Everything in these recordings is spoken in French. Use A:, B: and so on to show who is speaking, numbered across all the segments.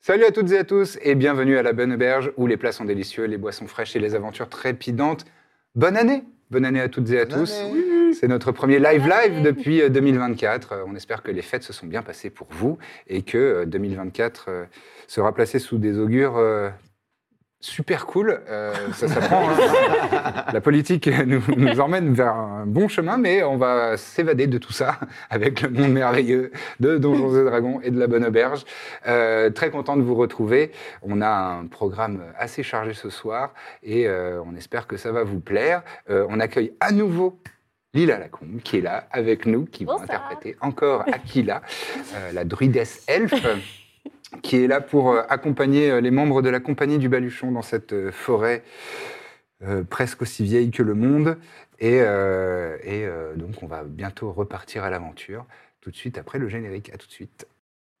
A: Salut à toutes et à tous et bienvenue à la Bonne Auberge où les plats sont délicieux, les boissons fraîches et les aventures trépidantes. Bonne année Bonne année à toutes et à tous. C'est notre premier live live depuis euh, 2024. Euh, On espère que les fêtes se sont bien passées pour vous et que euh, 2024 euh, sera placé sous des augures euh, super cool. Euh, ça s'apprend. hein. La politique nous, nous emmène vers un bon chemin, mais on va s'évader de tout ça avec le monde merveilleux de Donjons et Dragons et de la Bonne Auberge. Euh, très content de vous retrouver. On a un programme assez chargé ce soir et euh, on espère que ça va vous plaire. Euh, on accueille à nouveau Lila Lacombe qui est là avec nous, qui va
B: Bonsoir.
A: interpréter encore Aquila, euh, la druidesse elfe qui est là pour euh, accompagner euh, les membres de la compagnie du Baluchon dans cette euh, forêt euh, presque aussi vieille que le monde. Et, euh, et, euh, donc, on va bientôt repartir à l'aventure, tout de suite après le générique. À tout de suite.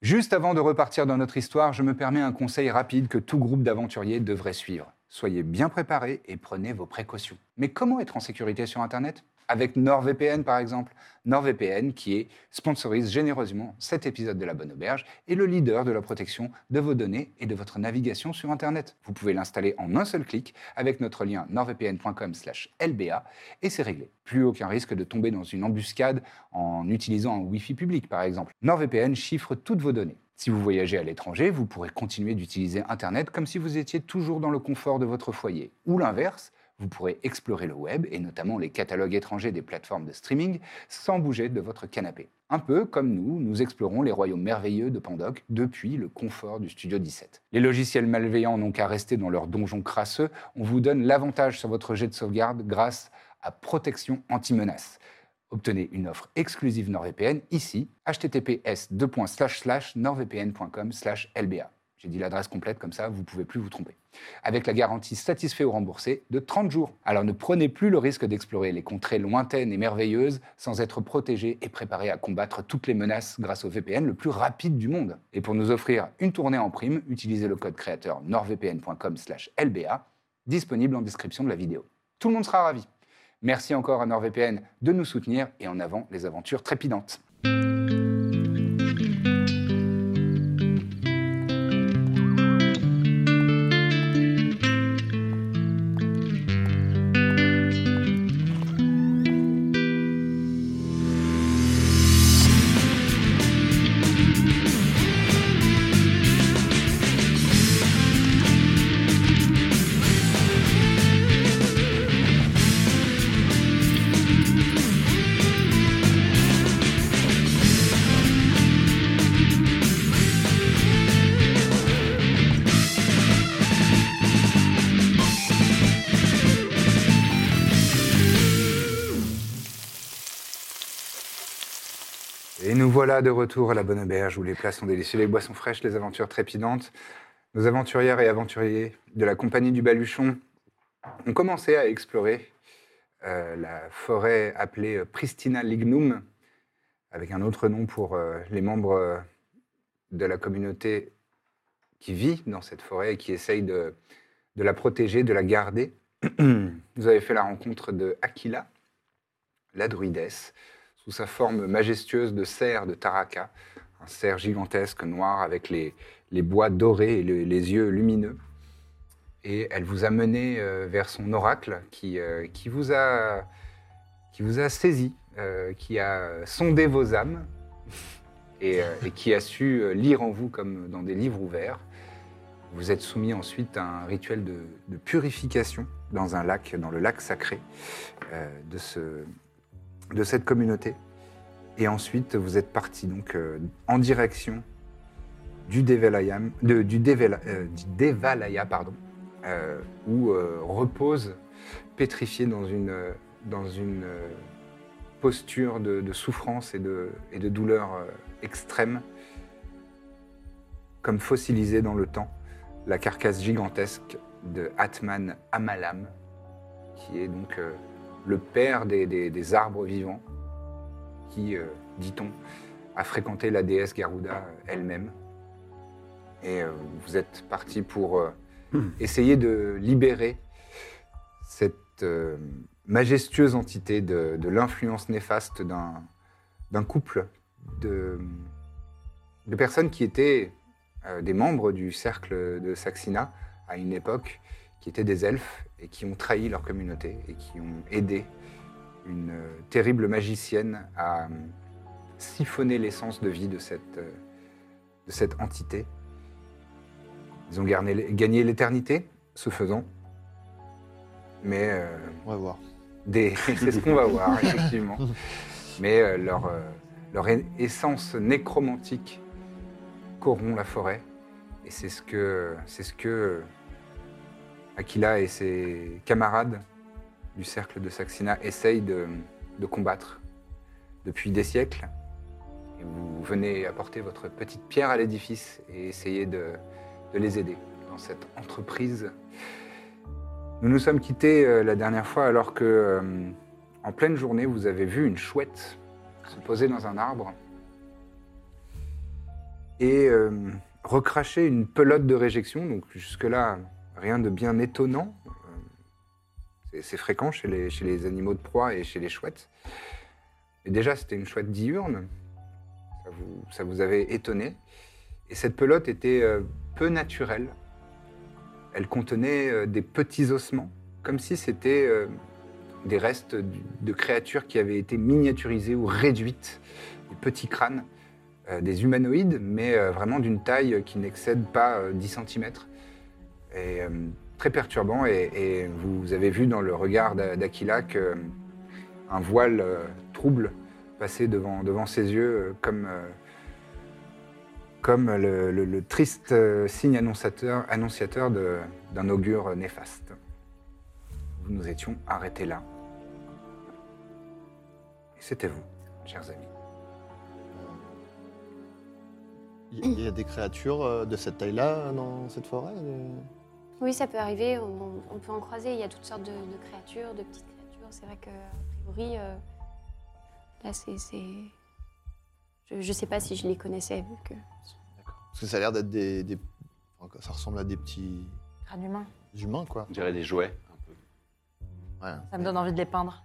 A: Juste avant de repartir dans notre histoire, je me permets un conseil rapide que tout groupe d'aventuriers devrait suivre. Soyez bien préparés et prenez vos précautions. Mais comment être en sécurité sur Internet Avec NordVPN par exemple. NordVPN qui est sponsorise généreusement cet épisode de la Bonne Auberge et le leader de la protection de vos données et de votre navigation sur Internet. Vous pouvez l'installer en un seul clic avec notre lien nordvpn.com/lba et c'est réglé. Plus aucun risque de tomber dans une embuscade en utilisant un Wi-Fi public par exemple. NordVPN chiffre toutes vos données. Si vous voyagez à l'étranger, vous pourrez continuer d'utiliser Internet comme si vous étiez toujours dans le confort de votre foyer. Ou l'inverse, vous pourrez explorer le web et notamment les catalogues étrangers des plateformes de streaming sans bouger de votre canapé. Un peu comme nous, nous explorons les royaumes merveilleux de Pandoc depuis le confort du Studio 17. Les logiciels malveillants n'ont qu'à rester dans leur donjon crasseux, on vous donne l'avantage sur votre jet de sauvegarde grâce à Protection Anti-Menace. Obtenez une offre exclusive NordVPN ici, https nordvpn.com/lba. J'ai dit l'adresse complète comme ça, vous ne pouvez plus vous tromper. Avec la garantie satisfait ou remboursé de 30 jours. Alors ne prenez plus le risque d'explorer les contrées lointaines et merveilleuses sans être protégé et préparé à combattre toutes les menaces grâce au VPN le plus rapide du monde. Et pour nous offrir une tournée en prime, utilisez le code créateur nordvpn.com/lba disponible en description de la vidéo. Tout le monde sera ravi. Merci encore à NordVPN de nous soutenir et en avant les aventures trépidantes. Et nous voilà de retour à la bonne auberge où les plats sont délicieux, les boissons fraîches, les aventures trépidantes. Nos aventurières et aventuriers de la compagnie du Baluchon ont commencé à explorer euh, la forêt appelée euh, Pristina Lignum, avec un autre nom pour euh, les membres euh, de la communauté qui vit dans cette forêt et qui essaye de, de la protéger, de la garder. Vous avez fait la rencontre de Aquila, la druidesse, sous sa forme majestueuse de cerf de Taraka, un cerf gigantesque noir avec les, les bois dorés et le- les yeux lumineux. Et elle vous a mené euh, vers son oracle qui, euh, qui vous a, qui vous a saisi, euh, qui a sondé vos âmes et, euh, et qui a su euh, lire en vous comme dans des livres ouverts. Vous êtes soumis ensuite à un rituel de, de purification dans un lac, dans le lac sacré euh, de ce, de cette communauté. Et ensuite, vous êtes parti donc euh, en direction du Devalayam, de- du, Devela- euh, du Devalaya, pardon, euh, où euh, repose pétrifié dans une euh, dans une euh, posture de, de souffrance et de, et de douleur euh, extrême, comme fossilisée dans le temps, la carcasse gigantesque de Atman Amalam, qui est donc euh, le père des, des- des arbres vivants, qui, euh, dit-on, a fréquenté la déesse Garuda euh, elle-même. Et euh, vous êtes parti pour euh, essayer de libérer cette euh, majestueuse entité de, de l'influence néfaste d'un d'un couple de, de personnes qui étaient euh, des membres du cercle de Saxina à une époque, qui étaient des elfes et qui ont trahi leur communauté et qui ont aidé une euh, terrible magicienne à euh, siphonner l'essence de vie de cette, euh, de cette entité. Ils ont garné- gagné l'éternité, ce faisant. Mais euh,
B: On va voir.
A: des- C'est ce qu'on va voir, effectivement. Mais euh, leur, euh, leur é- essence nécromantique corrompt la forêt. Et c'est ce que, c'est ce que euh, Aquila et ses camarades du cercle de Saxina essayent de, de combattre depuis des siècles. Et vous venez apporter votre petite pierre à l'édifice et essayer de, de les aider dans cette entreprise nous nous sommes quittés euh, la dernière fois alors que, euh, en pleine journée, vous avez vu une chouette se poser dans un arbre et euh, recracher une pelote de réjection. Donc jusque-là, rien de bien étonnant. Euh, c'est- C'est fréquent chez les, chez les animaux de proie et chez les chouettes. Et déjà, c'était une chouette diurne. Ça vous, ça vous avait étonné. Et cette pelote était euh, peu naturelle. Elle contenait euh, des petits ossements, comme si c'était euh, des restes du- de créatures qui avaient été miniaturisées ou réduites, des petits crânes, euh, des humanoïdes, mais euh, vraiment d'une taille qui n'excède pas euh, 10 cm. Et euh, très perturbant, et, et vous avez vu dans le regard d'A- d'Aquila que euh, un voile euh, trouble passait devant, devant ses yeux euh, comme... euh, comme le, le- le triste euh, signe annonçateur, annonciateur de- d'un augure néfaste. Nous nous étions arrêtés là. Et c'était vous, chers amis.
B: Il y, il y a des créatures euh, de cette taille-là euh, dans cette forêt euh
C: Oui, ça peut arriver, on, on peut en croiser. Il y a toutes sortes de, de créatures, de petites créatures. C'est vrai que, a priori, euh, là, c'est. c'est- Je, je sais pas si je les connaissais, vu que.
B: D'accord. Parce que ça a l'air d'être des, des- enfin, Ça ressemble à des petits
D: Crâne humain.
B: humains, quoi.
E: On dirait des jouets. un peu.
B: Ouais.
D: Ça me donne envie de les peindre.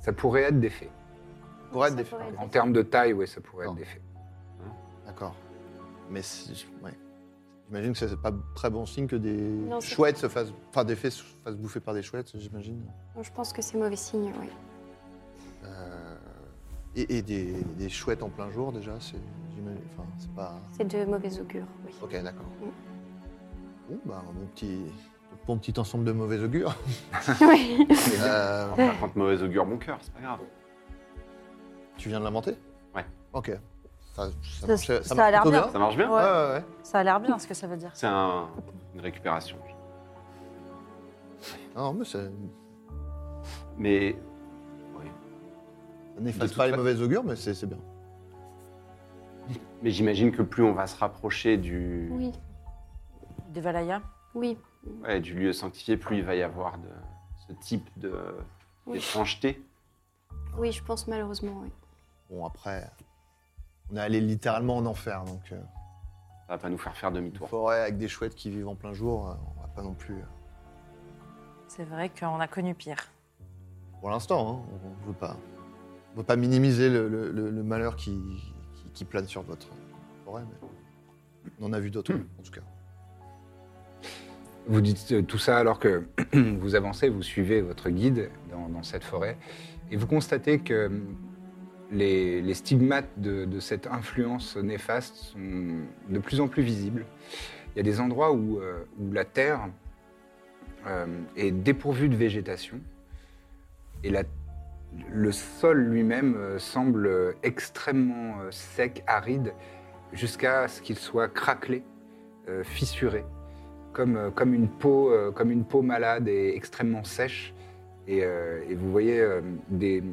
A: Ça pourrait être des faits.
B: Pour être
C: Ça
B: des
C: pourrait
A: En termes de taille, oui, ça pourrait
B: Non.
A: être des faits.
B: D'accord. Mais c'est- ouais. j'imagine que c'est pas très bon signe que des
C: Non, c'est-
B: chouettes se fassent. Enfin, des fées se fassent bouffer par des chouettes, j'imagine.
C: Bon, je pense que c'est mauvais signe, oui.
B: Euh, Et, et des, des chouettes en plein jour, déjà, c'est. j'imagine- Enfin, c'est pas.
C: C'est de mauvais augure, oui.
B: Ok, d'accord.
C: Oui.
B: Bon, bah, un bon petit. Bon petit ensemble de mauvais augures.
C: Oui.
B: Euh,
E: Enfin, Par contre, mauvaise augure, bon cœur, c'est pas grave.
B: tu viens de l'inventer
E: Ouais.
B: Ok. Ça, ça,
D: Ça-
B: marche- ça
D: ça a
B: marche
D: l'air
B: plutôt
D: bien.
E: Ça marche bien
D: Ouais.
B: Ouais, ouais, ouais.
D: Ça a l'air bien ce que ça veut dire.
E: C'est un- une récupération.
B: Non, mais c'est-
E: Mais
B: ça n'efface
E: De
B: pas
E: toute
B: les
E: fa-
B: mauvais augures, mais c'est c'est bien.
E: Mais j'imagine que plus on va se rapprocher du,
C: Oui,
D: Des Valaya.
C: oui.
E: ouais, du lieu sanctifié, plus il va y avoir de ce type de
C: Oui.
E: d'étrangeté.
C: Oui, je pense malheureusement, oui.
B: Bon, après, on est allé littéralement en enfer, donc euh,
E: Ça va pas nous faire faire
B: une
E: demi-tour.
B: forêt avec des chouettes qui vivent en plein jour, euh, on va pas non plus. euh,
D: C'est vrai qu'on a connu pire.
B: Pour l'instant, hein, on- on veut pas, on veut pas minimiser le, le- le- le malheur qui, qui- qui plane sur votre forêt, mais on en a vu d'autres, en tout cas.
A: Vous dites euh, tout ça alors que vous avancez, vous suivez votre guide dans, dans cette forêt, et vous constatez que hum, les, les stigmates de, de cette influence néfaste sont de plus en plus visibles. Il y a des endroits où, euh, où la terre euh, est dépourvue de végétation, et la- le sol lui-même euh, semble euh, extrêmement euh, sec, aride, jusqu'à ce qu'il soit craquelé, euh, fissuré comme, euh, comme, une peau, euh, comme une peau malade et extrêmement sèche. Et, euh, et vous voyez euh, des,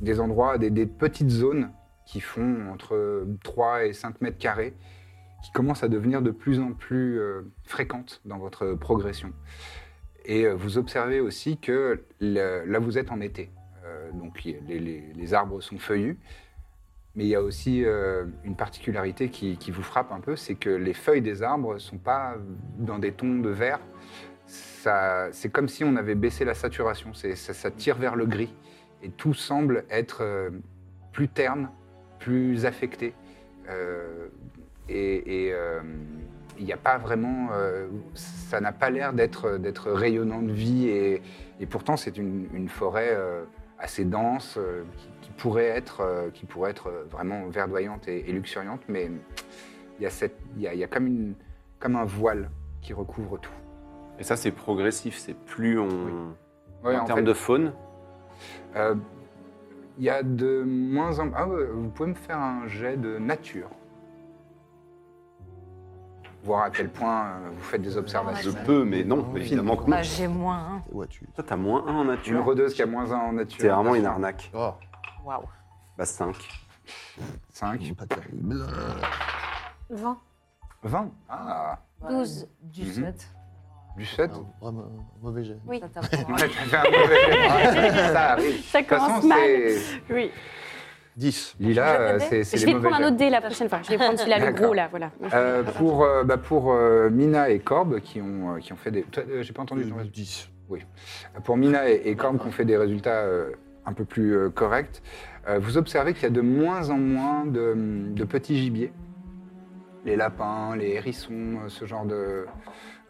A: des endroits, des, des petites zones qui font entre 3 et 5 mètres carrés, qui commencent à devenir de plus en plus euh, fréquentes dans votre progression. Et euh, vous observez aussi que le- là, vous êtes en été. Euh, donc les, les- les arbres sont feuillus. Mais il y a aussi euh, une particularité qui, qui vous frappe un peu, c'est que les feuilles des arbres ne sont pas dans des tons de vert. Ça- C'est comme si on avait baissé la saturation, C'est- ça, ça tire vers le gris. Et tout semble être euh, plus terne, plus affecté. Euh, et et, euh, il n'y a pas vraiment. euh, ça n'a pas l'air d'être d'être rayonnant de vie. Et, et pourtant, c'est une, une forêt euh, assez dense euh, qui, qui pourrait être, euh, qui pourrait être euh, vraiment verdoyante et, et luxuriante. Mais il y, a cette- il y a, il y a comme, une, comme un voile qui recouvre tout.
E: Et ça, c'est progressif. C'est plus on.
A: Ouais,
E: en,
A: en
E: termes
A: fait,
E: de faune,
A: euh, Il y a de moins en ah, ouais, vous pouvez me faire un jet de nature. Voir à quel point euh, vous faites des
E: je
A: observations.
E: peux, mais non,
B: Oui.
E: évidemment que non.
D: Bah, j'ai moins. hein.
B: Ouais, tu.
E: Toi, t'as moins 1 en
A: Une
E: nature.
A: rodeuse qui a moins 1 en nature.
E: C'est vraiment une arnaque.
B: Oh,
D: Waouh.
E: Bah, 5.
A: 5.
B: pas terrible.
C: 20.
A: 20. Ah,
C: Douze.
D: Du
A: Mhm.
D: 7.
A: du 7.
B: Ah, Vraiment, mauvais jet.
C: Oui.
D: Ça
E: Ah.
D: t'apprend.
A: Ouais, t'as fait un mauvais jet. Ça arrive.
C: Ça
A: De toute façon,
C: commence mal.
A: c'est-
C: Oui.
B: 10.
A: Lila, euh,
C: Je
A: c'est c'est
C: vais
A: les mauvais
C: prendre un
A: jets.
C: autre dé la prochaine fois. Je vais prendre celui-là, le
A: D'accord.
C: gros, là. Voilà.
A: Euh, pour euh, bah, pour euh, Mina et Corbe qui ont, euh, qui ont fait des. Toi, euh, J'ai pas entendu ton
B: Euh,
A: résultat.
B: 10.
A: Pour Mina et, et Corbe qui ont fait des résultats euh, un peu plus euh, corrects, euh, vous observez qu'il y a de moins en moins de, de petits gibiers. Les lapins, les hérissons, euh, ce genre de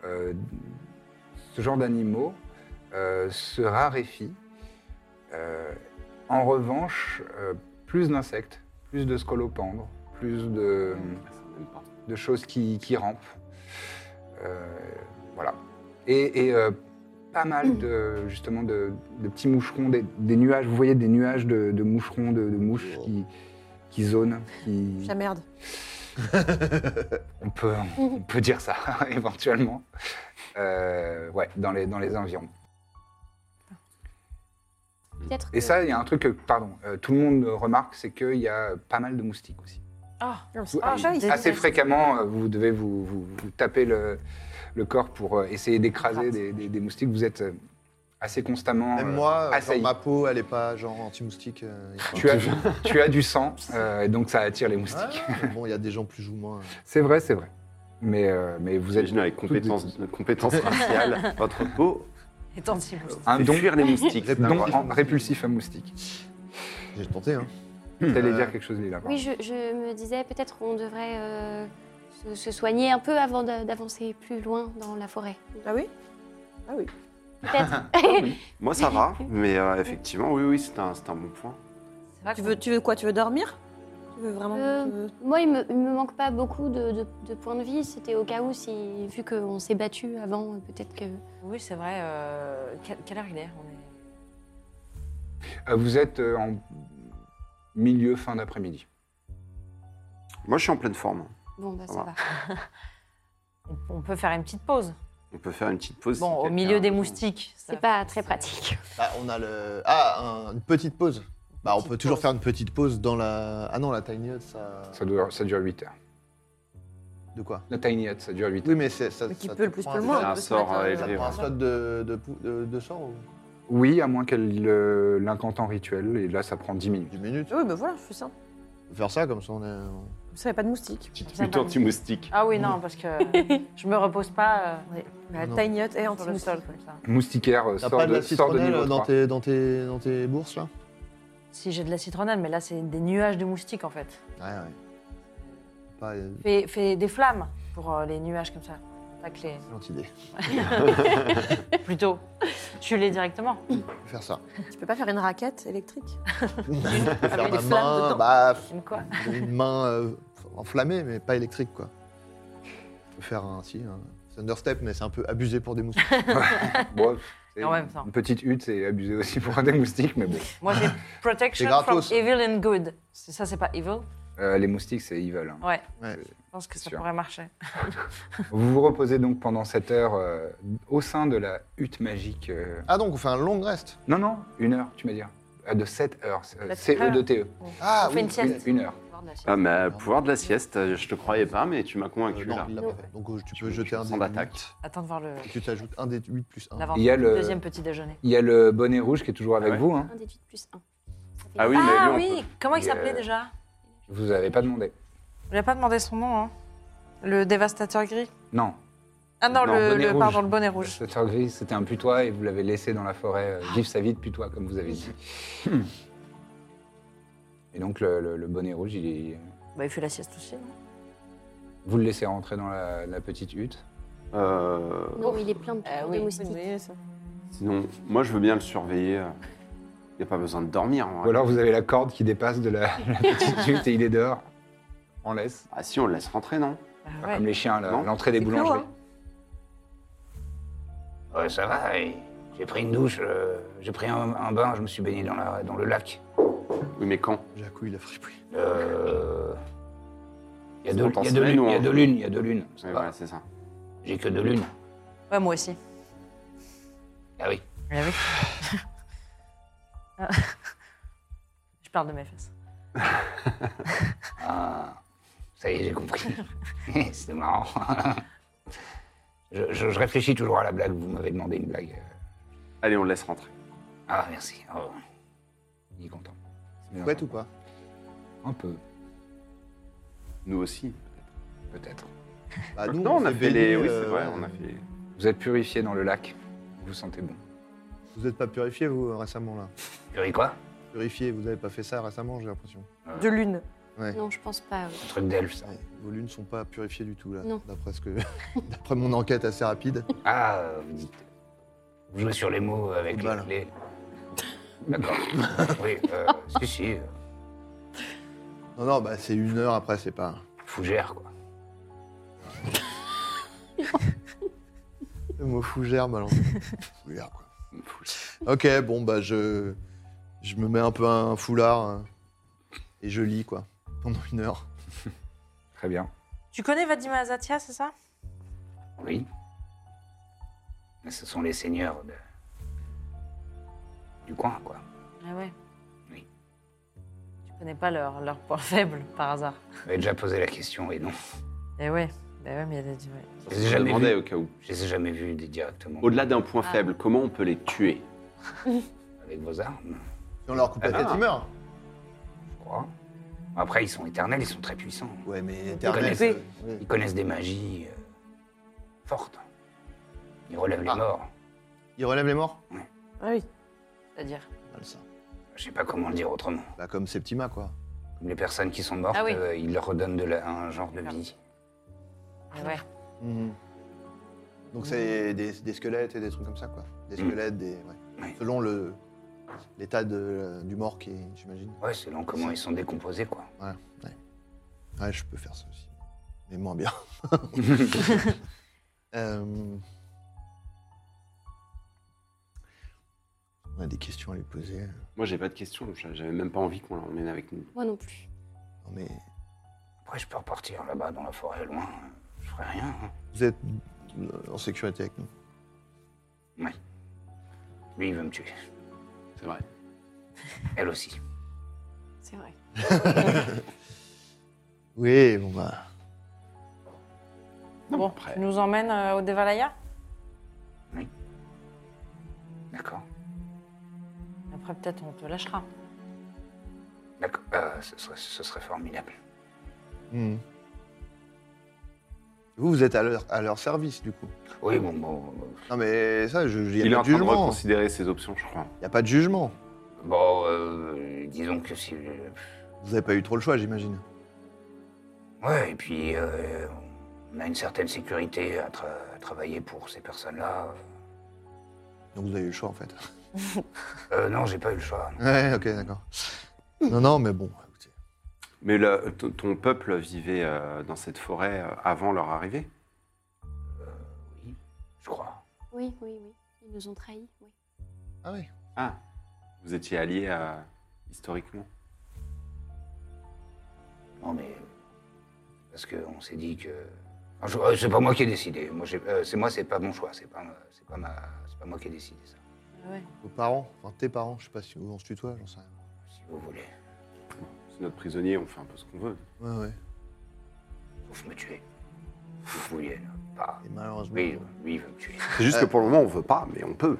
A: euh, ce genre d'animaux euh, se raréfient. Euh, en revanche, euh, plus d'insectes, plus de scolopendres, plus de, de choses qui, qui rampent. Euh, voilà. Et, et, euh, pas mal de, justement de, de petits moucherons, des, des nuages. Vous voyez des nuages de, de moucherons, de, de mouches qui, qui zonent. Qui...
F: La merde.
A: On, peut, on peut dire ça, éventuellement. Euh, ouais, dans les, dans les environs.
C: Peut-être
A: Et
C: que-
A: ça, il y a un truc que, pardon, euh, tout le monde remarque, c'est qu'il y a pas mal de moustiques aussi.
D: Ah,
F: Ah, ça, ils-
A: assez fréquemment, euh, vous devez vous, vous- vous taper le, le corps pour euh, essayer d'écraser des, des- des moustiques. Vous êtes euh, assez constamment.
B: Même
A: euh,
B: moi, genre,
A: assailli.
B: ma peau, elle est pas genre anti-moustique. euh, et-
A: tu, as, tu as du sang, euh, et donc ça attire les
B: Ah,
A: moustiques.
B: bon, il y a des gens plus ou moins.
A: C'est vrai, c'est vrai. Mais, euh, mais vous êtes
E: Imaginez avec
A: toutes
E: compétence, compétence raciale, votre peau
D: et tant si vous-
A: un
E: fait
A: don,
E: fuir les moustiques.
B: Répond-
A: don en- répulsif à moustiques.
B: J'ai tenté, hein.
A: Tu allais
B: Euh,
A: dire quelque chose, Lila.
C: Oui, je, je me disais peut-être qu'on devrait euh, se, se soigner un peu avant de- d'avancer plus loin dans la forêt.
F: Ah oui Ah oui.
C: Peut-être.
E: Moi, ça va, mais euh, effectivement, oui, oui, c'est un, c'est un bon point.
D: C'est vrai
F: Tu
D: qu'on-
F: veux, tu veux quoi Tu veux dormir Tu veux vraiment.
C: Euh,
F: tu veux-
C: Moi, il me, il me manque pas beaucoup de, de- de points de vie. C'était au cas où, si, vu qu'on s'est battu avant, peut-être que.
D: Oui, c'est vrai. euh, que- Quelle heure il est On est-
A: Euh, vous êtes euh, en milieu fin d'après-midi.
E: Moi, je suis en pleine forme.
C: Bon, bah, ça
E: Voilà.
C: va.
D: on- On peut faire une petite pause.
E: On peut faire une petite pause. si
D: Bon, au
E: quelqu'un-
D: milieu des moustiques.
C: C'est pas très pratique.
B: Bah, on a le. Ah, un- une petite pause. Bah, on peut
D: Petite
B: toujours
D: pause.
B: faire une petite pause dans la. Ah non, la tiny hut, ça.
A: Ça dure, ça dure 8 heures.
B: De quoi
A: La tiny hut, ça dure 8 heures.
B: Oui, mais c'est. Ça,
F: Mais qui
B: ça
F: peut le
B: te
F: plus
B: prend
F: peut le
B: un-
F: moins.
E: un
F: on peut se
E: sort à
F: mettre, euh,
A: Ah,
B: Ça
E: écrire.
B: prend un slot de, de, pou- de, de sort ou
A: Oui, à moins qu'elle le- l'incante en rituel, et là, ça prend 10 minutes.
B: 10 minutes
F: Oui, bah voilà, je fais ça.
B: On peut Faire ça, comme ça on est. on-
F: Vous savez pas de moustiques.
E: Petite lutte anti-moustique.
D: Ah oui, non, parce que je me repose pas euh,
F: Bah,
B: Non.
F: Tiny Hut est
D: sur le sol
F: anti-moustique.
D: comme ça.
A: Moustiquaire euh,
B: T'as
A: sort
B: pas de
A: de,
B: la
A: sort de
B: citronnelle
A: niveau
B: dans
A: 3.
B: tes, dans, tes, dans tes bourses, là
D: Si j'ai de la citronnelle, mais là c'est des nuages de moustiques en fait.
B: Ouais, ouais. Pas euh, une
D: Fais, fais des flammes pour euh, les nuages comme ça. Attaque les-
B: excellente idée.
D: Plutôt, tue-les directement.
B: On peut Faire ça.
F: Tu peux pas faire une raquette électrique
B: faire
D: des
B: ma
D: flammes
B: main,
D: dedans.
B: bah,
D: Comme quoi
B: une main euh, enflammée, mais pas électrique, quoi. On peut Faire un, si, un thunderstep, mais c'est un peu abusé pour des moustiques.
A: Bon, c'est
D: En même temps.
A: Une petite hutte, c'est abusé aussi pour des moustiques, mais bon.
D: Moi j'ai protection
B: C'est
D: from
B: gratos.
D: evil and good. C'est- Ça c'est pas evil
A: Euh, les moustiques, c'est evil. hein.
D: Ouais.
B: Ouais.
D: pense que ça
G: Sûr.
D: pourrait marcher.
G: Vous vous reposez donc pendant cette heure euh, au sein de la hutte magique. euh,
B: Ah, donc on fait un long rest.
G: Non, non, une heure, tu m'as dit. Ah, De 7 heures, euh,
D: La
G: c
D: petite
G: e 2 t
B: Ah,
D: on fait
B: oui.
D: une
G: Une,
D: sieste.
G: une heure.
D: Pouvoir de la sieste.
E: Ah, mais euh, pouvoir de la sieste, euh, je te croyais pas, mais tu m'as convaincu
B: Euh, non,
E: là.
B: il l'a pas fait. Donc euh, tu peux
E: Tu-
B: jeter
E: tu
B: un
E: sens
B: des
E: d'attaque.
B: huit,
D: Attends de voir le
B: et Tu t'ajoutes un des 8 plus 1.
D: l'avant
G: Il y a le-
D: deuxième petit déjeuner.
G: Il y a le bonnet rouge qui est toujours avec
E: Ah ouais.
G: vous. Hein.
C: Un déduit plus un. Ça fait
E: Ah oui,
C: deux.
D: ah
E: mais lui, on
D: oui, comment il
G: Et, euh,
D: s'appelait déjà
G: Je vous avais pas demandé.
D: Je n'ai pas demandé son nom. hein. Le dévastateur gris.
G: Non.
D: Ah non,
E: Non,
D: le,
E: bonnet
D: le-
E: rouge.
D: pardon, le bonnet rouge.
G: Le Sœur Gris, c'était un putois et vous l'avez laissé dans la forêt euh,
D: Ah.
G: vivre sa vie de putois, comme vous avez dit.
D: Hmm.
G: Et donc, le, le- le bonnet rouge, il est...
D: Bah, il fait la sieste aussi, non
G: vous le laissez rentrer dans la, la petite hutte.
E: peut- Euh,
C: Non, il est plein de,
D: Ah
C: de moustiques.
E: sinon, moi, je veux bien le surveiller. Il n'y a pas besoin de dormir. en vrai.
G: Ou alors, vous avez la corde qui dépasse de la, la petite hutte et il est dehors. On laisse.
E: Ah si, on le laisse rentrer, non
D: Bah,
G: Pas
D: ouais.
G: Comme les chiens, là,
E: Non.
G: l'entrée des
F: C'est clos,
G: boulangeries.
F: hein.
A: Ouais, ça va, et j'ai pris une douche, euh, j'ai pris un, un bain, je me suis baigné dans, la, dans le lac.
E: Oui, mais quand
B: Jacou, il a fripouille.
A: Euh, Il y a
E: C'est
A: deux
E: dans
A: il y a
E: ta
A: deux
E: semaine
A: lunes,
E: ou
A: il y a
G: hein.
E: en-
A: deux lunes, il y a deux lunes. ça
E: Ouais,
A: va.
B: Bah.
E: voilà, c'est ça.
A: J'ai que deux lunes.
D: Ouais, moi aussi.
A: Ah oui.
D: Ah oui. Ah. Je parle de mes fesses.
A: Ah, ça y est, j'ai compris. C'est marrant. je, je- je réfléchis toujours à la blague. Vous m'avez demandé une blague.
E: Allez, on le laisse rentrer.
A: Ah, merci. Oh,
G: Il est content. C'est bien.
B: Chouette ou pas
G: Un peu,
E: Nous aussi.
G: peut-être.
B: Bah,
E: non, on, a
B: s'est
E: fait les...
B: baigné,
E: Oui, c'est
B: euh,
E: vrai, on a fait...
G: Vous êtes purifié dans le lac. Vous vous sentez bon.
B: Vous n'êtes pas purifié, vous, euh, récemment, là
A: tu ris quoi
B: Purifié, vous n'avez pas fait ça récemment, j'ai l'impression.
D: Euh.
F: De lune.
C: Non, je pense pas. oui.
A: Un truc d'elfe, ça.
B: Ouais, Vos lunes sont pas purifiées du tout, là.
C: Non.
B: D'après ce que... D'après mon enquête assez rapide.
A: Ah, euh, vous dites. Vous jouez sur les mots avec les.
B: Football.
A: les- D'accord. oui, euh, si, si. euh,
B: Non, non, bah c'est une heure après, c'est pas...
A: Fougère, quoi.
B: Le mot fougère, malheureusement. fougère, quoi. Ok, bon, bah je... Je me mets un peu un foulard hein, et je lis, quoi, pendant une heure.
G: Très bien.
D: Tu connais Vadima Azatia, c'est ça
A: Oui. Mais ce sont les seigneurs de... du coin, quoi.
D: Ah ouais.
A: Oui.
D: Tu connais pas leur, leur point faible, par hasard
A: Vous m'avez déjà posé la question, et non.
D: Eh ouais, bah ouais, mais il y a des... ouais.
A: Je
E: Je
A: les ai jamais
E: demandais
A: vus.
E: au cas où.
A: Je les ai jamais vus di- directement.
E: Au-delà d'un point
D: Ah.
E: faible, comment on peut les tuer
A: Avec vos armes,
B: Et on leur coupe la tête, ils meurent.
A: je crois. Après, ils sont éternels, ils sont très puissants.
B: Ouais, mais
A: connaît
B: éternel.
A: peu.
B: c'est- ouais.
A: Ils connaissent des magies euh, fortes. Ils relèvent
B: Ah.
A: les morts.
B: Ils relèvent les morts
F: Ah oui.
D: C'est-à-dire
B: Mal, ça.
A: Je sais pas comment le dire autrement.
B: Bah, comme Septima, quoi.
A: Comme les personnes qui sont mortes,
D: Ah oui. Ah.
A: euh, ils leur redonnent de la- un genre de vie.
D: Eh ouais.
B: Donc c'est des, des squelettes et des trucs comme ça, quoi. Des
A: Mhm.
B: squelettes, des... ouais.
A: Ouais.
B: Selon le l'état de- du mort qui est, j'imagine.
A: Ouais, selon comment ils sont décomposés, quoi.
B: Ouais, je peux faire ça aussi. Mais moins bien. Euh, On a des questions à lui poser. Non,
E: Moi, j'ai pas de question. j'a- J'avais même pas envie qu'on l'emmène avec nous.
C: Moi non plus.
B: mais
A: Après, je peux repartir là-bas dans la forêt, loin. Je ferai rien. hein.
B: vous êtes euh, en sécurité avec nous.
A: Lui, il veut me tuer.
E: C'est vrai.
A: Elle aussi.
C: C'est vrai.
B: Oui, bon bah.
E: Non,
D: Bon,
E: après.
D: tu nous emmènes euh, au Devalaya
A: D'accord.
D: Après, peut-être, on te lâchera.
A: D'accord. Euh, ce, serait, ce serait formidable.
B: Mhm. Vous, vous êtes à leur, à leur service, du coup.
A: Oui, bon, bon. Bon,
B: Non, mais ça, je, il
E: Il
B: n'y
E: est
B: a pas de
E: en train de
B: jugement.
E: reconsidérer ses options, je crois.
B: Il n'y a pas de jugement.
A: bon, euh, disons que si. euh,
B: Vous n'avez pas eu trop le choix, j'imagine.
A: Ouais, et puis, euh, on a une certaine sécurité à, tra- à travailler pour ces personnes-là.
B: Donc vous avez eu le choix, en fait.
A: Euh, non, j'ai pas eu le choix.
B: Ouais, ok, d'accord. Non, non, mais bon, écoutez.
E: Mais le- ton- ton peuple vivait euh, dans cette forêt euh, avant leur arrivée
A: Oui, je crois.
C: Oui, oui, oui. Ils nous ont trahis. Oui.
B: Ah oui.
E: Ah, vous étiez alliés euh, historiquement
A: Non, mais.
H: Parce qu'on s'est dit que. Enfin, je- euh, c'est pas moi qui ai décidé. Moi, j'ai- euh, c'est moi, c'est pas mon choix. C'est pas, ma- c'est pas, ma- c'est pas moi qui ai décidé ça.
B: Vos parents, enfin tes parents, je sais pas si on se tutoie, j'en sais rien.
H: Si vous voulez.
E: C'est notre prisonnier, on fait un peu ce qu'on veut.
B: Ouais, ouais.
H: Sauf me tuer. Vous vouliez, là. Pas.
B: Et malheureusement.
H: Lui, lui, il veut me tuer.
E: C'est juste que pour le moment, on veut pas, mais on peut.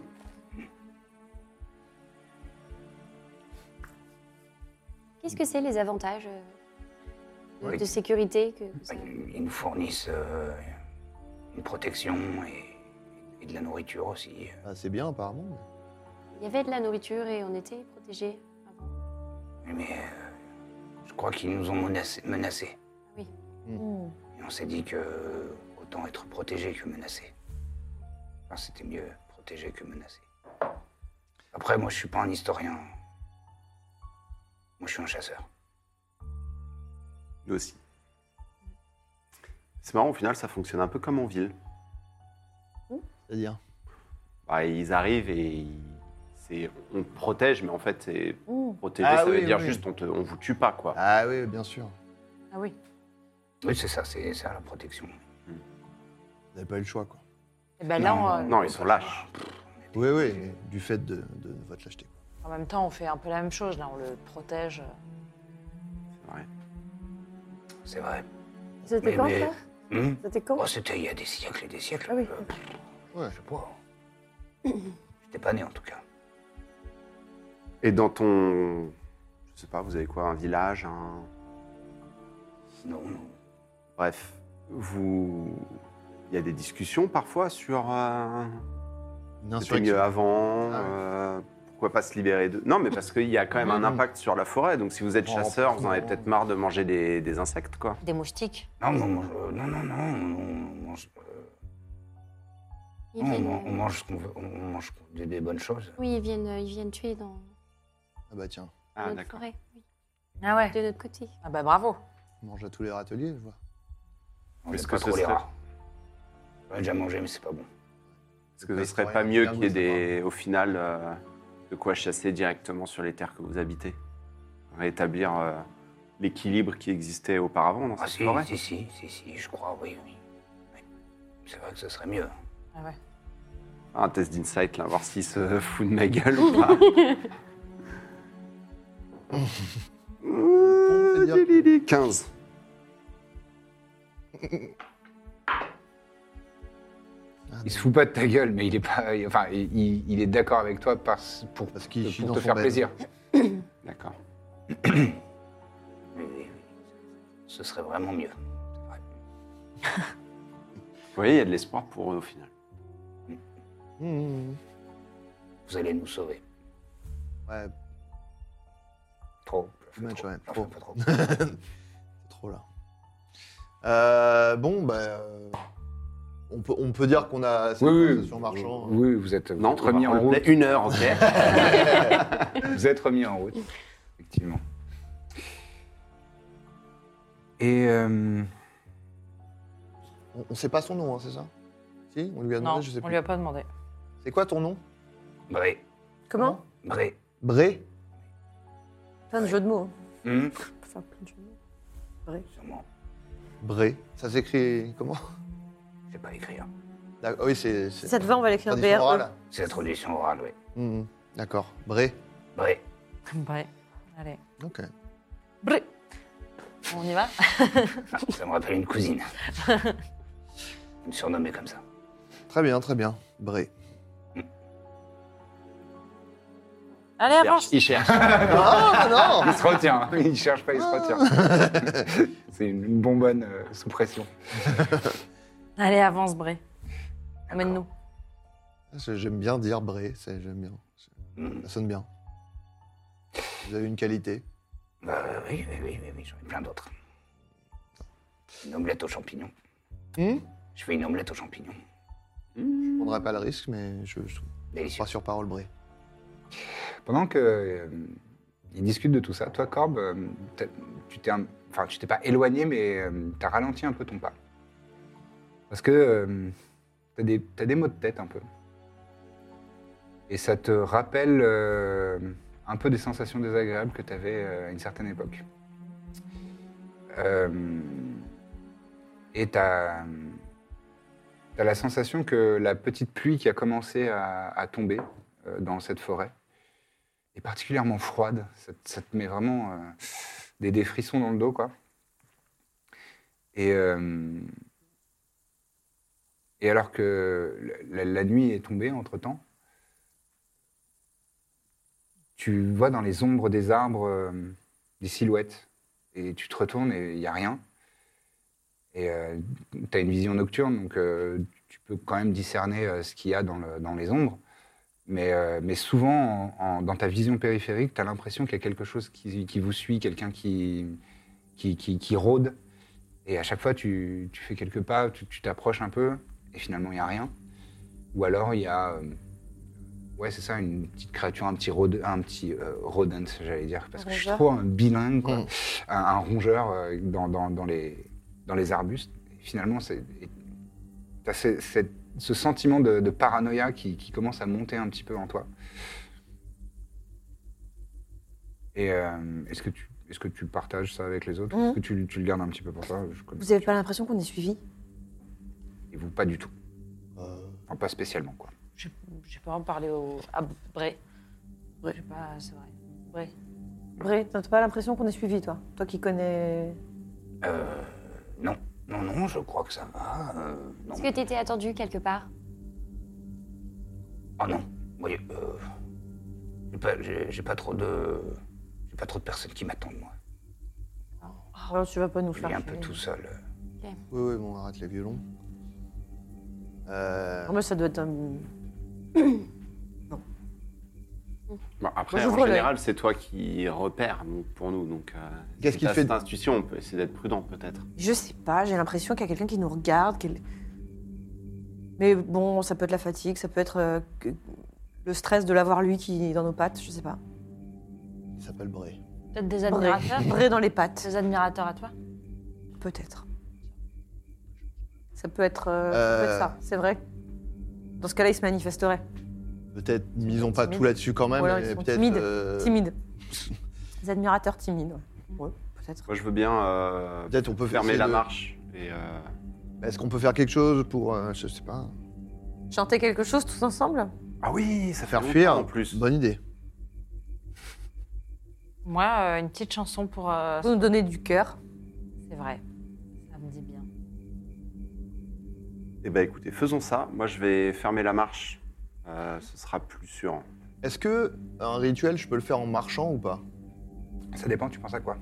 C: Qu'est-ce que c'est les avantages euh, de,
H: Oui.
C: de sécurité que ça-
H: Ils nous fournissent euh, une protection et, et de la nourriture aussi. euh.
B: Ah, c'est bien apparemment. mais-
C: Il y avait de la nourriture et on était protégés avant.
H: Mais euh, je crois qu'ils nous ont menacés. menacés.
F: Ah
C: Oui.
D: Hmm.
H: Et on s'est dit que euh, autant être protégé que menacé. Enfin, c'était mieux protégé que menacé. Après, moi, je suis pas un historien. Moi, je suis un chasseur.
E: Nous aussi. C'est marrant, au final, ça fonctionne un peu comme en ville.
B: C'est-à-dire.
E: Bah, ils arrivent et ils- c'est- on te protège, mais en fait, c'est
D: Mmh.
E: protéger,
B: Ah
E: ça
B: oui,
E: veut dire
B: oui.
E: juste on, te, on vous tue pas, quoi.
B: Ah oui, bien sûr.
D: Ah oui.
H: Oui, c'est ça, c'est ça la protection.
B: Vous n'avez pas eu le choix, quoi.
D: Et ben là, on-
E: Non, ils sont lâches.
B: Oui, oui, mais du fait de, de votre lâcheté. quoi.
D: en même temps, on fait un peu la même chose. Là, on le protège. euh,
E: C'est vrai.
H: C'est vrai.
F: C'était quand
H: mais-
F: ça
H: Hum
F: C'était quand
H: Oh, c'était il y a des siècles et des siècles.
F: Ah oui.
H: Euh, pff,
B: Ouais.
H: Je sais pas. J'étais pas né en tout cas.
E: Et dans ton. Je sais pas, vous avez quoi Un village un...
H: Non, non.
E: Bref, vous. Il y a des discussions parfois sur. euh,
B: Une
E: C'était
B: insurrection.
E: mieux
B: Ah
E: avant.
B: ouais.
E: euh, pourquoi pas se libérer d'eux Non, mais parce qu'il y a quand même un impact sur la forêt. Donc si vous êtes
B: Mm, Oh,
E: chasseur, vous en avez
B: putain.
E: peut-être marre de manger des, des insectes, quoi.
D: Des moustiques.
H: Non, mais on mange- euh, non, non, non, on mange, euh,
C: Ils
A: Mm,
H: non, on
C: viennent,
H: man- on
C: euh,
H: mange ce qu'on veut, on mange des, des bonnes choses.
C: Oui, ils viennent, euh, ils viennent tuer dans
B: Ah bah tiens,
C: notre forêt, oui,
D: Ah ouais.
C: de notre côté.
D: Ah bah bravo.
B: on mange à tous les râteliers, je vois.
H: On
E: Est-ce
H: n'aime
E: que
H: pas
E: ce
H: trop les
E: serait-
H: rats. J'en ai déjà mangé, mais c'est pas bon.
E: Est-ce que ce serait pas mieux qu'il y ait des, au final euh, de quoi chasser directement sur les terres que vous habitez Rétablir euh, l'équilibre qui existait auparavant dans
H: Ah
E: cette
H: si,
E: forêt
H: si, si, si, si, je crois, oui, oui. Oui. C'est vrai que ce serait mieux.
D: Ah ouais.
E: Un test d'insight, là, voir s'il se fout de ma gueule ou pas.
B: fait dire que-
E: 15.
B: Ah,
A: Il
B: non.
A: se fout pas de ta gueule, mais il est pas. il- Enfin, il, il- il est d'accord avec toi parce- pour,
B: Parce qu'il
A: pour
B: chie dans
A: te
B: son
A: faire
B: bed.
A: plaisir.
E: D'accord.
H: Oui, oui, oui. Ce serait vraiment mieux. C'est vrai.
E: Vous voyez, il y a de l'espoir pour eux au final.
B: Mmh, mmh.
H: Vous allez nous sauver.
B: Ouais,
H: Trop. Je
B: Dommage,
H: trop.
B: ouais,
H: J'en
B: trop.
H: fais pas trop.
B: c'est trop là. Euh, bon, bah. euh, On peut, on peut dire qu'on a cette
A: Oui, oui.
B: conversation marchand. hein.
A: Oui, oui, vous êtes, vous
E: Non,
A: êtes remis
E: on
A: en
E: le
A: route.
E: plaît Une heure, ok.
A: Vous êtes remis en route, effectivement. Et euh,
B: On, on sait pas son nom, hein, c'est ça Si On lui a demandé,
D: Non,
B: je sais
D: on
B: plus.
D: lui a pas demandé.
B: C'est quoi ton nom
H: Bré.
F: Comment
H: Bré.
B: Bré
F: Plein de jeux de mots. hein.
H: Hum
F: Enfin, plein de jeux de mots.
H: Sûrement.
B: Bré. Ça s'écrit comment
H: Je sais pas écrire.
B: D'accord, Oui, c'est. c'est-
F: Si ça te va, on va l'écrire E.
B: tradition
F: BRE.
B: orale.
H: C'est la tradition orale, oui.
B: Mmh, mmh. D'accord. Bré.
H: Bré.
D: Ouais. E. Allez.
B: Ok.
D: Brr. On y va
H: Ah, ça me rappelle une cousine. Je me surnommais comme ça.
B: Très bien, très bien. Bré.
D: Allez, avance
E: Il cherche.
B: Ah, non
F: bah
A: il se retient, hein. il cherche pas, il se retient. C'est une bonbonne euh, sous pression.
D: Allez, avance, Bray.
H: D'accord.
D: Amène-nous.
B: C'est- J'aime bien dire bré, c'est- j'aime bien. C'est-
H: Mm.
B: Ça sonne bien. Vous avez une qualité.
H: Bah, oui, oui, oui, oui, oui, j'en ai plein d'autres. Une omelette aux champignons.
B: Hmm
H: Je fais une omelette aux champignons.
B: je prendrai pas le risque, mais je, je
H: Délicieux.
B: crois sur parole bré.
A: Pendant que euh, ils discutent de tout ça, toi, Corbe, euh, t'as- tu t'es, un- enfin, tu t'es pas éloigné, mais tu as ralenti un peu ton pas. Parce que tu as des, t'as des maux de tête un peu. Et ça te rappelle euh, un peu des sensations désagréables que tu avais à une certaine époque. Euh, Et t'as as la sensation que la petite pluie qui a commencé à, à tomber euh, dans cette forêt est particulièrement froide. Ça, te- ça te met vraiment euh, des, des frissons dans le dos, quoi. Et, euh, et alors que la, la nuit est tombée entre-temps, tu vois dans les ombres des arbres euh, des silhouettes. Et tu te retournes et il n'y a rien. Et tu as une vision nocturne, donc euh, tu peux quand même discerner euh, ce qu'il y a dans, le- dans les ombres. Mais, euh, mais souvent, en- en- dans ta vision périphérique, tu as l'impression qu'il y a quelque chose qui, qui vous suit, quelqu'un qui, qui, qui- qui rôde. Et à chaque fois, tu, tu fais quelques pas, tu tu t'approches un peu, et finalement, il n'y a rien. Ou alors, il y a. euh, ouais, c'est ça, une petite créature, un petit, rôde- un petit euh, rodent, j'allais dire. Parce que je suis
F: Rongeur.
A: trop un bilingue, quoi.
B: Mm.
A: Un, un rongeur euh, dans, dans- dans les, dans les arbustes. Et finalement, c'est. et t'as ce- cette- ce sentiment de, de paranoïa qui, qui commence à monter un petit peu en toi. Et euh, est-ce que tu est-ce que tu partages ça avec les autres
F: Mhm.
A: Est-ce que tu, tu le gardes un petit peu pour toi Je connais-
F: Vous avez pas l'impression qu'on est suivi
A: Et vous, pas du tout.
B: Euh,
A: Enfin, pas spécialement, quoi.
D: J'ai j'ai pas vraiment parlé au. Ah, Bray. Bray. Je sais pas, c'est vrai. Bray.
F: Vrai, t'as pas l'impression qu'on est suivi, toi Toi qui connais.
H: Euh, non, non, non, je crois que ça va. euh, non.
C: Est-ce que t'étais attendu quelque part
H: Ah non, vous voyez, euh, j'ai pas, j'ai- j'ai pas trop de, j'ai pas trop de personnes qui m'attendent moi.
F: Alors Oh, tu vas pas nous
H: Je vis
F: faire.
H: un peu
F: chier.
H: tout seul.
B: oui, oui, bon, on arrête les violons. Euh,
F: Ah, Moi, ça doit être un.
E: Bon, après,
F: Moi, je
E: en
F: vois le-
E: général, c'est toi qui repères donc, pour nous. Donc, euh,
B: Qu'est-ce
E: si
B: qu'il
E: t'as
B: fait
E: cette intuition, on peut essayer d'être prudent peut-être.
F: Je sais pas, j'ai l'impression qu'il y a quelqu'un qui nous regarde. qu'il- Mais bon, ça peut être la fatigue, ça peut être euh, que- le stress de l'avoir lui qui est dans nos pattes, je sais pas.
B: il s'appelle Bray.
D: Peut-être des
F: Vrai.
D: admirateurs
F: Vrai dans les pattes,
D: Des admirateurs à toi
F: peut-être. Ça peut être, euh, ça
B: Euh.
F: peut être ça, c'est vrai. Dans ce cas-là, il se manifesterait.
B: Peut-être misons pas
F: timides.
B: tout là-dessus quand même.
F: Ou alors ils
B: et
F: sont
B: peut-être,
F: timides.
B: euh,
F: Timide. Des admirateurs timides, ouais. Ouais, peut-être.
E: Moi, je veux bien euh,
B: Peut-être on peut
E: fermer
B: essayer
E: la
B: de-
E: marche. Et, euh,
B: Est-ce qu'on peut faire quelque chose pour, euh, je sais pas,
F: Chanter quelque chose tous ensemble
E: Ah oui, ça fait
B: faire
E: longtemps,
B: fuir
E: en plus.
B: Bonne idée.
D: Moi, euh, une petite chanson pour. euh,
F: Vous nous donner du cœur.
D: C'est vrai. Ça me dit bien.
E: Eh ben écoutez, faisons ça. Moi, je vais fermer la marche. Euh, ce sera plus sûr.
B: Est-ce que un rituel, je peux le faire en marchant ou pas
A: Ça dépend, tu penses à quoi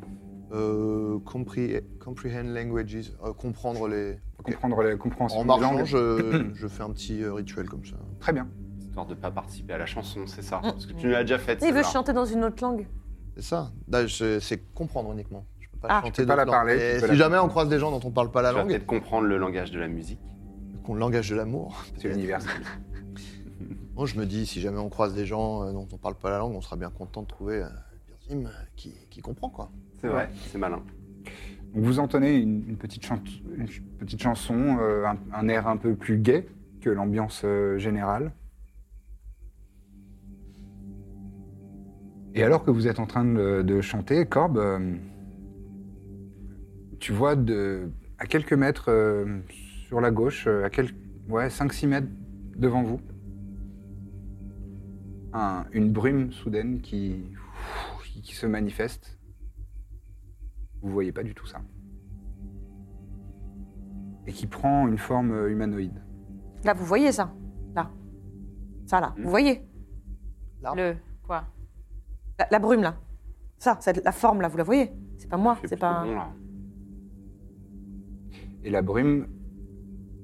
B: euh, compré- Comprehend languages, euh, comprendre les.
A: Comprendre la compréhension
B: En
A: des
B: marchant,
A: langues.
B: je, je fais un petit euh, rituel comme ça.
A: Très bien.
E: Histoire de ne pas participer à la chanson, c'est ça.
F: Mm.
E: Parce que tu l'as déjà faite.
F: Il veut
E: celle-là.
F: chanter dans une autre langue.
B: C'est ça. Là, je- C'est comprendre uniquement. Je peux pas
F: Ah.
B: chanter.
A: Tu peux pas
B: d'autres
A: la
B: langues.
A: parler,
B: Et
A: tu peux
B: si
A: la-
B: jamais on croise des gens dont on parle pas la
E: Tu vas
B: langue,
E: peut-être comprendre le langage de la musique.
B: qu'on langage de l'amour.
A: C'est l'univers.
B: Moi, je me dis, si jamais on croise des gens euh, dont on parle pas la langue, on sera bien content de trouver euh, une personne qui, qui comprend quoi.
E: C'est vrai, c'est malin.
A: Donc, vous entonnez une, une petite, chan- une ch- petite chanson, euh, un, un air un peu plus gai que l'ambiance euh, générale. Et alors que vous êtes en train de, de chanter, Corbe, euh, tu vois de, à quelques mètres euh, sur la gauche, euh, à quel- ouais, 5-6 mètres devant vous, un- une brume soudaine qui, qui se manifeste. Vous voyez pas du tout ça. Et qui prend une forme euh, humanoïde.
F: Là, vous voyez ça Là. Ça, là.
E: Mhm.
F: Vous voyez
B: Ah.
D: Le. Quoi
F: la, la brume, là. Ça, cette- la forme, là, vous la voyez C'est pas moi,
E: Il fait
F: c'est
E: plutôt
F: pas...
E: bon, là.
A: Et la brume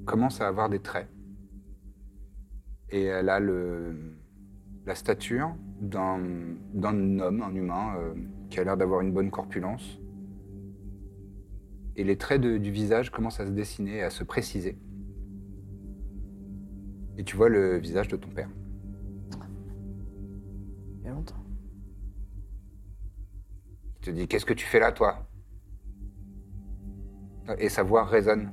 A: commence à avoir des traits. Et elle a le, la stature d'un d'un homme, un humain, euh, qui a l'air d'avoir une bonne corpulence. Et les traits de- du visage commencent à se dessiner, et à se préciser. Et tu vois le visage de ton père.
F: Il y a longtemps.
A: Il te dit Qu'est-ce que tu fais là, toi Et sa voix résonne.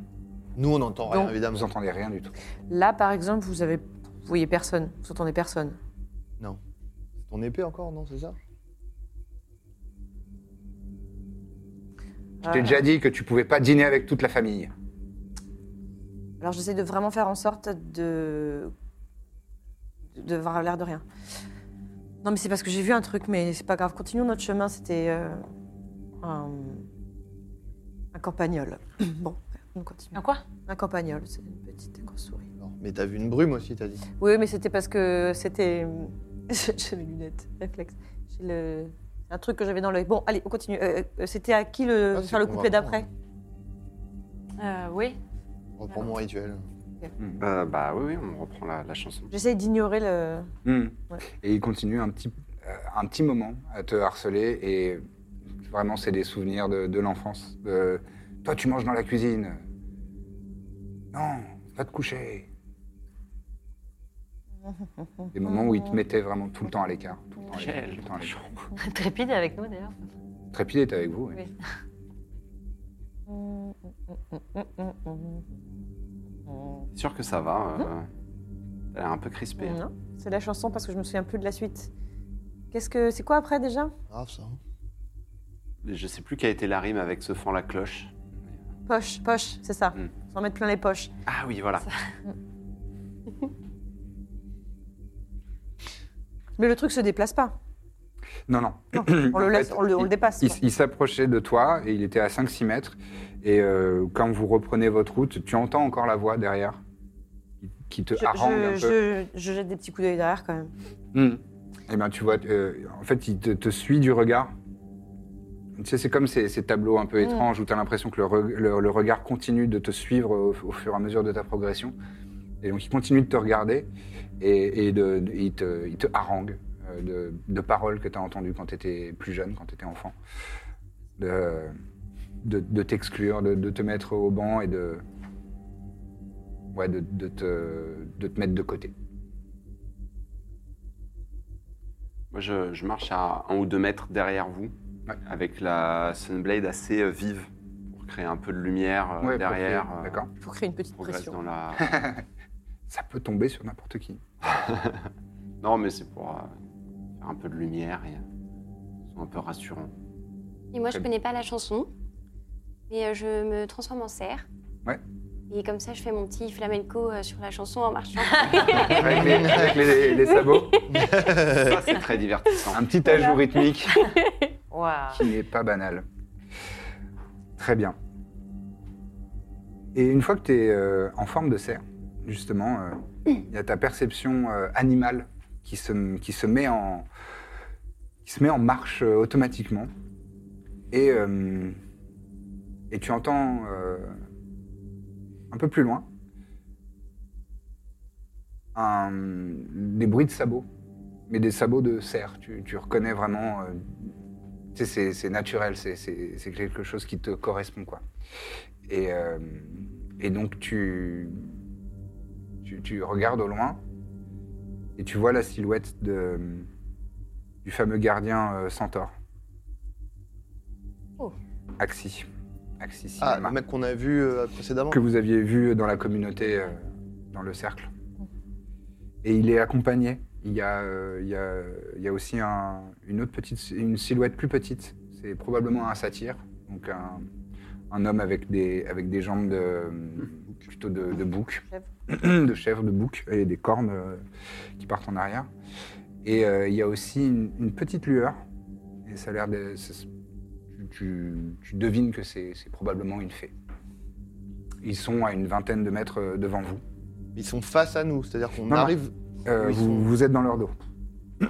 B: Nous, on n'entend rien
F: Donc,
B: évidemment.
A: Vous entendez rien du tout.
F: Là, par exemple, vous avez... Vous voyez personne. Vous entendez personne.
B: C'est ton épée encore, non C'est ça
A: Je t'ai déjà dit que tu pouvais pas dîner avec toute la famille.
F: Alors j'essaie de vraiment faire en sorte de. de avoir l'air de rien. Non, mais c'est parce que j'ai vu un truc, mais c'est pas grave. Continuons notre chemin. C'était euh, un... un campagnol. bon, on continue.
D: Un Ah, quoi
F: Un campagnol, c'est une petite grosse souris.
B: Alors, mais t'as vu une brume aussi, t'as dit.
F: Oui, mais c'était parce que c'était. J'avais mes lunettes, réflexe. J'ai le... un truc que j'avais dans l'œil. Bon, allez, on continue. Euh, euh, c'était à qui le...
B: Ah, c'est
F: faire le
B: qu'on
F: couplet
B: va
F: d'après
D: Euh, Oui.
B: Reprends mon rituel.
E: Euh, bah oui, oui, on reprend la, la chanson.
F: J'essaie d'ignorer le.
A: Hmm.
F: Ouais.
A: Et il continue un petit, euh, un petit moment à te harceler et vraiment c'est des souvenirs de, de l'enfance. de, Toi tu manges dans la cuisine. Non, va te coucher. Des moments où il te mettait vraiment tout le temps à l'écart. Tout le temps à l'écart, tout le temps à l'écart.
D: Trépide est avec nous d'ailleurs.
A: Trépide est avec vous. oui.
D: Oui.
E: C'est sûr que ça va. euh, T'as l'air un peu crispé.
F: Non, c'est la chanson parce que je me souviens plus de la suite. Qu'est-ce que c'est quoi après déjà
B: Grave ça. hein.
E: Je sais plus quelle était la rime avec ce fan la cloche.
F: Poche, poche, c'est ça.
A: Hmm.
E: Mm.
F: S'en mettre plein les poches.
E: Ah oui, voilà.
F: Mais le truc se déplace pas.
A: Non, non.
F: Non, on le
A: En
F: laisse,
A: fait,
F: on le, on le
A: il-
F: dépasse.
A: Il,
F: quoi.
A: il s'approchait de toi et il était à 5-6 mètres. Et euh, quand vous reprenez votre route, tu entends encore la voix derrière qui te
F: Je-
A: harangue un peu.
F: je, je- je jette des petits coups d'œil derrière quand même.
A: Et bien, tu vois, euh, en fait, il te, te suit du regard. Tu sais, c'est comme ces, ces tableaux un peu étranges où tu as l'impression que le, re- le- le regard continue de te suivre au, au fur et à mesure de ta progression. Et donc, il continue de te regarder et, et de- de- il, te, il te harangue euh, de, de paroles que tu as entendues quand tu étais plus jeune, quand tu étais enfant. De, de, de t'exclure, de, de te mettre au banc et de. Ouais, de, de te, de te mettre de côté.
E: Moi, je, je marche à un ou deux mètres derrière vous,
A: Ouais.
E: avec la Sunblade assez euh, vive, pour créer un peu de lumière euh,
A: Ouais,
E: derrière.
A: ok,
E: euh,
A: D'accord.
F: Pour créer une petite
E: progresse
F: pression.
E: dans la.
A: Ça peut tomber sur n'importe qui.
E: non, mais c'est pour euh, faire un peu de lumière et euh, ils sont un peu rassurant.
C: Et moi, je
A: Très
C: connais pas la chanson, mais euh, je me transforme en cerf.
A: Ouais.
C: Et comme ça, je fais mon petit flamenco euh, sur la chanson en marchant.
A: Avec les, avec les- les sabots.
E: Ça, c'est très divertissant.
A: Un petit ajout rythmique
D: Waouh.
A: qui n'est pas banal. Très bien. Et une fois que tu es en forme de cerf, justement, euh, il y a ta perception euh, animale qui se, qui, se met en, qui se met en marche euh, automatiquement. Et, euh, et tu entends euh, un peu plus loin un- des bruits de sabots, mais des sabots de cerf. Tu, tu reconnais vraiment. euh, tu sais, c'est- c'est naturel, c'est- c'est c'est quelque chose qui te correspond. quoi. Et, euh, et donc tu, tu, tu regardes au loin et tu vois la silhouette de, du fameux gardien euh, centaure.
C: Oh.
A: Axi. Axi
B: Ah,
A: Sinema,
B: le mec qu'on a vu euh, précédemment.
A: que vous aviez vu dans la communauté, euh, dans le cercle. Et il est accompagné. Il y a, euh, il y a, il y a aussi un- une autre petite, une silhouette plus petite. C'est probablement un satyre, donc un, un homme avec des, avec des jambes de, plutôt de, de bouc, de chèvre, de bouc, et des cornes euh, qui partent en arrière. Et euh, il y a aussi une, une petite lueur. Et ça a l'air de. c'est- tu, tu- tu devines que c'est c'est probablement une fée. Ils sont à une vingtaine de mètres euh, devant vous.
B: Ils sont face à nous, c'est-à-dire qu'on
A: Non, non.
B: arrive.
A: Euh,
B: Ils
A: vous,
B: sont-
A: vous êtes dans leur dos.
B: Oui,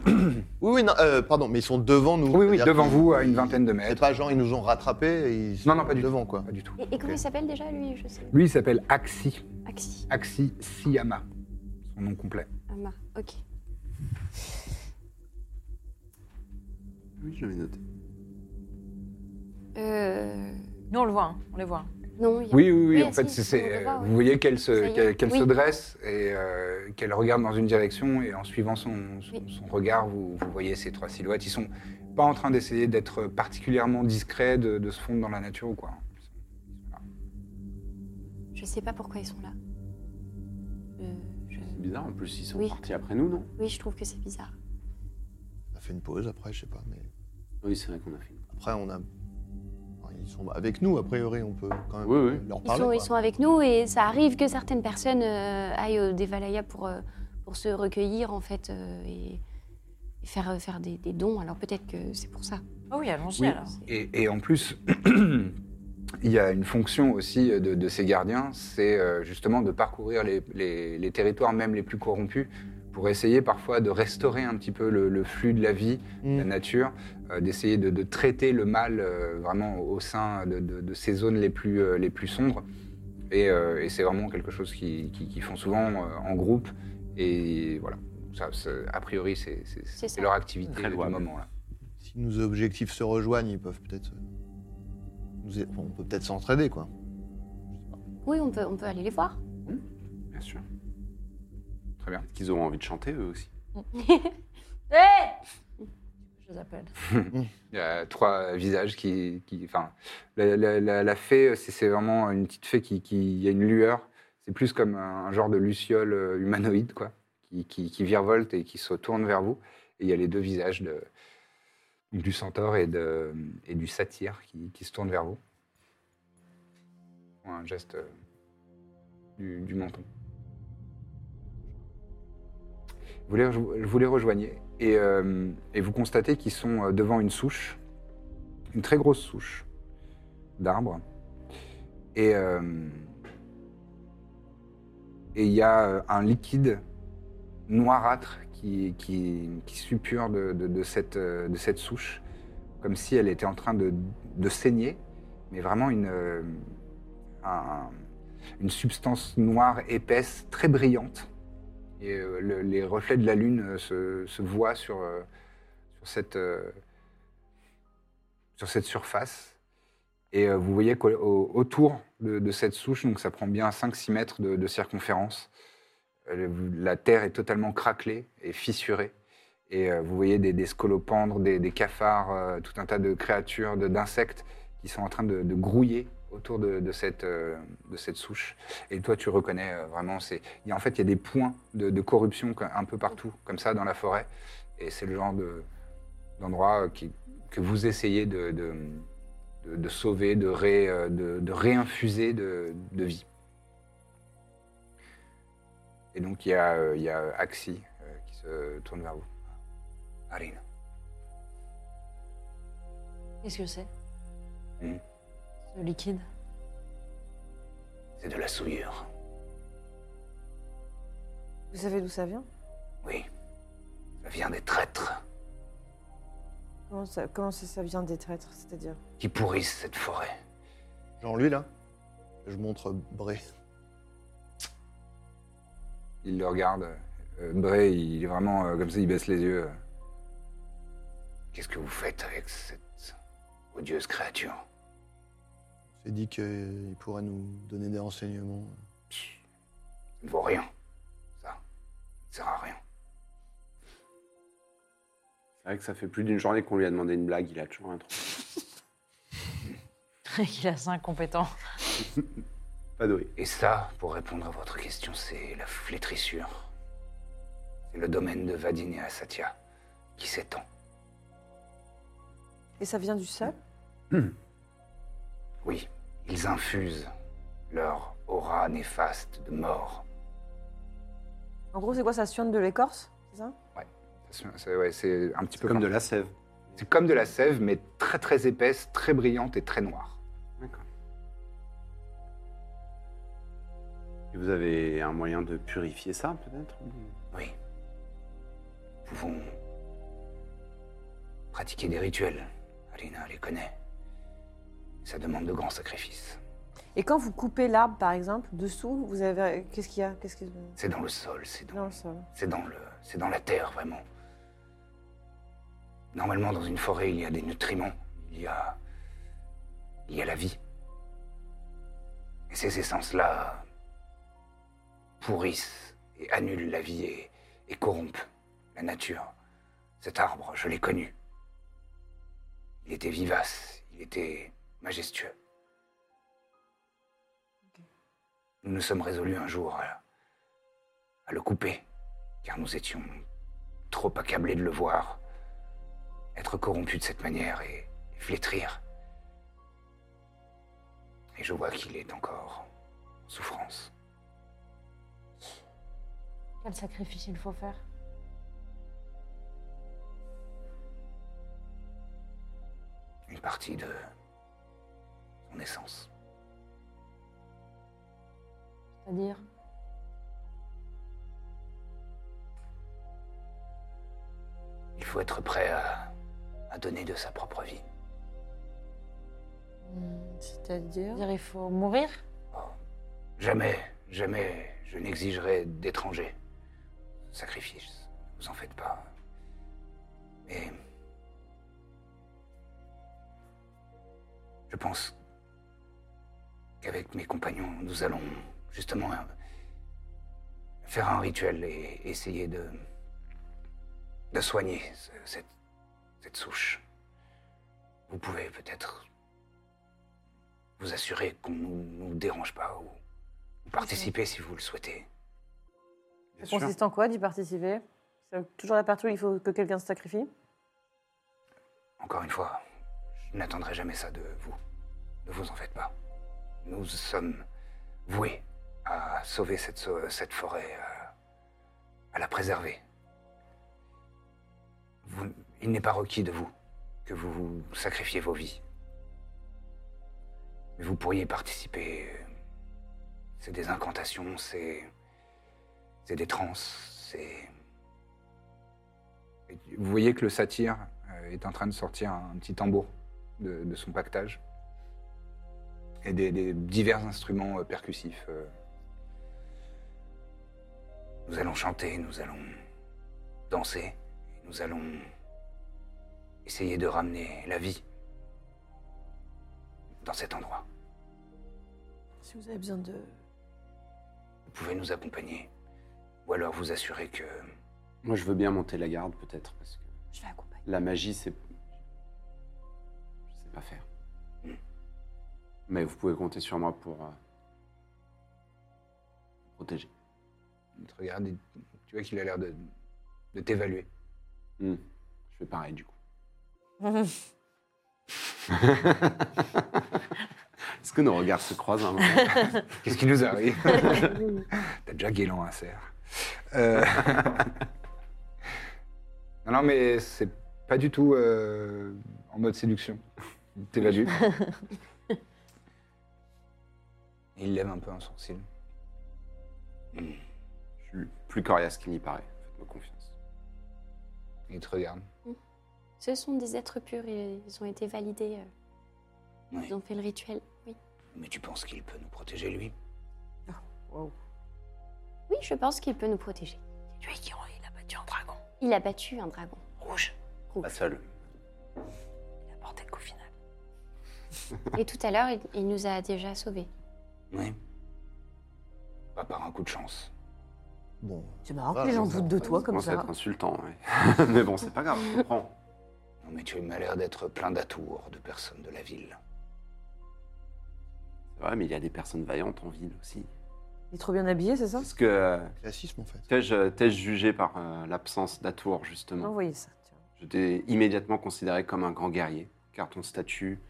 B: oui, non, euh, pardon, mais ils sont devant nous.
A: Oui, oui,
B: c'est-à-dire
A: devant
B: qu'ils-
A: vous, à une vingtaine de
B: C'est
A: mètres.
B: pas genre ils nous ont rattrapés et ils sont
A: Non, non, pas du
B: devant quoi.
A: Pas du tout.
C: et, et comment il s'appelle déjà, lui Je sais.
A: Lui, il s'appelle Axi.
C: Axi.
A: Axi Siyama. Son nom complet.
C: Amar. Ok.
E: Oui, je l'avais noté.
C: Euh...
D: Nous, on le voit, hein, on les voit. hein.
C: Non, il y a-
A: Oui, oui, oui.
C: Oui,
A: en fait,
C: si,
A: c'est-
C: on le
A: euh,
C: voit, ouais.
A: vous voyez qu'elle se,
C: Ça y est,
A: qu'elle, qu'elle se
C: oui.
A: dresse et euh, qu'elle regarde dans une direction et en suivant son, son-
C: Oui.
A: son regard, vous, vous voyez ces trois silhouettes. Ils sont pas en train d'essayer d'être particulièrement discrets, de, de se fondre dans la nature ou quoi.
C: Je sais pas pourquoi ils sont là. Je- je-
E: C'est bizarre, en plus, ils sont
C: Oui.
E: partis après nous, non
C: Oui, je trouve que c'est bizarre.
B: On a fait une pause après, je sais pas, mais
E: Oui, c'est vrai qu'on a fait.
B: après on a. enfin, ils sont avec nous, a priori, on peut quand même
E: Oui, oui.
B: leur
C: Ils
B: parler.
C: sont,
B: quoi.
C: ils sont avec nous et ça arrive que certaines personnes euh, aillent au Devalaya pour, euh, pour se recueillir en fait euh, et, et faire, euh, faire des, des dons. Alors peut-être que c'est pour ça.
D: Ah oui, allons-y
A: Oui.
D: alors.
A: Et, et en plus, il y a une fonction aussi de, de ces gardiens, c'est euh, justement de parcourir les, les- les territoires, même les plus corrompus, pour essayer parfois de restaurer un petit peu le, le flux de la vie, de la
B: Mm.
A: nature, euh, d'essayer de, de traiter le mal euh, vraiment au sein de, de- de ces zones les plus, euh, les plus sombres. Et, euh, et c'est vraiment quelque chose qu'ils qui, qu'ils font souvent euh, en groupe. Et voilà, ça, ça, a priori, c'est- c'est
C: C'est
A: c'est
C: ça.
A: leur activité
E: Très
A: du
E: louable.
A: moment. Là.
B: Si nos objectifs se rejoignent, ils peuvent peut-être. nous a- On peut peut-être s'entraider, quoi.
C: Oui, on peut, on peut aller les voir.
E: Bien sûr.
A: Très bien.
E: Peut-être qu'ils auront envie de chanter eux aussi.
D: Je les appelle.
A: Il y a trois visages qui. qui- enfin, la, la- la- la fée, euh, c'est c'est vraiment une petite fée qui, qui- Il y a une lueur. C'est plus comme un, un genre de luciole euh, humanoïde, quoi, qui, qui- qui virevolte et qui se tourne vers vous. Et il y a les deux visages de, du centaure et, de, et du satyre qui, qui se tournent vers vous. Ou Un geste euh, du, du menton. Vous les, rejo- vous les rejoignez et, euh, et vous constatez qu'ils sont euh, devant une souche, une très grosse souche d'arbres. Et euh, et il y a euh, un liquide noirâtre qui, qui, qui suppure de, de- de cette, euh, de cette souche, comme si elle était en train de, de saigner, mais vraiment une, euh, un- une substance noire épaisse, très brillante. Et euh, le- les reflets de la lune euh, se, se voient sur, euh, sur, cette, euh, sur cette surface. Et euh, vous voyez qu'autour de, de cette souche, donc ça prend bien 5-6 mètres de, de circonférence, euh, le- la terre est totalement craquelée et fissurée. Et euh, vous voyez des, des scolopendres, des, des cafards, euh, tout un tas de créatures, de- d'insectes qui sont en train de, de grouiller autour de, de cette, euh, de cette souche. Et toi, tu reconnais euh, vraiment ces, il y a- en fait, il y a des points de, de corruption co- un peu partout, comme ça, dans la forêt. Et c'est le genre de- d'endroit euh, qui- que vous essayez de, de- de- de sauver, de, ré- euh, de- de réinfuser de, de vie. Et donc, il y a, euh, il y a Axi euh, qui se tourne vers vous.
H: Marine,
D: Qu'est-ce que c'est
H: Hmm.
D: Ce liquide.
H: c'est de la souillure.
F: Vous savez d'où ça vient
H: Oui. Ça vient des traîtres
F: Comment ça, comment ça, ça vient des traîtres C'est-à-dire
H: qui pourrissent cette forêt.
B: Genre lui, là Je montre Bray.
A: Il le regarde. Euh, Bray, il est vraiment euh, comme ça, il baisse les yeux.
H: Qu'est-ce que vous faites avec cette odieuse créature
B: On s'est dit qu'il pourrait nous donner des renseignements.
H: Ça ne vaut rien. Ça, ça ne sert à rien.
E: C'est vrai que ça fait plus d'une journée qu'on lui a demandé une blague, il a toujours un truc.
D: Il a ça incompétent.
E: Pas doué.
H: Et ça, pour répondre à votre question, c'est la flétrissure. C'est le domaine de Vadine et Assatia qui s'étend.
F: Et ça vient du sol
H: Oui, ils infusent leur aura néfaste de mort.
F: En gros, c'est quoi Ça suinte de l'écorce C'est ça
A: C'est c'est- ouais, c'est un petit
E: C'est
A: peu
E: comme de la sève.
A: C'est comme de la sève, mais très très épaisse, très brillante et très noire.
E: D'accord. Et vous avez un moyen de purifier ça, peut-être
H: Oui. Nous pouvons pratiquer des rituels. Alina les connaît. Ça demande de grands sacrifices.
F: Et quand vous coupez l'arbre, par exemple, dessous, vous avez. Qu'est-ce qu'il y a Qu'est-ce que
H: C'est dans le sol, c'est dans,
F: Non, ça.
H: c'est dans, le, c'est dans la terre, vraiment. Normalement, dans une forêt, il y a des nutriments, il y a, il y a la vie. Et ces essences-là pourrissent et annulent la vie et, et corrompent la nature. Cet arbre, je l'ai connu. Il était vivace, il était majestueux. Nous nous sommes résolus un jour à- à le couper car nous étions trop accablés de le voir être corrompu de cette manière et, et flétrir.
A: je vois qu'il est encore en souffrance.
D: Quel sacrifice il faut faire
A: Une partie de son essence.
D: C'est-à-dire
A: Il faut être prêt à, à donner de sa propre vie.
F: C'est-à-dire
D: dire il faut mourir
A: Jamais, jamais je n'exigerai d'étrangers. Sacrifice, ne vous en faites pas. Mais. Je pense qu'avec mes compagnons, nous allons justement euh, faire un rituel et essayer de. de soigner ce- cette, cette souche. Vous pouvez peut-être vous assurer qu'on ne nous, nous dérange pas ou, ou participer si vous le souhaitez.
E: Bien
F: Ça
E: sûr.
F: consiste en quoi d'y participer C'est toujours la partie où il faut que quelqu'un se sacrifie
A: Encore une fois, je n'attendrai jamais ça de vous. Ne vous en faites pas. Nous sommes voués à sauver cette, so- cette forêt, à, à la préserver. Vous- il n'est pas requis de vous que vous vous sacrifiez vos vies. Mais vous pourriez participer. C'est des incantations, c'est. C'est des transes, c'est.
I: Et Vous voyez que le satyre euh, est en train de sortir un petit tambour de, de son pactage et des, des divers instruments euh, percussifs. euh.
A: Nous allons chanter, nous allons danser, nous allons essayer de ramener la vie dans cet endroit.
F: Si vous avez besoin de.
A: Vous pouvez nous accompagner, ou alors vous assurer que
E: Moi, je veux bien monter la garde, peut-être, parce que
C: Je vais accompagner.
E: la magie, c'est. Je sais pas faire. Mais vous pouvez compter sur moi pour. euh, protéger.
I: Il te regarde, il- tu vois qu'il a l'air de, de t'évaluer.
E: Hmm. Je fais pareil, du coup. Est-ce que nos regards se croisent un moment
I: Qu'est-ce qui nous arrive T'as déjà guélan à serre. Euh, non, non, mais c'est pas du tout euh, en mode séduction. Il t'évalue. Il lève un peu un sourcil.
E: Je suis plus coriace qu'il n'y paraît. Faites-moi confiance.
I: Il te regarde.
C: Ce sont des êtres purs, et ils ont été validés. euh,
A: Oui.
C: Ils ont fait le rituel. Oui,
A: mais tu penses qu'il peut nous protéger lui.
C: oui je pense qu'il peut nous protéger.
J: Lui qui en- il a battu un dragon
C: Il a battu un dragon.
J: rouge.
E: Pas seul.
J: Il a porté le coup final.
C: Et tout à l'heure, il, il nous a déjà sauvés.
A: Oui. Pas par un coup de chance.
B: Bon,
F: C'est marrant
B: Ah,
F: que les gens
B: je sais
F: doutent de
B: pas.
F: toi comme
E: commence à
F: ça.
E: être insultant. ouais. Mais bon, c'est pas grave, je comprends.
A: Non, mais tu m'as l'air d'être plein d'atouts hors de personnes de la ville.
E: C'est vrai, mais il y a des personnes vaillantes en ville aussi.
F: Il est trop bien habillé, c'est ça
E: Parce que euh,
B: classisme en fait.
E: t'ai-je t'ai-je jugé par euh, l'absence d'atour, justement
F: Non, vous voyez ça. tu vois.
E: Je t'ai immédiatement considéré comme un grand guerrier, car ton statut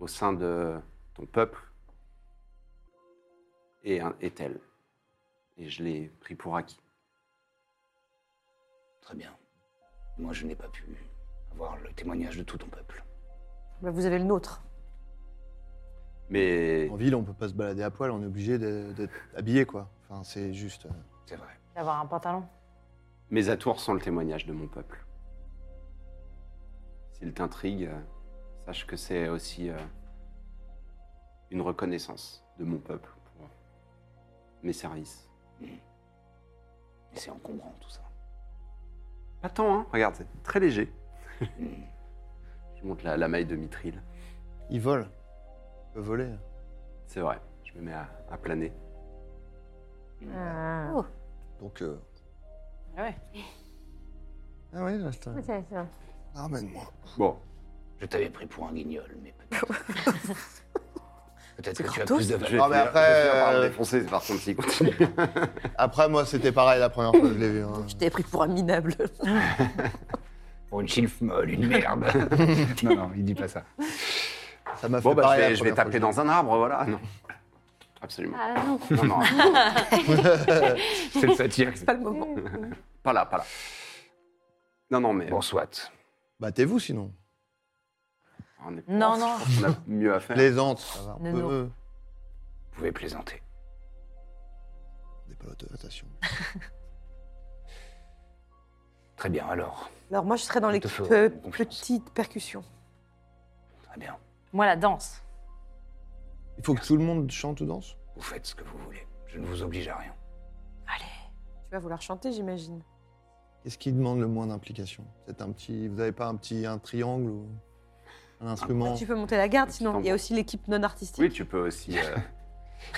E: au sein de ton peuple est, un- est tel. Et je l'ai pris pour acquis.
A: Très bien. Moi, je n'ai pas pu avoir le témoignage de tout ton peuple.
F: Bah, vous avez le nôtre.
E: Mais
B: En ville, on peut pas se balader à poil, on est obligé de- d'être habillé quoi. Enfin, c'est juste. euh,
A: C'est vrai.
D: D'avoir un pantalon.
E: mes atours sont le témoignage de mon peuple. S'il t'intrigue, euh, sache que c'est aussi euh, une reconnaissance de mon peuple pour mes services.
A: Et c'est encombrant tout ça.
E: Pas tant, hein Regarde, c'est très léger.
A: Hmm.
E: Je monte la, la maille de mitril.
B: Ils volent. Ils peuvent voler.
E: C'est vrai, je me mets à, à planer.
F: Ah.
B: Donc. euh,
D: Ah ouais.
B: Ah ouais, là, je t'en-
F: C'est- c'est-
B: Ramène-moi.
E: Bon,
A: Je t'avais pris pour un guignol, mais peut-être. peut-être que tu as
F: gratos.
A: plus de
E: je vais
A: valeur.
B: Non, mais
E: finir-
B: après,
E: je vais finir par le
B: euh,
E: défoncer, par contre, s'il continue.
B: Après, moi, c'était pareil la première fois que je l'ai vu. hein.
F: Je t'ai pris pour un minable.
A: Pour une chilf molle, une merde.
I: non, non, il dit pas ça.
B: Ça m'a fait
E: Bon, bah, je
B: pareil
E: vais,
B: la
E: je vais
B: première
E: taper dans un arbre, voilà. Non. Absolument.
C: Ah non.
E: Non, non,
A: C'est le satire.
F: C'est pas le moment.
E: pas là, pas là. Non, non, mais
H: Bon, soit.
B: Battez-vous Bah, sinon.
E: on est-
D: Non, non.
E: je pense qu'on a mieux à faire.
B: Plaisante, ça va. On
D: Non,
B: peut-
D: non.
B: euh,
H: Vous pouvez plaisanter.
B: Des pelotes, euh, attention.
H: Très bien, alors.
F: Alors moi, je serais dans
H: Je te
F: l'équipe
H: ferai
F: euh,
H: confiance.
F: petite percussion.
H: Très bien.
D: Moi, la danse.
B: Il faut que tout le monde chante ou danse
H: Vous faites ce que vous voulez. Je ne vous oblige à rien.
F: Tu vas vouloir chanter, j'imagine.
B: Qu'est-ce qui demande le moins d'implication C'est un petit. Vous n'avez pas un petit un triangle ou un
D: Ah,
B: instrument
F: Tu peux monter la garde,
E: Petit
F: sinon. Il y a
E: tambour.
F: aussi l'équipe non artistique.
E: Oui, tu peux aussi. euh,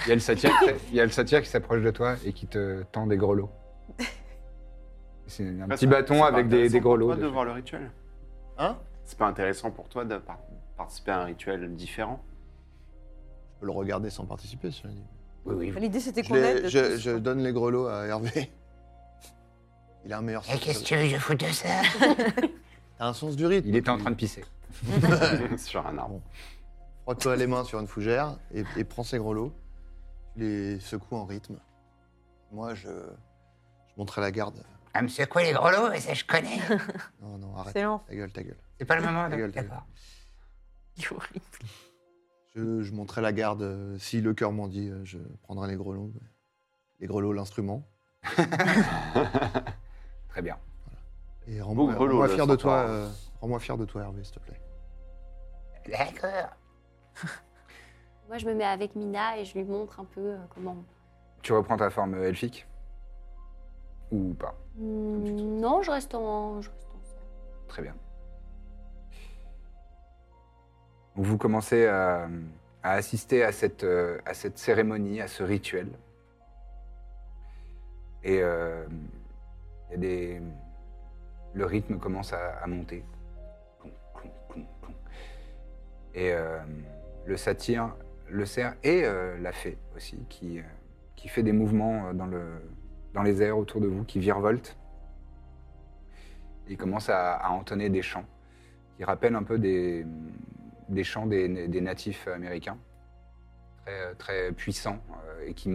A: Il y a le satire, qui- il y a le satire qui s'approche de toi et qui te tend des grelots. C'est un
E: Ouais,
A: petit
E: ça- c'est
A: bâton
E: pas
A: avec des,
E: intéressant
A: des grelots.
E: pour toi de
A: dessus.
E: voir le rituel.
B: Hein
E: C'est pas intéressant pour toi de par- participer à un rituel différent.
B: Je peux le regarder sans participer, si on dit.
H: Oui, oui. vous-
F: L'idée, c'était
B: Je,
F: qu'on aide.
B: les- je,
F: tous.
B: je donne les grelots à Hervé. Il a un meilleur sens.
H: tu veux, je fous de ça
B: T'as un sens du rythme.
A: Il était en train de pisser.
E: Sur un arbre.
B: Frotte-toi les mains sur une fougère et, et prends ces grelots. Tu les secoues en rythme. Moi, je, je monterai la garde.
H: Ah, me secouer les grelots, mais ça, je connais.
B: Non, non, arrête.
F: Excellent.
B: Ta gueule, ta gueule.
H: C'est pas le moment,
B: Ta gueule,
H: donc,
B: ta gueule.
H: d'accord.
D: Il est horrible.
B: Je, je monterai la garde. euh, Si le cœur m'en dit, euh, je prendrai les grelots. Les grelots, l'instrument.
A: Très bien.
B: Et
E: Beau
B: rends-moi
E: grelot,
B: rends-moi
E: le
B: fier de toi.
E: centaure.
B: euh, rends-moi fier de toi, Hervé, s'il te plaît.
H: D'accord.
C: Moi, je me mets avec Mina et je lui montre un peu euh, comment.
A: Tu reprends ta forme elfique Ou pas du tout.
C: Hmm, non, je reste en. Je reste en serre.
A: Très bien. Donc, Vous commencez à, à assister à cette, euh, à cette cérémonie, à ce rituel. Et euh, il y a des... le rythme commence à, à monter. Clon, clon, clon, clon. Et euh, le satyre, le cerf et euh, la fée aussi, qui, euh, qui fait des mouvements euh, dans, le, dans les airs autour de vous, qui virevolte. Il commence à, à entonner des chants qui rappellent un peu des, des chants des, des natifs américains, très, très puissants euh, et qui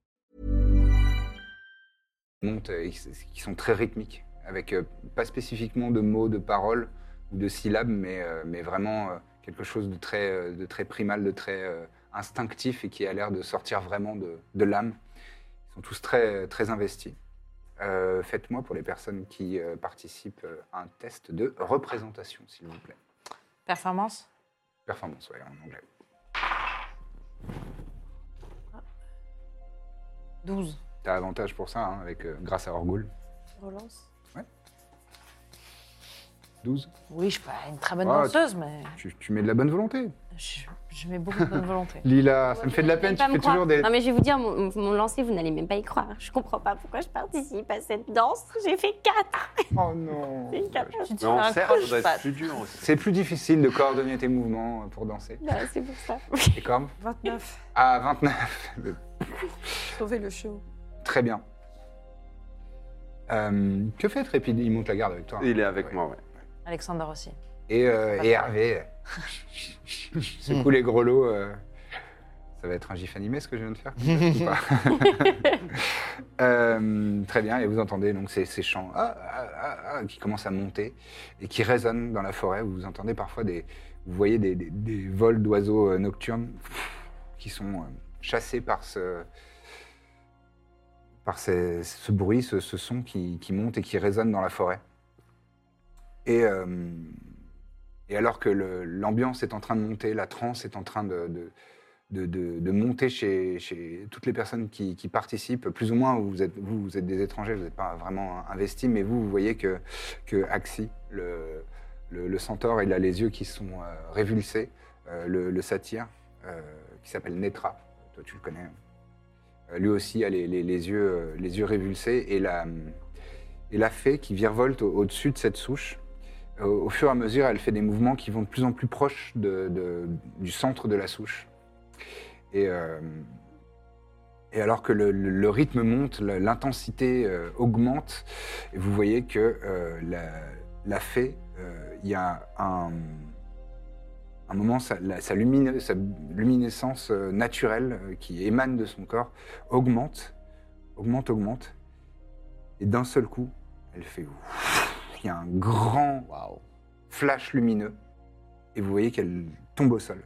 A: montent et qui qui sont très rythmiques, avec euh, pas spécifiquement de mots, de paroles ou de syllabes, mais, euh, mais vraiment euh, quelque chose de très, euh, de très primal, de très euh, instinctif et qui a l'air de sortir vraiment de, de l'âme. Ils sont tous très, très investis. Euh, Faites-moi pour les personnes qui euh, participent euh, un test de représentation, s'il vous plaît.
D: Performance
A: Performance, ouais, en anglais.
D: 12.
A: T'as avantage pour ça, hein, avec, euh, grâce à Orgul.
F: relance.
A: 12.
D: Oui, je suis pas une très bonne
A: Ah,
D: danseuse, mais
A: Tu, tu mets de la bonne volonté.
D: je, je mets beaucoup de bonne volonté.
A: Lila, ça me fait de la peine,
C: Vous
A: tu
C: allez pas
A: fais
C: me croire.
A: toujours des...
C: Non, mais je vais vous dire, mon, mon lancer, vous n'allez même pas y croire. Je comprends pas pourquoi je participe à cette danse. J'ai fait 4.
A: Oh non
C: J'ai fait 4.
D: Tu te
E: Mais en
D: fais un
E: serre,
D: crochet
E: ça doit
D: pas.
E: être plus dur aussi.
A: C'est plus difficile de coordonner tes mouvements euh, pour danser.
C: Bah, c'est pour ça.
A: Et comme
F: 29.
A: À 29.
F: Sauver le show.
A: Très bien. Euh, que fait Trépide Il monte la garde avec toi. hein.
E: Il est avec
A: Ouais.
E: moi, ouais.
D: Alexander aussi.
A: Et, euh, et Hervé secoue les grelots. euh, Ça va être un gif animé ce que je viens de faire ou pas Euh, Très bien, et vous entendez donc ces, ces chants ah, ah, ah, ah, qui commencent à monter et qui résonnent dans la forêt. Vous entendez parfois des. Vous voyez des, des- des vols d'oiseaux euh, nocturnes qui sont euh, chassés par ce. par ces- ce bruit, ce, ce son qui, qui monte et qui résonne dans la forêt. Et. euh, et alors que le- l'ambiance est en train de monter, la transe est en train de, de- de- de- de monter chez, chez toutes les personnes qui, qui participent, plus ou moins, vous êtes, vous, vous êtes des étrangers, vous n'êtes pas vraiment investis, mais vous, vous voyez que, que Axi, le, le, le centaure, il a les yeux qui sont euh, révulsés. Euh, le, le satyre, euh, qui s'appelle Netra, toi tu le connais. Euh, lui aussi a les, les- les yeux, euh, les yeux révulsés. Et la, et la fée qui virevolte au- au-dessus de cette souche, au, au fur et à mesure, elle fait des mouvements qui vont de plus en plus proches de- de- du centre de la souche. Et, euh, et alors que le, le- le rythme monte, le- l'intensité euh, augmente, et vous voyez que euh, la, la fée, euh, il y a un, un moment, sa, la- sa lumine- sa luminescence euh, naturelle euh, qui émane de son corps augmente, augmente, augmente. Et d'un seul coup, elle fait... ouf. Il y a un grand flash lumineux. Et vous voyez qu'elle tombe au sol.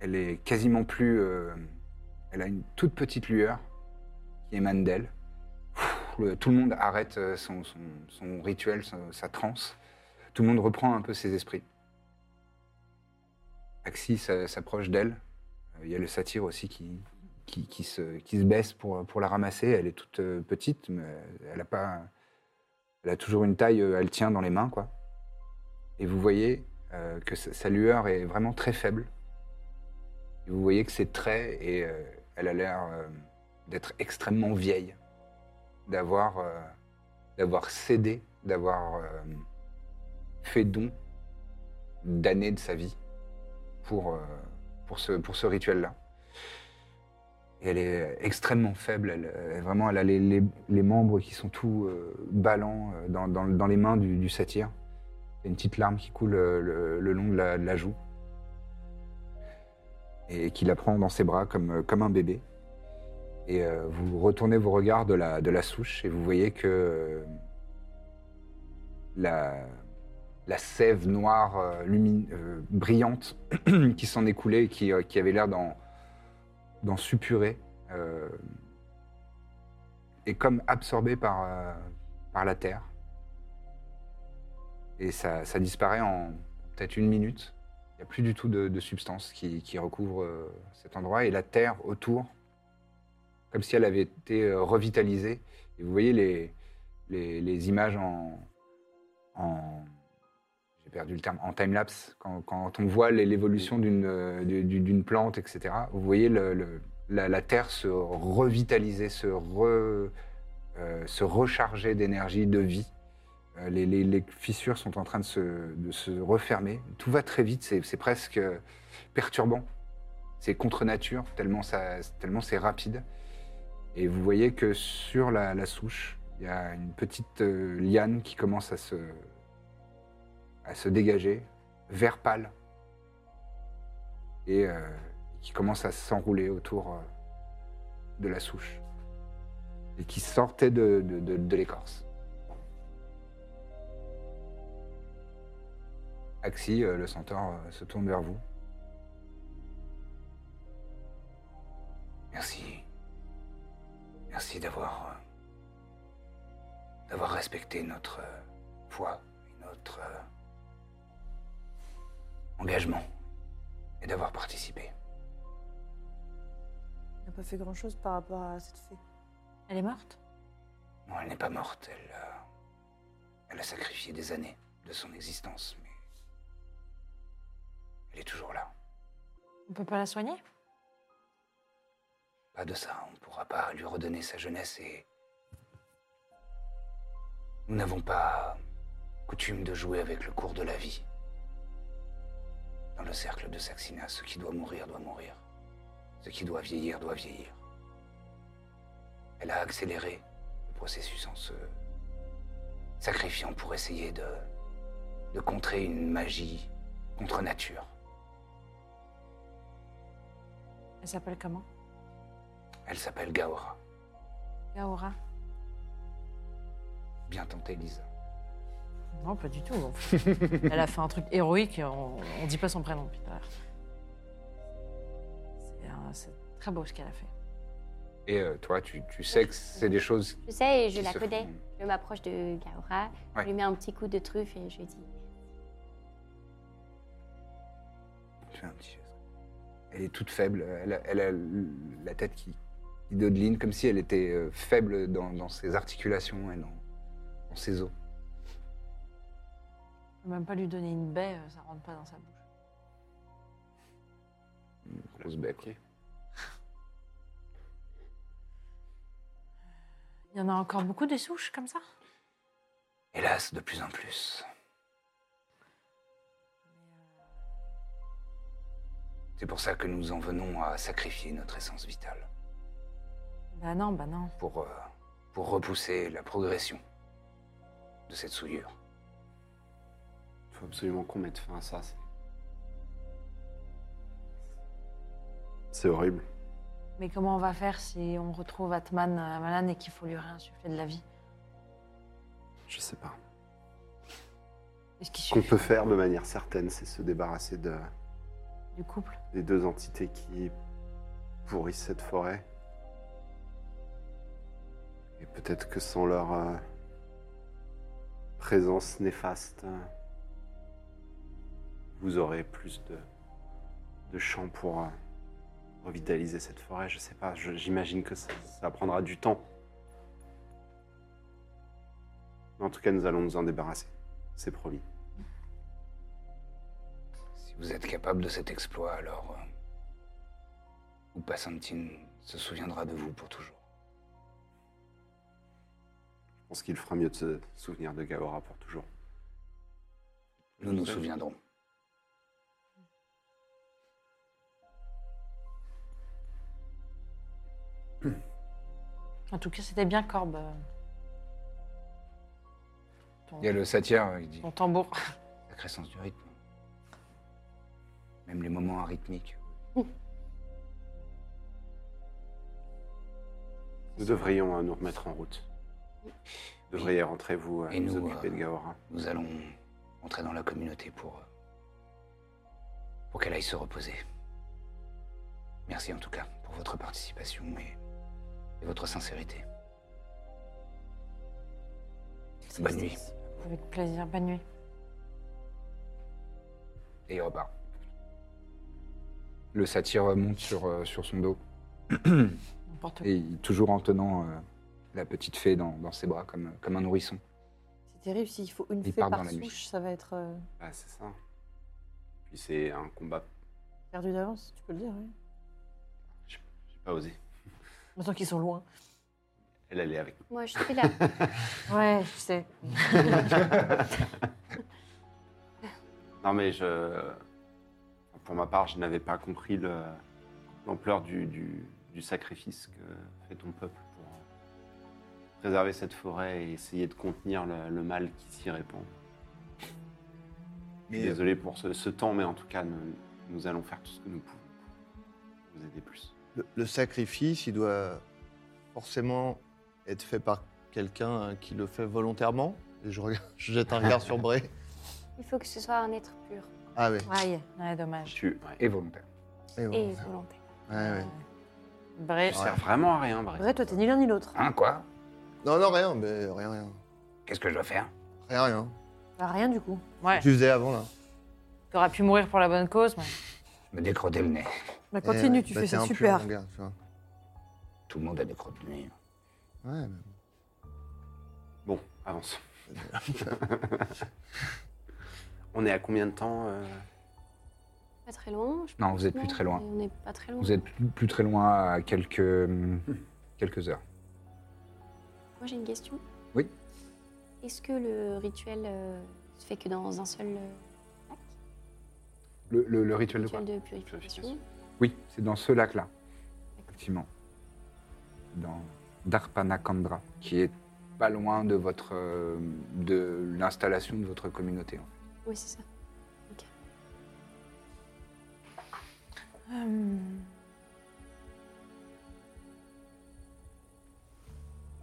A: Elle est quasiment plus... euh, elle a une toute petite lueur qui émane d'elle. Ouf, le- Tout le monde arrête euh, son, son- son rituel, sa, sa transe. Tout le monde reprend un peu ses esprits. Axis euh, s'approche d'elle. Euh, Il y a le satyre aussi qui, qui, qui se, qui se baisse pour, pour la ramasser. Elle est toute euh, petite, mais elle a, pas, elle a toujours une taille, euh, elle tient dans les mains. quoi. Et vous voyez euh, que sa, sa lueur est vraiment très faible. Et vous voyez que ses traits, et euh, elle a l'air euh, d'être extrêmement vieille, d'avoir euh, d'avoir cédé, d'avoir euh, fait don d'années de sa vie pour, euh, pour ce, pour ce rituel-là. Et elle est extrêmement faible, elle, euh, vraiment, elle a les, les- les membres qui sont tout euh, ballants euh, dans, dans- dans les mains du, du satyre. Il y a une petite larme qui coule euh, le, le long de la, de la joue. Et qui la prend dans ses bras comme, euh, comme un bébé. Et euh, vous retournez vos regards de la, de la souche et vous voyez que euh, la, la sève noire euh, lumine- euh, brillante qui s'en écoulait et qui, euh, qui avait l'air d'en, d'en suppurer, euh, est comme absorbée par, euh, par la terre. Et ça, ça disparaît en peut-être une minute. Il n'y a plus du tout de, de substance qui, qui recouvre euh, cet endroit. Et la terre autour, comme si elle avait été euh, revitalisée. Et vous voyez les, les, les images en- en j'ai perdu le terme, en time-lapse, quand, quand on voit l'é- l'évolution d'une euh, du- du- d'une plante, etc., vous voyez le- le- la, la Terre se revitaliser, se, re- euh, se recharger d'énergie, de vie. Euh, les, les- les fissures sont en train de se, de se refermer. Tout va très vite, c'est c'est presque euh, perturbant. C'est contre nature, tellement, ça- tellement c'est rapide. Et vous voyez que sur la, la souche, il y a une petite euh, liane qui commence à se, à se dégager, vert pâle, et euh, qui commence à s'enrouler autour euh, de la souche, et qui sortait de, de- de- de l'écorce. Axi, euh, le centaure, euh, se tourne vers vous.
H: Merci. Merci d'avoir. euh, d'avoir respecté notre euh, foi et notre euh, engagement et d'avoir participé.
F: On n'a pas fait grand-chose par rapport à cette fée.
D: Elle est morte
H: Non, elle n'est pas morte, elle, euh, elle a sacrifié des années de son existence, mais elle est toujours là.
D: On peut pas la soigner
H: Pas de ça, on ne pourra pas lui redonner sa jeunesse et nous n'avons pas coutume de jouer avec le cours de la vie. Dans le cercle de Saxina, ce qui doit mourir doit mourir. Ce qui doit vieillir doit vieillir. Elle a accéléré le processus en se sacrifiant pour essayer de, de contrer une magie contre nature.
D: Elle s'appelle comment
H: Elle s'appelle Gaora.
D: Gaora
H: Bien tenté, Lisa.
D: Non, pas du tout. Elle a fait un truc héroïque, on, on dit pas son prénom depuis tout à l'heure. C'est un- C'est très beau ce qu'elle a fait.
A: Et euh, toi, tu, tu sais que c'est des choses
C: Je sais, et je
A: Qui
C: la
A: se
C: connais.
A: font.
C: Je m'approche de Gaora,
A: Ouais.
C: je lui mets un petit coup de truffe et je lui dis
A: Tu fais un petit geste. Elle est toute faible. Elle a, elle a l- la tête qui, qui dodeline, comme si elle était euh, faible dans, dans ses articulations et dans, dans ses os.
D: On Même pas lui donner une baie, euh, ça rentre pas dans sa bouche.
A: Grosse bec.
D: Il y en a encore beaucoup des souches comme ça
H: Hélas, de plus en plus. C'est pour ça que nous en venons à sacrifier notre essence vitale
D: Bah non, bah non.
H: pour, euh, pour repousser la progression de cette souillure.
E: Il faut absolument qu'on mette fin à ça. c'est- C'est horrible.
D: Mais comment on va faire si on retrouve Atman euh, malade et qu'il faut lui réinsuffler de la vie
E: Je sais pas.
D: Est-ce qu'il
E: Ce qu'on
D: suffit
E: peut faire de manière certaine, c'est se débarrasser de,
D: du couple
E: des deux entités qui pourrissent cette forêt. Et peut-être que sans leur euh, présence néfaste, euh, vous aurez plus de, de champs pour euh, revitaliser cette forêt. Je sais pas, je- j'imagine que ça, ça prendra du temps. En tout cas, nous allons nous en débarrasser. C'est promis.
H: Si vous êtes capable de cet exploit, alors euh, Upasantine se souviendra de vous pour toujours.
E: Je pense qu'il fera mieux de se souvenir de Gaora pour toujours.
H: Nous nous souviendrons.
D: En tout cas, c'était bien Corbe. euh, Ton,
H: Il y a le satyre, il dit
D: ton tambour.
H: sacré sens du rythme. Même les moments arythmiques.
E: Nous devrions euh, nous remettre en route. Vous devriez rentrer, vous, euh,
H: Et
E: vous
H: nous,
E: occuper
H: euh,
E: de Gaora.
H: Nous allons entrer dans la communauté pour, euh, pour qu'elle aille se reposer. Merci en tout cas pour votre participation et, et votre sincérité. Bonne nuit.
D: Avec plaisir, bonne nuit.
H: Et au revoir.
A: Le satyre monte sur, euh, sur son dos,
D: N'importe quoi.
A: et il- toujours en tenant euh, la petite fée dans, dans ses bras, comme, comme un nourrisson.
F: C'est terrible, s'il faut une
A: Ils
F: fée
A: partent dans
F: par
A: la nuit.
F: souche, ça va être euh,
E: Ah, c'est ça. Puis c'est un combat.
F: perdu d'avance, tu peux le dire, oui.
E: J'ai pas osé.
F: Maintenant qu'ils sont loin.
E: Elle, elle est avec.
C: Moi, je suis là.
F: Ouais, je sais.
E: Non, mais je. Pour ma part, je n'avais pas compris le- l'ampleur du, du- du sacrifice que fait ton peuple pour préserver cette forêt et essayer de contenir le, le mal qui s'y répand. Je suis
B: Mais-
E: désolé pour ce, ce temps, mais en tout cas, nous, nous allons faire tout ce que nous pouvons pour vous aider plus.
B: Le, le sacrifice, il doit forcément être fait par quelqu'un hein, qui le fait volontairement. Et je, regarde- je jette un regard sur Bray.
C: Il faut que ce soit un être pur
B: Ah oui.
D: Aïe, ouais, dommage.
E: Tu,
A: Et volontaire.
B: Et
C: et
A: euh,
B: bon.
C: volontaire.
A: Ah
B: Ouais, ouais.
D: Bref.
E: sert vraiment à rien, Bré.
F: Vrai, toi, t'es ni l'un ni l'autre.
H: Hein, quoi
B: Non, non, rien, mais rien, rien.
H: Qu'est-ce que je dois faire
B: Rien, rien.
F: Bah, rien du coup.
D: Ouais,
B: Tu faisais avant, là.
D: t'aurais pu mourir pour la bonne cause, mais
H: Me décroder le nez.
F: Bah,
B: Eh,
F: continue,
B: ouais,
F: tu
B: bah,
F: fais
B: t'es
F: ça
B: impur,
F: super.
B: mon gars, tu vois.
H: Tout le monde a décroté le nez.
B: Ouais, mais-
E: Bon, avance. On est à combien de temps euh,
C: Pas très loin. je
A: Non, vous
C: pense,
A: êtes plus très loin.
C: On n'est pas très loin.
A: Vous êtes plus, plus très loin à quelques,
H: Hmm.
A: hum, quelques heures.
C: Moi, j'ai une question.
A: Oui.
C: Est-ce que le rituel euh, se fait que dans un seul euh,
A: Le, le- le rituel de quoi
C: rituel de purification
A: Oui, c'est dans ce lac-là, effectivement. Dans Darpanakandra, qui est pas loin de votre euh, de l'installation de votre communauté. en fait.
C: Oui, c'est ça.
D: Hum,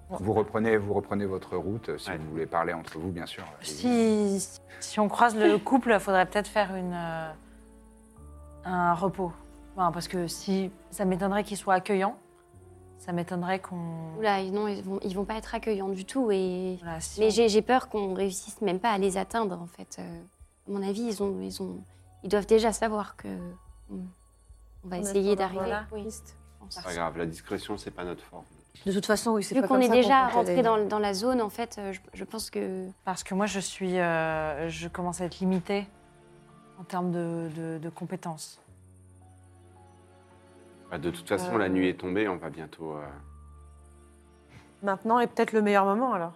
A: Vous reprenez, vous reprenez votre route, euh, si
E: Ouais.
A: vous voulez parler entre vous, bien sûr.
D: si, si on croise le couple, faudrait peut-être faire une, euh, un repos. Enfin, parce que si ça m'étonnerait qu'ils soient accueillants, ça m'étonnerait qu'on.
C: Oula, ils- non, ils vont, ils vont pas être accueillants du tout. Et...
D: Voilà, si
C: Mais
D: on-
C: j'ai j'ai peur qu'on réussisse même pas à les atteindre, en fait. Euh, à mon avis, ils, ont, ils, ont, ils doivent déjà savoir que on, on va
F: On est
C: essayer
F: sur leur
C: d'arriver.
F: voie, là.
C: Oui,
F: Piste.
C: je pense.
E: C'est pas grave, la discrétion, c'est pas notre forme.
F: De toute façon, oui, c'est
C: Vu
F: pas
C: qu'on
F: comme
C: est
F: ça
C: déjà
F: compte les-
C: rentré dans, dans la zone, en fait, euh, je, je pense que.
D: Parce que moi, je suis, euh, je commence à être limitée en termes de, de- de compétences.
E: Bah, de toute façon, la nuit est tombée, on va bientôt. euh,
F: Maintenant est peut-être le meilleur moment alors.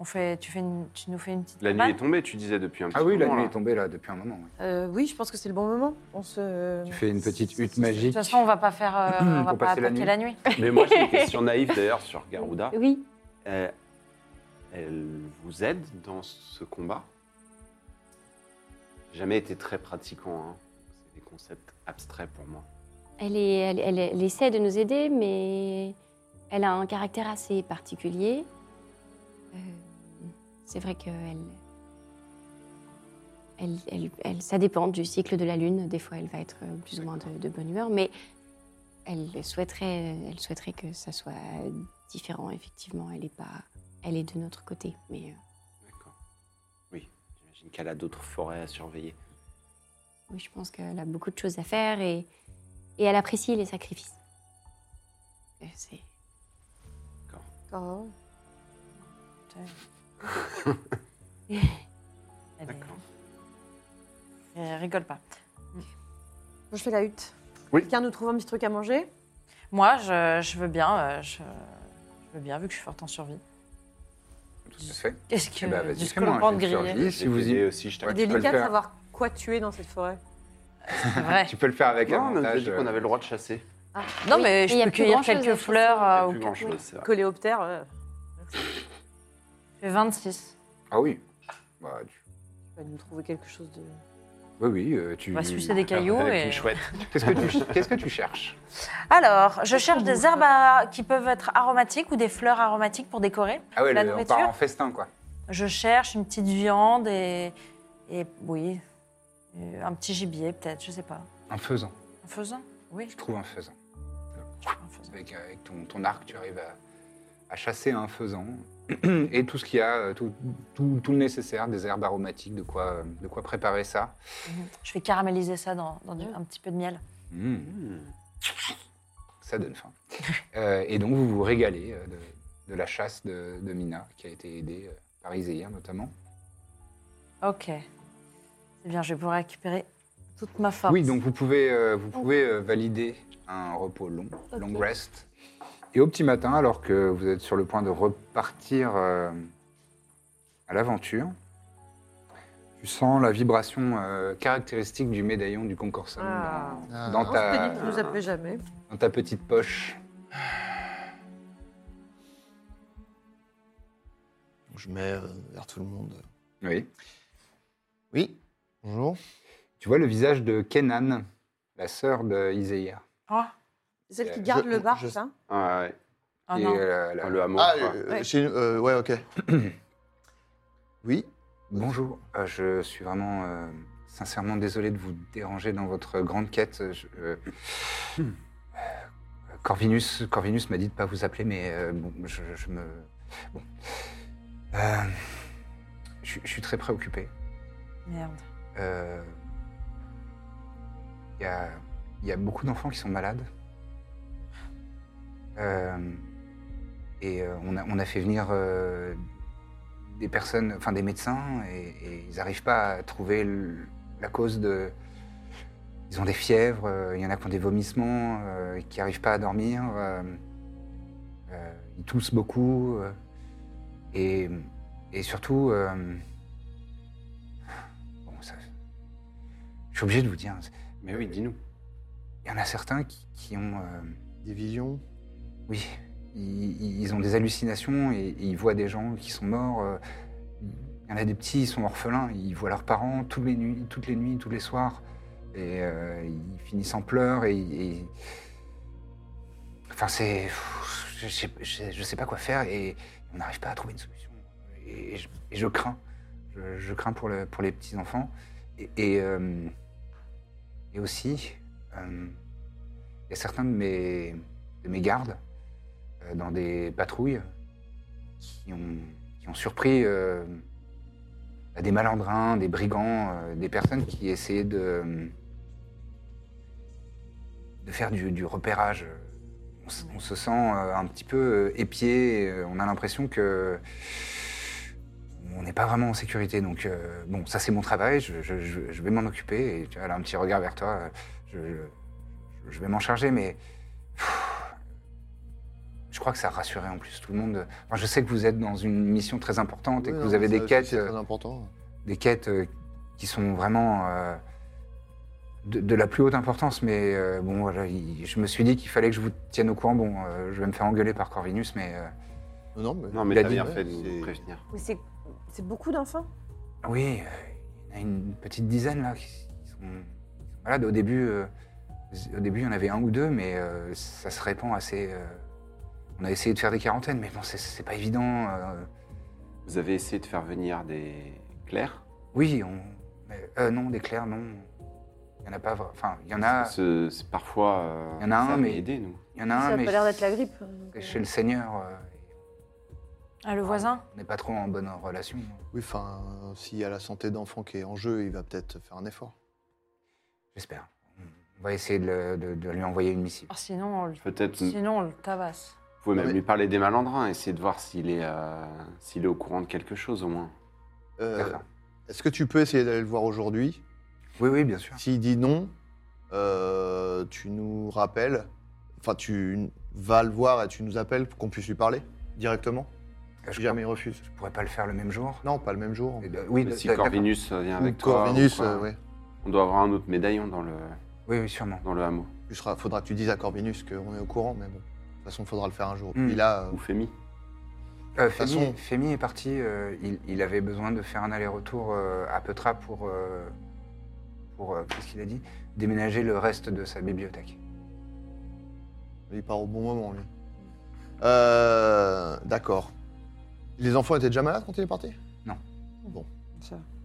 D: On fait, tu, fais une- tu nous fais une petite
E: La nuit
D: cabane
E: est tombée, tu disais depuis un petit
A: Ah oui, la
E: moment,
A: nuit
E: là.
A: est tombée là depuis un moment. oui.
F: Euh, oui, je pense que c'est le bon moment. On se.
A: Tu fais une petite hutte
D: De toute
A: magique.
D: façon, on va pas faire, euh, on va
A: Pour
D: pas
A: passer la
D: attaquer
A: nuit.
D: la nuit.
E: Mais moi, j'ai une question naïve d'ailleurs sur Garuda.
C: Oui.
E: Euh, elle vous aide dans ce combat J'ai Jamais été très pratiquant. hein. C'est des concepts abstraits pour moi.
C: Elle, est, elle, elle- elle essaie de nous aider, mais elle a un caractère assez particulier. Euh, c'est vrai que elle, elle- elle- elle- ça dépend du cycle de la lune. Des fois, elle va être euh, plus ou moins de, de bonne humeur, mais elle souhaiterait, elle souhaiterait que ça soit différent. Effectivement, elle est pas, elle est de notre côté, mais. euh,
E: D'accord. Oui, j'imagine qu'elle a d'autres forêts à surveiller.
C: Oui, je pense qu'elle a beaucoup de choses à faire et, et elle apprécie les sacrifices. Euh, C'est
F: Oh.
D: Elle est-
E: D'accord.
D: elle rigole pas.
F: Moi, je fais la hutte.
E: Oui.
F: Quelqu'un nous trouve un petit truc à manger.
D: Moi, je, je veux bien, euh, je, je veux bien, vu que je suis forte en survie.
A: Tout à fait.
D: Qu'est-ce que
A: Eh ben, vas-y,
D: du
A: fais-moi un
D: scorpion
A: jet de
D: grillé.
A: survie. Et si
E: J'ai
A: vous y-
E: aidé aussi, je
F: C'est
A: Ouais,
E: t'avais
A: tu peux le
F: délicat de
A: faire.
F: savoir quoi tuer dans cette forêt.
D: C'est vrai.
A: Tu peux le faire avec
E: Eh. Non, on a
A: avantage,
E: dit qu'on
A: euh,
E: avait le droit de chasser.
D: Non, mais
C: Oui, mais
D: je
C: y a
D: peux
C: plus
D: cueillir
C: grand-chose à
D: quelques
C: chasser.
D: fleurs.
E: Il y a
D: euh, ou
E: plus grand chose, c'est vrai.
F: Coléoptère. euh,
D: Je fais 26.
A: Ah oui. Bah, tu-
F: tu vas nous trouver quelque chose de.
A: Oui, oui. euh, tu...
D: On va sucer des cailloux
A: Avec
D: et-
A: une chouette. Qu'est-ce que tu, qu'est-ce que tu cherches
D: Alors, je cherche des herbes à- qui peuvent être aromatiques ou des fleurs aromatiques pour décorer.
A: Ah ouais,
D: La
A: le- on
D: nourriture
A: part en festin, quoi.
D: Je cherche une petite viande et, et oui, euh, un petit gibier peut-être, je sais pas.
A: Un faisan.
D: Un faisan Oui,
A: Tu trouves un faisan.
D: un faisan.
A: Avec, euh, avec ton, ton arc, tu arrives à, à chasser un faisan. Et tout ce qu'il y a, euh, tout, tout- tout le nécessaire, des herbes aromatiques, de quoi, euh, de quoi préparer ça.
D: Je vais caraméliser ça dans, dans du- un petit peu de miel.
A: Mmh. Ça donne faim. Euh, et donc, vous vous régalez euh, de, de la chasse de, de Mina, qui a été aidée euh, par Iséir notamment.
D: Ok. C'est bien, je vais pouvoir récupérer toute ma force.
A: Oui, donc vous pouvez, euh, vous pouvez euh, valider un repos long, long rest. Et au petit matin, alors que vous êtes sur le point de repartir euh, à l'aventure, tu sens la vibration euh, caractéristique du médaillon du Concorsum
F: Ah.
A: dans,
B: Ah.
A: dans
F: On s'était
A: ta,
F: dit que tu nous appelais jamais.
A: dans ta petite poche.
B: Donc, Je mets euh, vers tout le monde.
A: Oui.
B: Oui. Bonjour.
A: Tu vois le visage de Kenan, la sœur de Iséir.
D: Ah,
F: C'est Celle qui
A: Je-
F: garde le hein. bar,
B: je-
F: ça.
E: Ah, ouais,
D: ah
A: qui est,
D: non.
A: euh, la-
E: ouais. le hameau.
B: Ah,
E: quoi.
B: euh, chez nous- euh, ouais, ok. oui.
A: Bonjour, euh, je suis vraiment euh, sincèrement désolé de vous déranger dans votre grande quête. Euh, je- euh,
E: Hmm.
A: euh, Corvinus, Corvinus m'a dit de pas vous appeler, mais euh, bon, je, je me, bon, Euh, je, je suis très préoccupé.
D: Merde.
A: Euh, Il y, a, il y a beaucoup d'enfants qui sont malades. Euh, et euh, on, a, on a fait venir euh, des personnes, enfin des médecins, et, et ils n'arrivent pas à trouver le- la cause de. Ils ont des fièvres, euh, il y en a qui ont des vomissements, euh, qui n'arrivent pas à dormir, euh, euh, ils toussent beaucoup, euh, et, et surtout. euh, Bon, ça. Je suis obligé de vous dire. hein,
E: Mais oui, dis-nous.
A: Il y en a certains qui, qui ont. euh,
B: Des visions.
A: oui, ils, ils ont des hallucinations et, et ils voient des gens qui sont morts. euh, Il y en a des petits, ils sont orphelins, ils voient leurs parents toutes les nuits, toutes les nuits, tous les soirs. Et euh, ils finissent en pleurs et. et- Enfin, c'est. pff, Je sais, je- je sais pas quoi faire et on n'arrive pas à trouver une solution. Et, je, et je crains. Je, je crains pour, le- pour les petits-enfants. Et, et, euh, et aussi, euh, il y a certains de mes, de mes gardes euh, dans des patrouilles qui ont, qui ont surpris euh, Bah, des malandrins, des brigands, euh, des personnes qui essayaient de, de faire du, du repérage. on, s- on se sent euh, un petit peu euh, épié. euh, On a l'impression que on n'est pas vraiment en sécurité. Donc euh, bon, ça c'est mon travail. Je, je- je- je vais m'en occuper. Et tu vois, elle a un petit regard vers toi. euh, Je, je- je vais m'en charger, mais pff, je crois que ça rassurait en plus tout le monde. Enfin, je sais que vous êtes dans une mission très importante et
B: Oui,
A: que
B: non,
A: vous avez
B: ça
A: des
B: aussi,
A: quêtes.
B: C'est
A: euh,
B: très important.
A: des quêtes euh, qui sont vraiment euh, de, de la plus haute importance. Mais euh, bon, voilà, il- je me suis dit qu'il fallait que je vous tienne au courant. Bon, euh, je vais me faire engueuler par Corvinus, mais euh,
B: Non, non, mais.
E: Non, mais
A: Il a
E: t'as
A: dit,
E: bien
B: ouais,
E: fait de nous
B: c'est-
E: prévenir.
F: Mais c'est c'est beaucoup d'enfants.
A: oui, euh, il y en a une petite dizaine là qui s- qui sont, qui sont malades. Au début, euh, au début, il y en avait un ou deux, mais euh, ça se répand assez. euh, on a essayé de faire des quarantaines, mais bon, c'est- c'est pas évident. euh,
E: Vous avez essayé de faire venir des clercs
A: oui, on. mais, euh, non, des clercs, non. Il y en a pas. vra- Enfin, il y en a.
E: Parce que c'est- c'est parfois. euh,
A: Il y en a
E: ça
A: un,
E: peut
A: mais-
E: aider, nous.
A: Il y en a
F: ça
A: un,
F: a
A: mais
F: pas l'air d'être la grippe. donc,
A: c'est
F: euh,
A: chez le Seigneur. euh,
D: Ah, le voisin
A: On n'est pas trop en bonne relation.
B: Oui, enfin, euh, s'il y a la santé d'enfant qui est en jeu, il va peut-être faire un effort.
A: J'espère. On va essayer de, le- de- de lui envoyer une missive.
D: Ah, Sinon, on le,
E: Peut-être
B: Mm.
E: vous
D: sinon, on le tabasse.
E: pouvez
B: Non,
E: même
B: mais-
E: lui parler des malandrins, essayer de voir s'il est, euh, s'il est au courant de quelque chose au moins.
B: Euh,
A: D'accord.
B: Est-ce que tu peux essayer d'aller le voir aujourd'hui
A: Oui, oui, bien sûr.
B: S'il dit non, euh, tu nous rappelles, enfin tu vas le voir et tu nous appelles pour qu'on puisse lui parler directement.
A: Euh,
B: Si
A: Je
B: jamais il refuse.
A: ne pourrais pas le faire le même jour.
B: Non, pas le même jour.
A: Et de- oui,
E: Mais
A: de-
E: si
A: d'accord.
E: Corvinus euh, vient
B: Ou
E: avec toi.
B: Corvinus,
E: ou quoi,
B: euh, ouais.
E: On doit avoir un autre médaillon dans le,
A: Oui, oui, sûrement.
E: dans le hameau.
B: Tu seras- faudra que tu dises à Corvinus qu'on est au courant, mais bon. De toute façon, faudra le faire un jour.
A: Hmm.
B: Il a. euh,
E: Ou Femi.
A: Euh,
B: toute
A: Femi,
B: façon-
A: Femi est parti. euh, il, il avait besoin de faire un aller-retour euh, à Petra pour, euh, pour euh, qu'est-ce qu'il a dit Déménager le reste de sa bibliothèque.
B: Il part au bon moment, lui. Euh, D'accord. Les enfants étaient déjà malades quand il est parti
A: Non,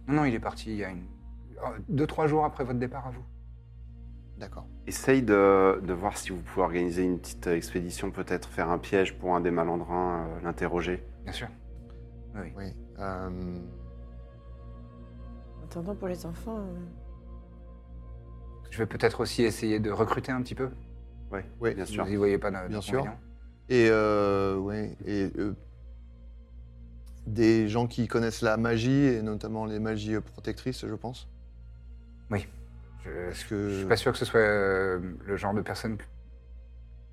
A: non, il est parti il y a une... euh, deux, trois jours après votre départ à vous.
B: D'accord.
E: Essaye de, de voir si vous pouvez organiser une petite expédition, peut-être faire un piège pour un des malandrins, euh, l'interroger.
A: Bien sûr.
B: Oui. Euh,
F: En attendant, pour les enfants, euh,
A: Je vais peut-être aussi essayer de recruter un petit peu.
E: Ouais,
B: Oui,
E: bien
A: si
E: sûr.
A: Vous y voyez pas de-
B: Bien
A: d'inconvénient.
B: Et euh, ouais, et euh, des gens qui connaissent la magie et notamment les magies protectrices, je pense.
A: Je-
B: Parce que
A: Je suis pas sûr que ce soit euh, le genre de personne que,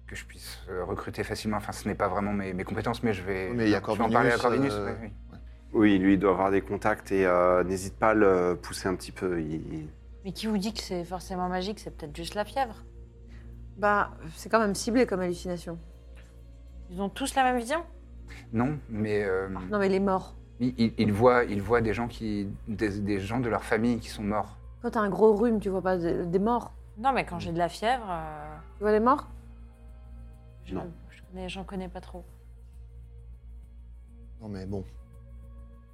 A: que je puisse euh, recruter facilement. Enfin, ce n'est pas vraiment mes, mes compétences, mais je vais,
B: Oui, mais il y a
A: je vais en parler à Corvinus.
B: Corvinus, euh,
A: oui, oui.
E: Oui, lui, il doit avoir des contacts et euh, n'hésite pas à le pousser un petit peu. Il-
D: Mais qui vous dit que c'est forcément magique C'est peut-être juste la fièvre.
F: bah, c'est quand même ciblé comme hallucination.
D: Ils ont tous la même vision
A: Non, mais euh,
F: Non, mais les morts.
A: il, il- il voit, il voit des gens qui, des, des gens de leur famille qui sont morts.
F: Quand t'as un gros rhume, tu vois pas de- des morts.
D: Non,
B: Mm.
D: mais quand j'ai de la fièvre, euh,
F: Tu vois les morts
D: je-
E: Non.
D: je connais- j'en connais pas trop.
B: Non mais bon.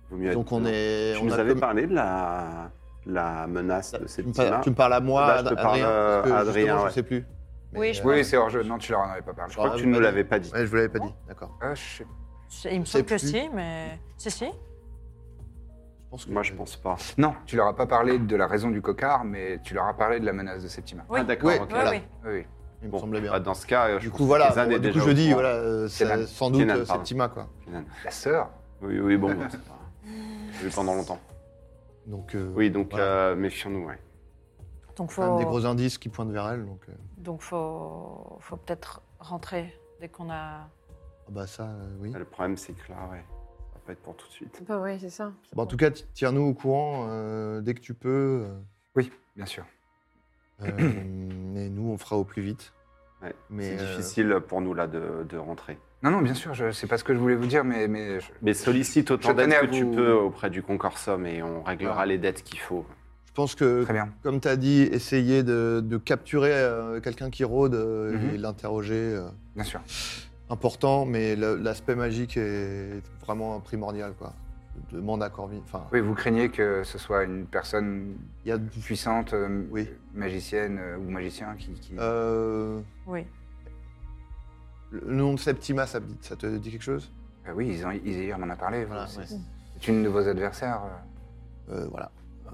E: vaut mieux
B: Donc
E: être-
B: on est.
E: Tu
B: on
E: nous
B: a
E: avais
B: comme-
E: parlé de la, la menace de
B: Tu
E: cette
B: me, parles, tu me parles à moi,
E: Là, je te
B: Ad-
E: parle,
B: Adrien,
E: euh,
B: parce que justement,
E: à Adrien, ouais.
B: Je sais plus.
D: Oui, je
B: euh,
A: Oui, c'est hors jeu. Non, tu leur en avais pas parlé.
E: Je crois que tu ne l'avais pas dit.
B: ouais, je vous l'avais pas dit. D'accord.
A: Ah, je sais-
D: C'est- Il me
B: Je
D: semble
B: sais
D: que
B: plus.
D: si, mais. Si, si.
B: Je pense que-
E: Moi, je pense pas.
A: Non, tu leur as pas parlé de la raison du cocard, mais tu leur as parlé de la menace de Septima.
D: Oui.
E: Ah, d'accord,
B: Ouais,
E: ok.
D: Oui,
B: Voilà.
D: oui.
A: Oui, oui.
B: Il me
E: Bon,
B: semblait bien.
E: bah, dans ce cas, je
B: du
E: pense
B: coup
E: que
B: voilà.
E: Kézan
B: bon,
E: est
B: du coup
E: déjà
B: je
E: au
B: dis
E: courant.
B: voilà, euh, ça-
A: Kenan.
B: sans doute
E: Kenan,
B: euh,
E: pardon.
B: Septima quoi.
A: La sœur.
E: Oui, oui, bon, bah, c'est pas... J'ai eu pendant longtemps.
B: Donc euh,
E: Oui, donc
B: Voilà.
E: euh, méfions-nous, ouais.
D: Donc,
B: quand même
D: faut,
B: des gros indices qui pointent vers elle. Donc euh,
D: donc faut, faut peut-être rentrer dès qu'on a.
B: ah bah ça euh, oui.
E: Le problème, c'est que là, ouais, ça va pas être pour tout de suite.
F: Bah oui, c'est ça.
B: Bon, en tout cas, ti- tiens-nous au courant euh, dès que tu peux. euh,
A: Oui, bien sûr.
B: Euh, et nous, on fera au plus vite.
E: Ouais,
B: Mais,
E: c'est
B: euh,
E: difficile pour nous, là, de, de rentrer.
A: Non, non, bien sûr. Je sais pas ce que je voulais vous dire, mais mais je-
E: Mais sollicite autant
A: Je
E: d'aide
A: tenais à
E: que tu
A: vous-
E: peux auprès du Concorsum et on réglera
B: Voilà.
E: les dettes qu'il faut.
B: Je pense que,
A: très bien.
B: comme tu as dit, essayer de, de capturer euh, quelqu'un qui rôde euh,
A: Mhm.
B: et l'interroger, euh,
A: Bien sûr.
B: important, mais le- l'aspect magique est vraiment primordial. Quoi. Demande à Corvin. Enfin,
A: Oui, vous craignez que ce soit une personne
B: il y a.
A: puissante euh,
B: Oui.
A: magicienne euh, ou magicien qui. qui-
B: euh,
D: Oui.
B: le nom de Septima, ça, me dit- ça te dit quelque chose
A: Euh, oui, ils en, Izir m'en a parlé. vous,
B: Voilà,
A: c'est
B: Ah, ouais.
A: c'est une de vos adversaires. euh.
B: Euh, voilà. Euh,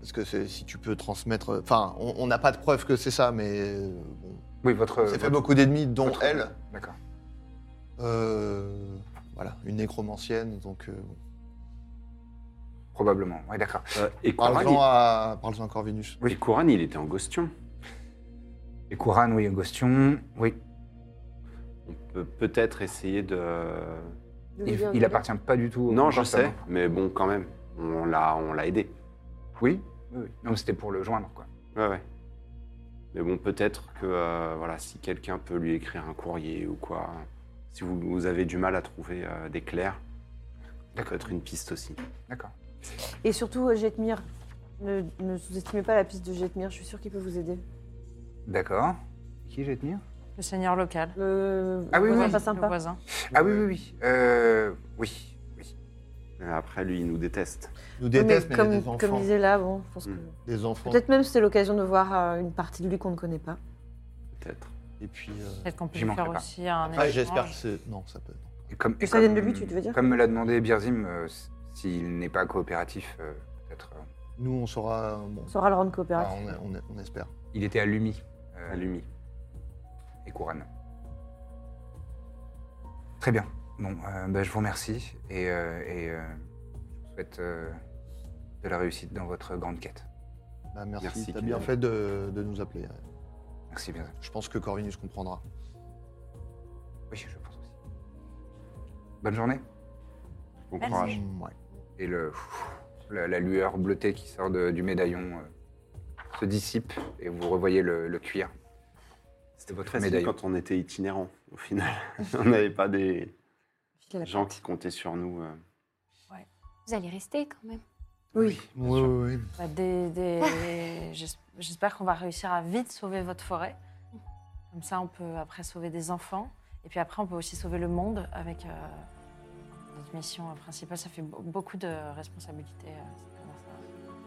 B: parce que c'est- si tu peux transmettre. Enfin, on on n'a pas de preuve que c'est ça, mais euh, bon,
A: Oui, votre.
B: Ça fait
A: votre-
B: beaucoup d'ennemis, dont
A: votre-
B: elle.
A: D'accord.
B: Euh, voilà, une nécromancienne, donc euh, bon.
A: Probablement. Oui, d'accord.
E: Euh, et, Koran,
B: parle-en à... parle encore Vénus.
E: il... et Koran, il était en Gostion.
A: Et Kouran, oui, Gostion, oui.
E: On peut peut-être essayer de.
A: Il, il
F: euh,
A: appartient pas du tout. au
E: Non, je
A: groupe,
E: sais,
A: hein.
E: mais bon, quand même, on l'a, on l'a aidé.
A: Oui, oui, oui. Non, mais c'était pour le joindre, quoi.
E: Ouais, ouais. Mais bon, peut-être que euh, voilà, si quelqu'un peut lui écrire un courrier ou quoi, si vous, vous avez du mal à trouver euh, des clercs, ça peut être une piste aussi.
A: D'accord.
F: Et surtout, euh, Jetmir, ne, ne sous-estimez pas la piste de Jetmir, je suis sûre qu'il peut vous aider.
A: D'accord. Qui j'ai tenu
D: Le seigneur local.
F: Le
A: Ah oui,
F: voisin
A: oui.
F: pas
D: Le
F: sympa.
D: voisin.
A: Ah oui, oui, oui. Euh, oui, oui.
E: Mais après, lui, il nous déteste.
B: Nous
F: Oui,
B: déteste, mais, il y a
F: comme,
B: des enfants.
F: comme disait là, bon, je pense
A: Hmm.
F: que-
E: Mm.
B: Des enfants.
F: Peut-être même c'était l'occasion de voir euh, une partie de lui qu'on ne connaît pas.
E: Peut-être.
B: Et puis. euh,
D: Peut-être qu'on peut
A: J'y
D: lui faire
A: manquerai pas.
D: aussi un
B: ah, j'espère que
D: échange.
B: c'est. Non, ça peut. non.
A: Et comme,
F: Que ça vienne de lui, tu veux dire
A: Comme me l'a demandé Birzim, euh, s- s'il n'est pas coopératif, euh, peut-être. euh,
B: Nous, on saura. euh, bon,
F: On saura le rendre
B: ah,
F: coopératif.
B: on, on- on espère.
A: il était à Lumi. euh,
E: À Lumi.
A: et Kouran. Très bien. Bon, euh, bah, je vous remercie et, euh, et, euh, je vous souhaite euh, de la réussite dans votre grande quête.
B: Bah, merci,
E: Merci,
B: t'as
E: Kylian.
B: bien fait de, de nous appeler.
A: Merci bien.
B: Je pense que Corvinus comprendra.
A: Oui, je pense aussi. Bonne journée.
E: Bon
D: Merci.
E: courage.
B: Mm, ouais.
A: Et le, la, la lueur bleutée qui sort de- du médaillon euh, se dissipe et vous revoyez le, le cuir. C'était votre
E: Facile
A: médaillon.
E: quand on était itinérant, au final. on n'avait pas des
F: File à la
E: gens qui comptaient sur nous. euh.
C: Vous allez rester quand même.
F: Oui.
E: Bien sûr.
B: Oui, oui, oui.
D: Bah, des- des- j'es- J'espère qu'on va réussir à vite sauver votre forêt. Comme ça, on peut après sauver des enfants. Et puis après, on peut aussi sauver le monde avec euh, notre mission euh, principale. Ça fait be- beaucoup de responsabilités. euh, ça commence à-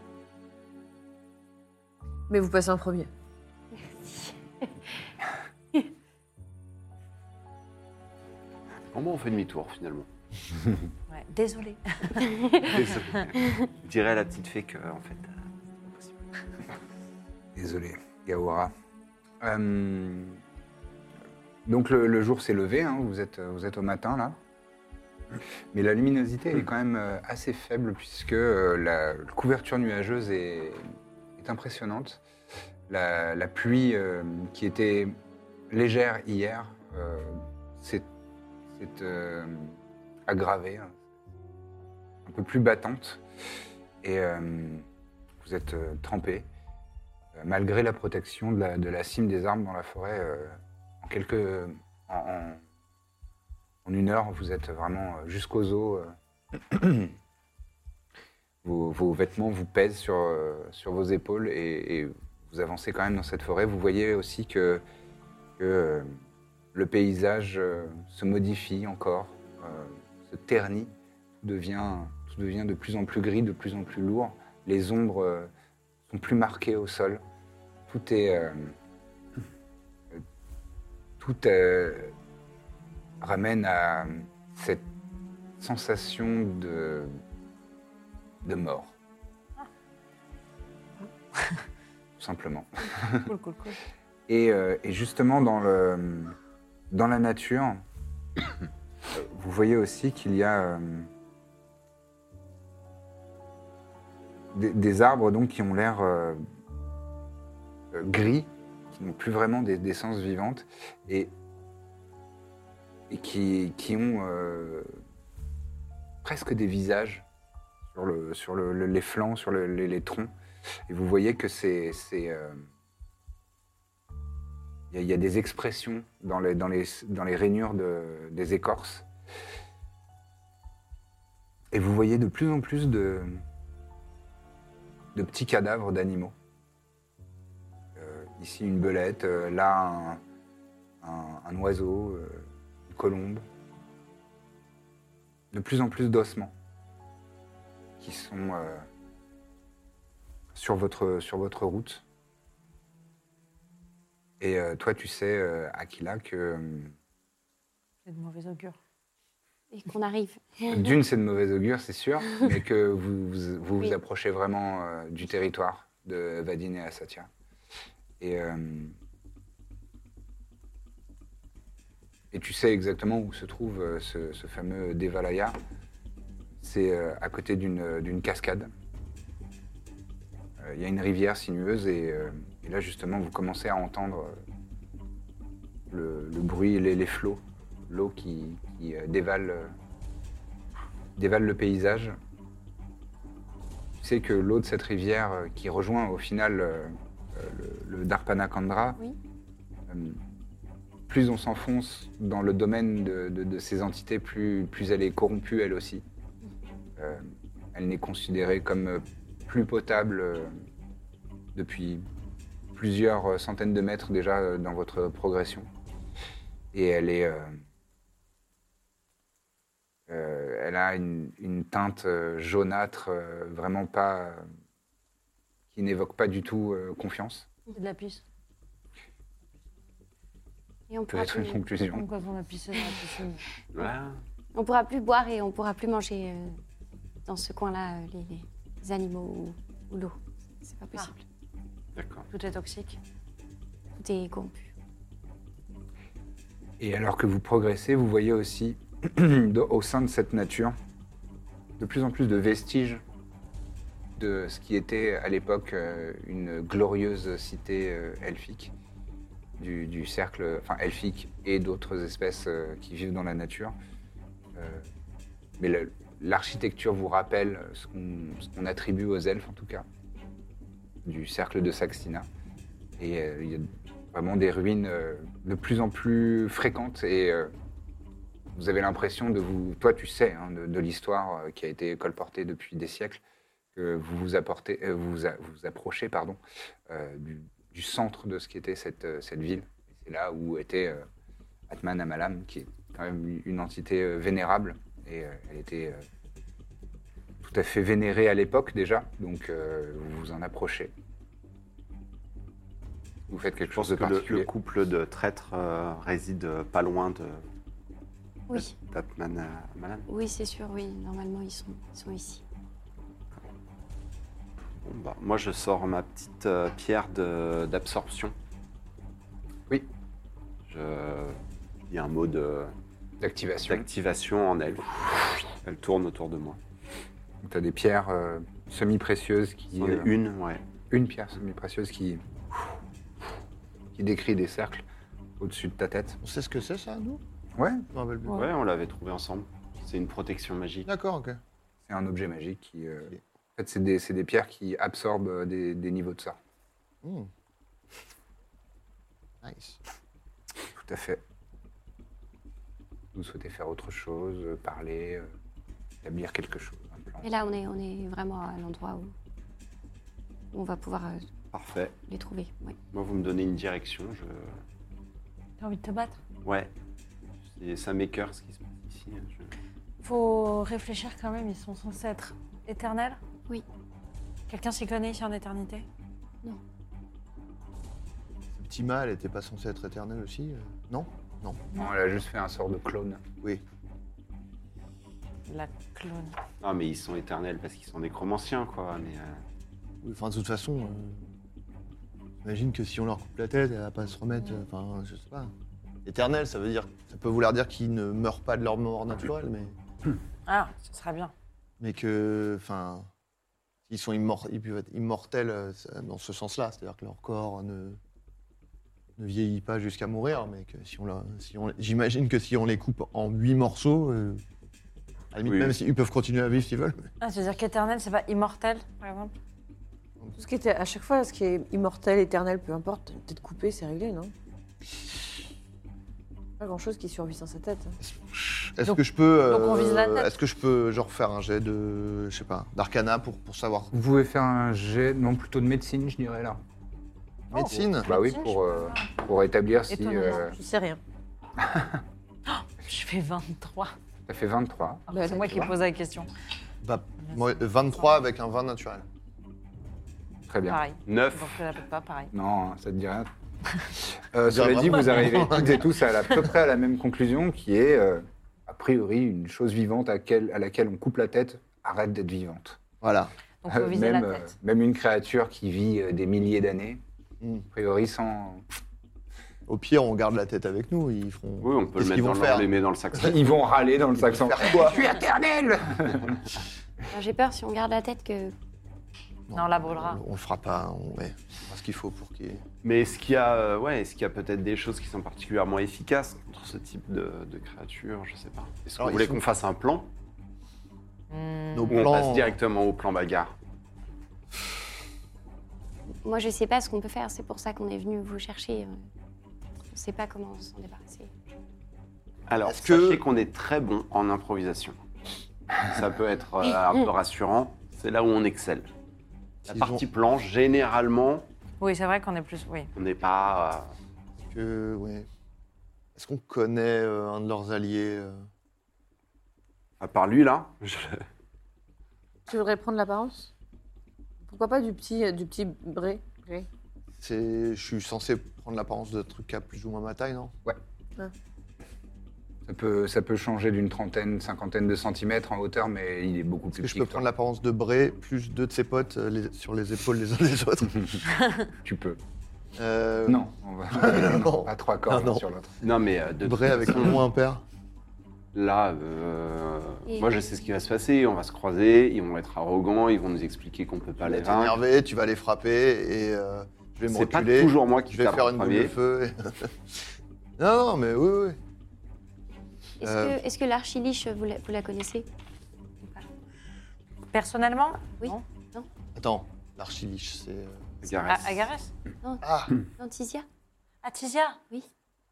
F: Mais vous passez en premier.
E: Comment on fait demi-tour, finalement
D: Ouais. Désolée.
E: Désolé. Je dirais à la petite fée que, en fait, euh, c'est pas possible.
A: Désolé, Gaora. Euh, donc le, le jour s'est levé, hein, vous, êtes, vous êtes au matin là. Mais la luminosité elle est quand même euh, assez faible puisque euh, la couverture nuageuse est, est impressionnante. La, la pluie euh, qui était légère hier euh, s'est s'est, euh, aggravée, hein, un peu plus battante. Et euh, vous êtes euh, trempé. Euh, malgré la protection de la, de la cime des arbres dans la forêt, euh, en quelques. En, en- en une heure, vous êtes vraiment euh, jusqu'aux os. euh. vos, vos vêtements vous pèsent sur, euh, sur vos épaules et, et vous avancez quand même dans cette forêt. Vous voyez aussi que, que, euh, le paysage euh, se modifie encore, euh, se ternit, tout devient, tout devient de plus en plus gris, de plus en plus lourd. Les ombres. euh, sont plus marqués au sol. Tout est. euh, euh, tout euh, ramène à cette sensation de. de mort.
D: Ah.
A: Tout simplement.
D: Cool, cool, cool.
A: Et, euh, et justement, dans, le, dans la nature, euh, vous voyez aussi qu'il y a euh, des, des arbres donc, qui ont l'air euh, euh, gris, qui n'ont plus vraiment des- d'essence vivante, et, et qui, qui ont euh, presque des visages sur, le, sur le- le- les flancs, sur le- les, les troncs. Et vous voyez que c'est... c'est, euh, il y, a- il y a des expressions dans les, dans les, dans les rainures de- des écorces. Et vous voyez de plus en plus de, de petits cadavres d'animaux. Euh, ici une belette, euh, là un, un- un oiseau, euh, une colombe. De plus en plus d'ossements qui sont euh, sur, votre, sur votre route. Et euh, toi, tu sais, euh, Aquila, que euh,
D: C'est de mauvais augure.
C: Et qu'on arrive.
A: d'une, c'est de mauvais augure, c'est sûr, mais que vous vous, vous vous
C: Oui.
A: approchez vraiment euh, du territoire de Vadine et Assatia. Et, euh, Et tu sais exactement où se trouve euh, ce, ce fameux Devalaya. C'est euh, à côté d'une euh, d'une cascade. Euh, Il y a une rivière sinueuse et, euh, et là justement vous commencez à entendre euh, le, le bruit, les, les flots, l'eau qui, qui, euh, dévale, euh, dévale le paysage. Tu sais que l'eau de cette rivière euh, qui rejoint au final euh, euh, le, le Darpanakandra,
C: Oui.
A: euh, plus on s'enfonce dans le domaine de, de- de ces entités, plus, plus elle est corrompue elle aussi. Euh, elle n'est considérée comme euh, plus potable euh, depuis plusieurs euh, centaines de mètres déjà euh, dans votre progression. Et elle est. euh, euh, elle a une, une teinte euh, jaunâtre, euh, vraiment pas. euh, qui n'évoque pas du tout euh, confiance.
D: C'est de la pisse.
C: Et on pourra,
A: Peut-être une
C: plus,
A: conclusion.
D: Comme quand on a pissé dans la piscine.
E: Voilà.
C: on pourra plus boire et on pourra plus manger euh, dans ce coin-là euh, les, les animaux ou, ou l'eau. C'est pas possible.
E: D'accord.
D: Tout est toxique.
C: Tout est corrompu.
A: Et alors que vous progressez, vous voyez aussi, dans- au sein de cette nature, de plus en plus de vestiges de ce qui était à l'époque euh, une glorieuse cité euh, elfique, du, du cercle, enfin elfique et d'autres espèces euh, qui vivent dans la nature. Euh, mais le- l'architecture vous rappelle ce qu'on ce qu'on attribue aux elfes, en tout cas, du cercle de Saxtina. Et euh, il y a vraiment des ruines euh, de plus en plus fréquentes et euh, vous avez l'impression de vous, toi tu sais, hein, de, de l'histoire euh, qui a été colportée depuis des siècles, que vous vous, apportez, euh, vous, vous a- vous approchez pardon, euh, du, du centre de ce qui était cette, euh, cette ville. C'est là où était euh, Atman Amalam, qui est quand même une entité euh, vénérable et euh, elle était euh, tout à fait vénérée à l'époque déjà, donc euh, vous vous en approchez. Vous faites quelque
E: Je
A: chose
E: pense
A: de
E: que le,
A: particulier.
E: le couple de traîtres euh, réside euh, pas loin de
C: Oui,
E: d'Atman euh, à Malan.
C: oui, c'est sûr, oui. Normalement, ils sont, ils sont ici.
E: Bon, bah, moi, je sors ma petite euh, pierre de- d'absorption.
A: Oui.
E: Je je dis un mot de-
A: d'activation.
E: d'activation en elle. Elle tourne autour de moi.
A: Tu as des pierres euh, semi-précieuses qui.
E: J'en ai
A: euh,
E: une, ouais.
A: une pierre semi-précieuse qui. qui décrit des cercles au-dessus de ta tête.
B: On sait ce que c'est, ça, nous
A: Ouais,
B: Je me rappelle plus.
E: Ouais, on l'avait trouvée ensemble. C'est une protection magique.
B: D'accord, ok.
A: c'est un objet magique qui. euh, en fait, c'est des, c'est des pierres qui absorbent euh, des, des niveaux de ça.
B: Hmm. Nice.
A: Tout à fait. Vous souhaitez faire autre chose, euh, parler, euh, établir quelque chose, un plan.
C: Et là, on est, on est vraiment à l'endroit où, où on va pouvoir euh,
E: Parfait.
C: les trouver. ouais.
E: Moi, vous me donnez une direction. Je...
D: T'as envie de te battre
E: Ouais. C'est ça m'écœure ce qui se passe ici. hein, Je-
D: Faut réfléchir quand même, ils sont censés être éternels
C: Oui.
D: Quelqu'un s'y connaît ici en éternité
B: Le petit mâle était pas censé être éternel aussi euh, Non Non.
A: Non, elle a juste fait un sort de clone.
B: Oui.
D: La clone.
E: Non, mais ils sont éternels parce qu'ils sont nécromanciens, quoi. Mais euh,
B: Oui, Enfin, de toute façon, euh, j'imagine que si on leur coupe la tête, elle va pas se remettre. euh, Enfin, je sais pas. Éternel, ça veut dire. Ça peut vouloir dire qu'ils ne meurent pas de leur mort naturelle, mais.
D: Ah, ce serait bien.
B: Mais que. Enfin. Ils sont immor- ils peuvent être immortels euh, dans ce sens-là, c'est-à-dire que leur corps ne, ne vieillit pas jusqu'à mourir, mais que si on, la- si on j'imagine que si on les coupe en huit morceaux, euh, à la limite,
E: Oui.
B: même s'ils peuvent continuer à vivre s'ils veulent.
D: Ah, tu veux dire qu'éternel, c'est pas immortel, par exemple
F: Tout ce qui était à chaque fois, ce qui est immortel, éternel, peu importe, tête coupée, c'est réglé, non Pas grand chose qui survit sans sa tête. hein.
B: Est-ce
D: Donc-
B: que je peux,
D: donc on vise la
B: euh,
D: tête.
B: est-ce que je peux genre faire un jet de, je sais pas, d'arcana pour, pour savoir
A: Vous pouvez faire un jet, non plutôt de médecine, je dirais là.
D: Oh.
B: médecine
A: Bah oui,
D: Médecine,
A: pour,
D: je
A: euh,
D: peux
A: pour établir si.
D: Étonnamment.
A: euh,
F: Je sais rien.
D: Oh, Je fais 23.
A: ça fait 23.
D: Ah,
F: Bah,
D: c'est moi
F: tu
D: qui
F: vois.
D: pose la question.
B: Bah, moi, 23 avec un 20 naturel.
A: Très bien.
D: Pareil. Donc
E: neuf.
D: je la peux pas, pareil.
A: Non, hein, ça te dit rien. Euh,
B: Ça
A: cela
B: va
A: dit,
B: pas.
A: vous arrivez toutes et tous à, la- à peu près à la même conclusion qui est, euh, a priori, une chose vivante à, quel- à laquelle on coupe la tête arrête d'être vivante.
B: Voilà.
D: Donc faut
A: Euh,
D: viser
A: même,
D: la
A: euh,
D: tête.
A: même une créature qui vit euh, des milliers d'années,
B: Mm.
A: a priori sans...
B: Au pire, on garde la tête avec nous. Ils feront.
E: Oui, on peut le
B: Qu'est-ce qu'ils
E: mettre dans
B: vont
E: le, on
B: faire
E: les met dans le sac.
A: Ils vont râler dans le sac sans.
B: Faire quoi
A: Je suis éternel
C: Alors, J'ai peur si on garde la tête que.
D: Non, on la brûlera.
B: On, on le fera pas. On, ouais, on fera ce qu'il faut pour qu'il.
E: Mais est-ce qu'il y a, euh, ouais, est-ce qu'il y a peut-être des choses qui sont particulièrement efficaces contre ce type de, de créature Je sais pas. Est-ce que
B: Alors, ils
E: vous voulez
B: sont-
E: qu'on fasse un plan
D: Hmm.
B: Nos
E: ou on passe
B: plans.
E: directement au plan bagarre
C: Moi, je sais pas ce qu'on peut faire. C'est pour ça qu'on est venu vous chercher. euh. On sait pas comment s'en débarrasser.
E: Alors,
B: Est-ce que-
E: sachez qu'on est très bon en improvisation. Ça peut être euh, un peu rassurant. C'est là où on excelle. La
B: Ils
E: partie plan, généralement,
D: Oui, c'est vrai qu'on est plus. Oui.
E: on n'est pas. euh,
B: Est-ce que, ouais. Est-ce qu'on connaît euh, un de leurs alliés euh,
E: à part lui là. je-
K: Tu voudrais prendre l'apparence Pourquoi pas du petit, euh, du petit bré Bré.
B: C'est, je suis censé prendre l'apparence de truc à plus ou moins ma taille, non
A: ça peut, ça peut changer d'une trentaine, cinquantaine de centimètres en hauteur, mais il est beaucoup
B: Est-ce
A: plus
B: que je
A: petit.
B: peux
A: que
B: prendre
A: toi.
B: l'apparence de Bray plus deux de ses potes euh, les- sur les épaules les uns des autres
A: Tu peux.
B: Euh, Ah
A: Non, on va.
B: Non.
A: Pas trois corps
B: Non,
A: l'un
B: non.
A: sur l'autre.
E: Non mais euh, de
B: Bray avec au moins un père.
E: Là, euh,
C: Et-
E: moi je sais ce qui va se passer, on va se croiser, ils vont être arrogants, ils vont nous expliquer qu'on peut pas
B: Tu vas
E: les vaincre.
B: t'énerver, tu vas les frapper et euh, je vais me
E: C'est pas
B: reculer.
E: toujours moi qui
B: je vais
E: tape
B: faire
E: en
B: une boule
E: premier.
B: de feu. et- non, non, mais oui, oui.
C: Est-ce
B: Euh.
C: que, est-ce que l'archiliche, vous la, vous la connaissez
D: Personnellement
C: Oui.
D: Non.
B: Attends, l'archiliche, c'est. euh,
E: Gareth.
D: À- Agarès
B: Ah,
C: Non, Tizia
D: Ah, Tizia
C: Oui.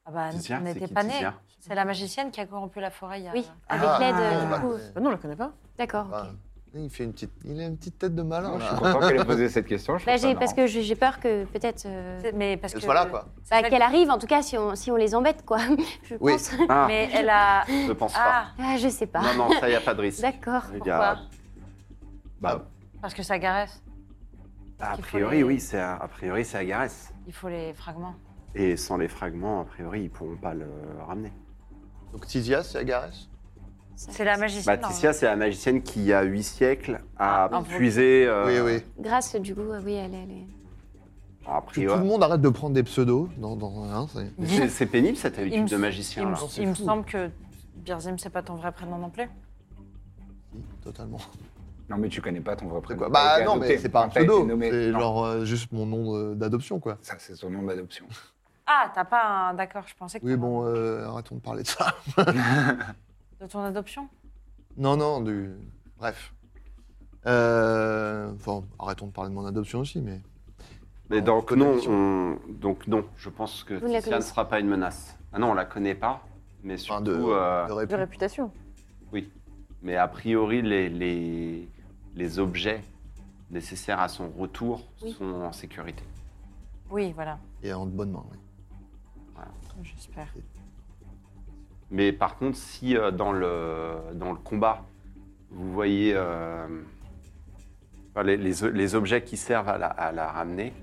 D: Ah bah,
E: Tizia,
D: on
E: c'est
D: n'était
E: qui,
D: pas nés.
E: Tizia
D: C'est la magicienne qui a corrompu la forêt il y a...
C: Oui,
B: Ah,
C: avec l'aide euh,
B: bah,
C: du coup.
B: ouais.
K: Bah non, on la connaît pas.
C: D'accord. ok.
B: Ah, il, fait une petite... il a une petite tête de malin.
A: Non, je
B: Ah là.
A: suis content qu'elle ait posé cette question. je
C: Là,
A: trouve ça
C: Bah, j'ai, parce
A: marrant.
C: que j'ai j'ai peur que peut-être. euh,
D: C'est- Mais parce
B: Elle
D: que...
B: soit là, quoi.
D: c'est
C: bah,
D: celle-
C: qu'elle arrive, en tout cas, si on, si on les embête, quoi. Je
B: Oui.
C: pense.
E: Ah,
D: Mais elle a...
E: je pense
D: Ah,
C: Ah, je sais pas.
E: pas. Non, non, ça y a pas de risque.
C: D'accord.
E: Il y a-
D: pourquoi
E: bah,
D: Parce que ça Agarès.
E: a
D: qu'il faut
E: priori,
D: les-
E: oui, c'est à- a priori c'est Agarès.
D: Il faut les fragments.
E: Et sans les fragments, a priori, ils pourront pas le ramener.
B: Donc Tizia, c'est Agarès
C: Ça-
D: C'est la magicienne.
E: Baticia, Bah, c'est la magicienne qui, il y a huit siècles, a
D: Ah,
E: puisé. euh,
B: Oui, oui.
C: Grâce, du coup, euh, oui, elle, elle est.
E: A
B: Que
E: priori.
B: tout le monde arrête de prendre des pseudos dans, dans hein, c'est-
E: Mais c'est- C'est pénible cette
D: Il
E: habitude
D: me-
E: de
D: Il,
E: magicien.
D: me-
E: là.
B: c'est
D: il me
B: fou.
D: semble que Birzim, c'est pas ton vrai prénom non plus.
B: Oui, totalement.
A: Non, mais tu connais pas ton vrai
B: C'est
A: prénom.
B: quoi
A: T'as
B: Bah
A: été
B: non,
A: adopté.
B: mais c'est pas un
A: T'as été
B: pseudo.
A: nommé.
B: C'est
A: Non,
B: genre euh, juste mon nom euh, d'adoption, quoi.
A: Ça, c'est son nom d'adoption.
D: Ah, t'as pas un... D'accord, je pensais que
B: Oui,
D: t'avais
B: bon, euh, arrêtons de parler de ça.
D: un- De ton adoption
B: Non, non, du. Bref. Euh, Enfin, arrêtons de parler de mon adoption aussi, mais.
E: Mais
B: On
E: donc
B: connaît
E: non,
B: la
E: on- donc non, je pense que
C: Vous ne la
E: Ticia ne
C: connaissez-
E: sera pas une menace. Ah non, on la connaît pas, mais
B: Enfin,
E: surtout,
B: de,
E: euh,
B: de
K: De
B: réplique.
K: réputation.
E: mais a priori les, les les objets nécessaires à son retour
C: Oui.
E: sont en sécurité.
D: Oui, voilà.
B: Et en bonne main, oui.
D: J'espère.
E: Mais par contre, si euh, dans le dans le combat, vous voyez euh, enfin, les, les, les objets qui servent à la, à la ramener,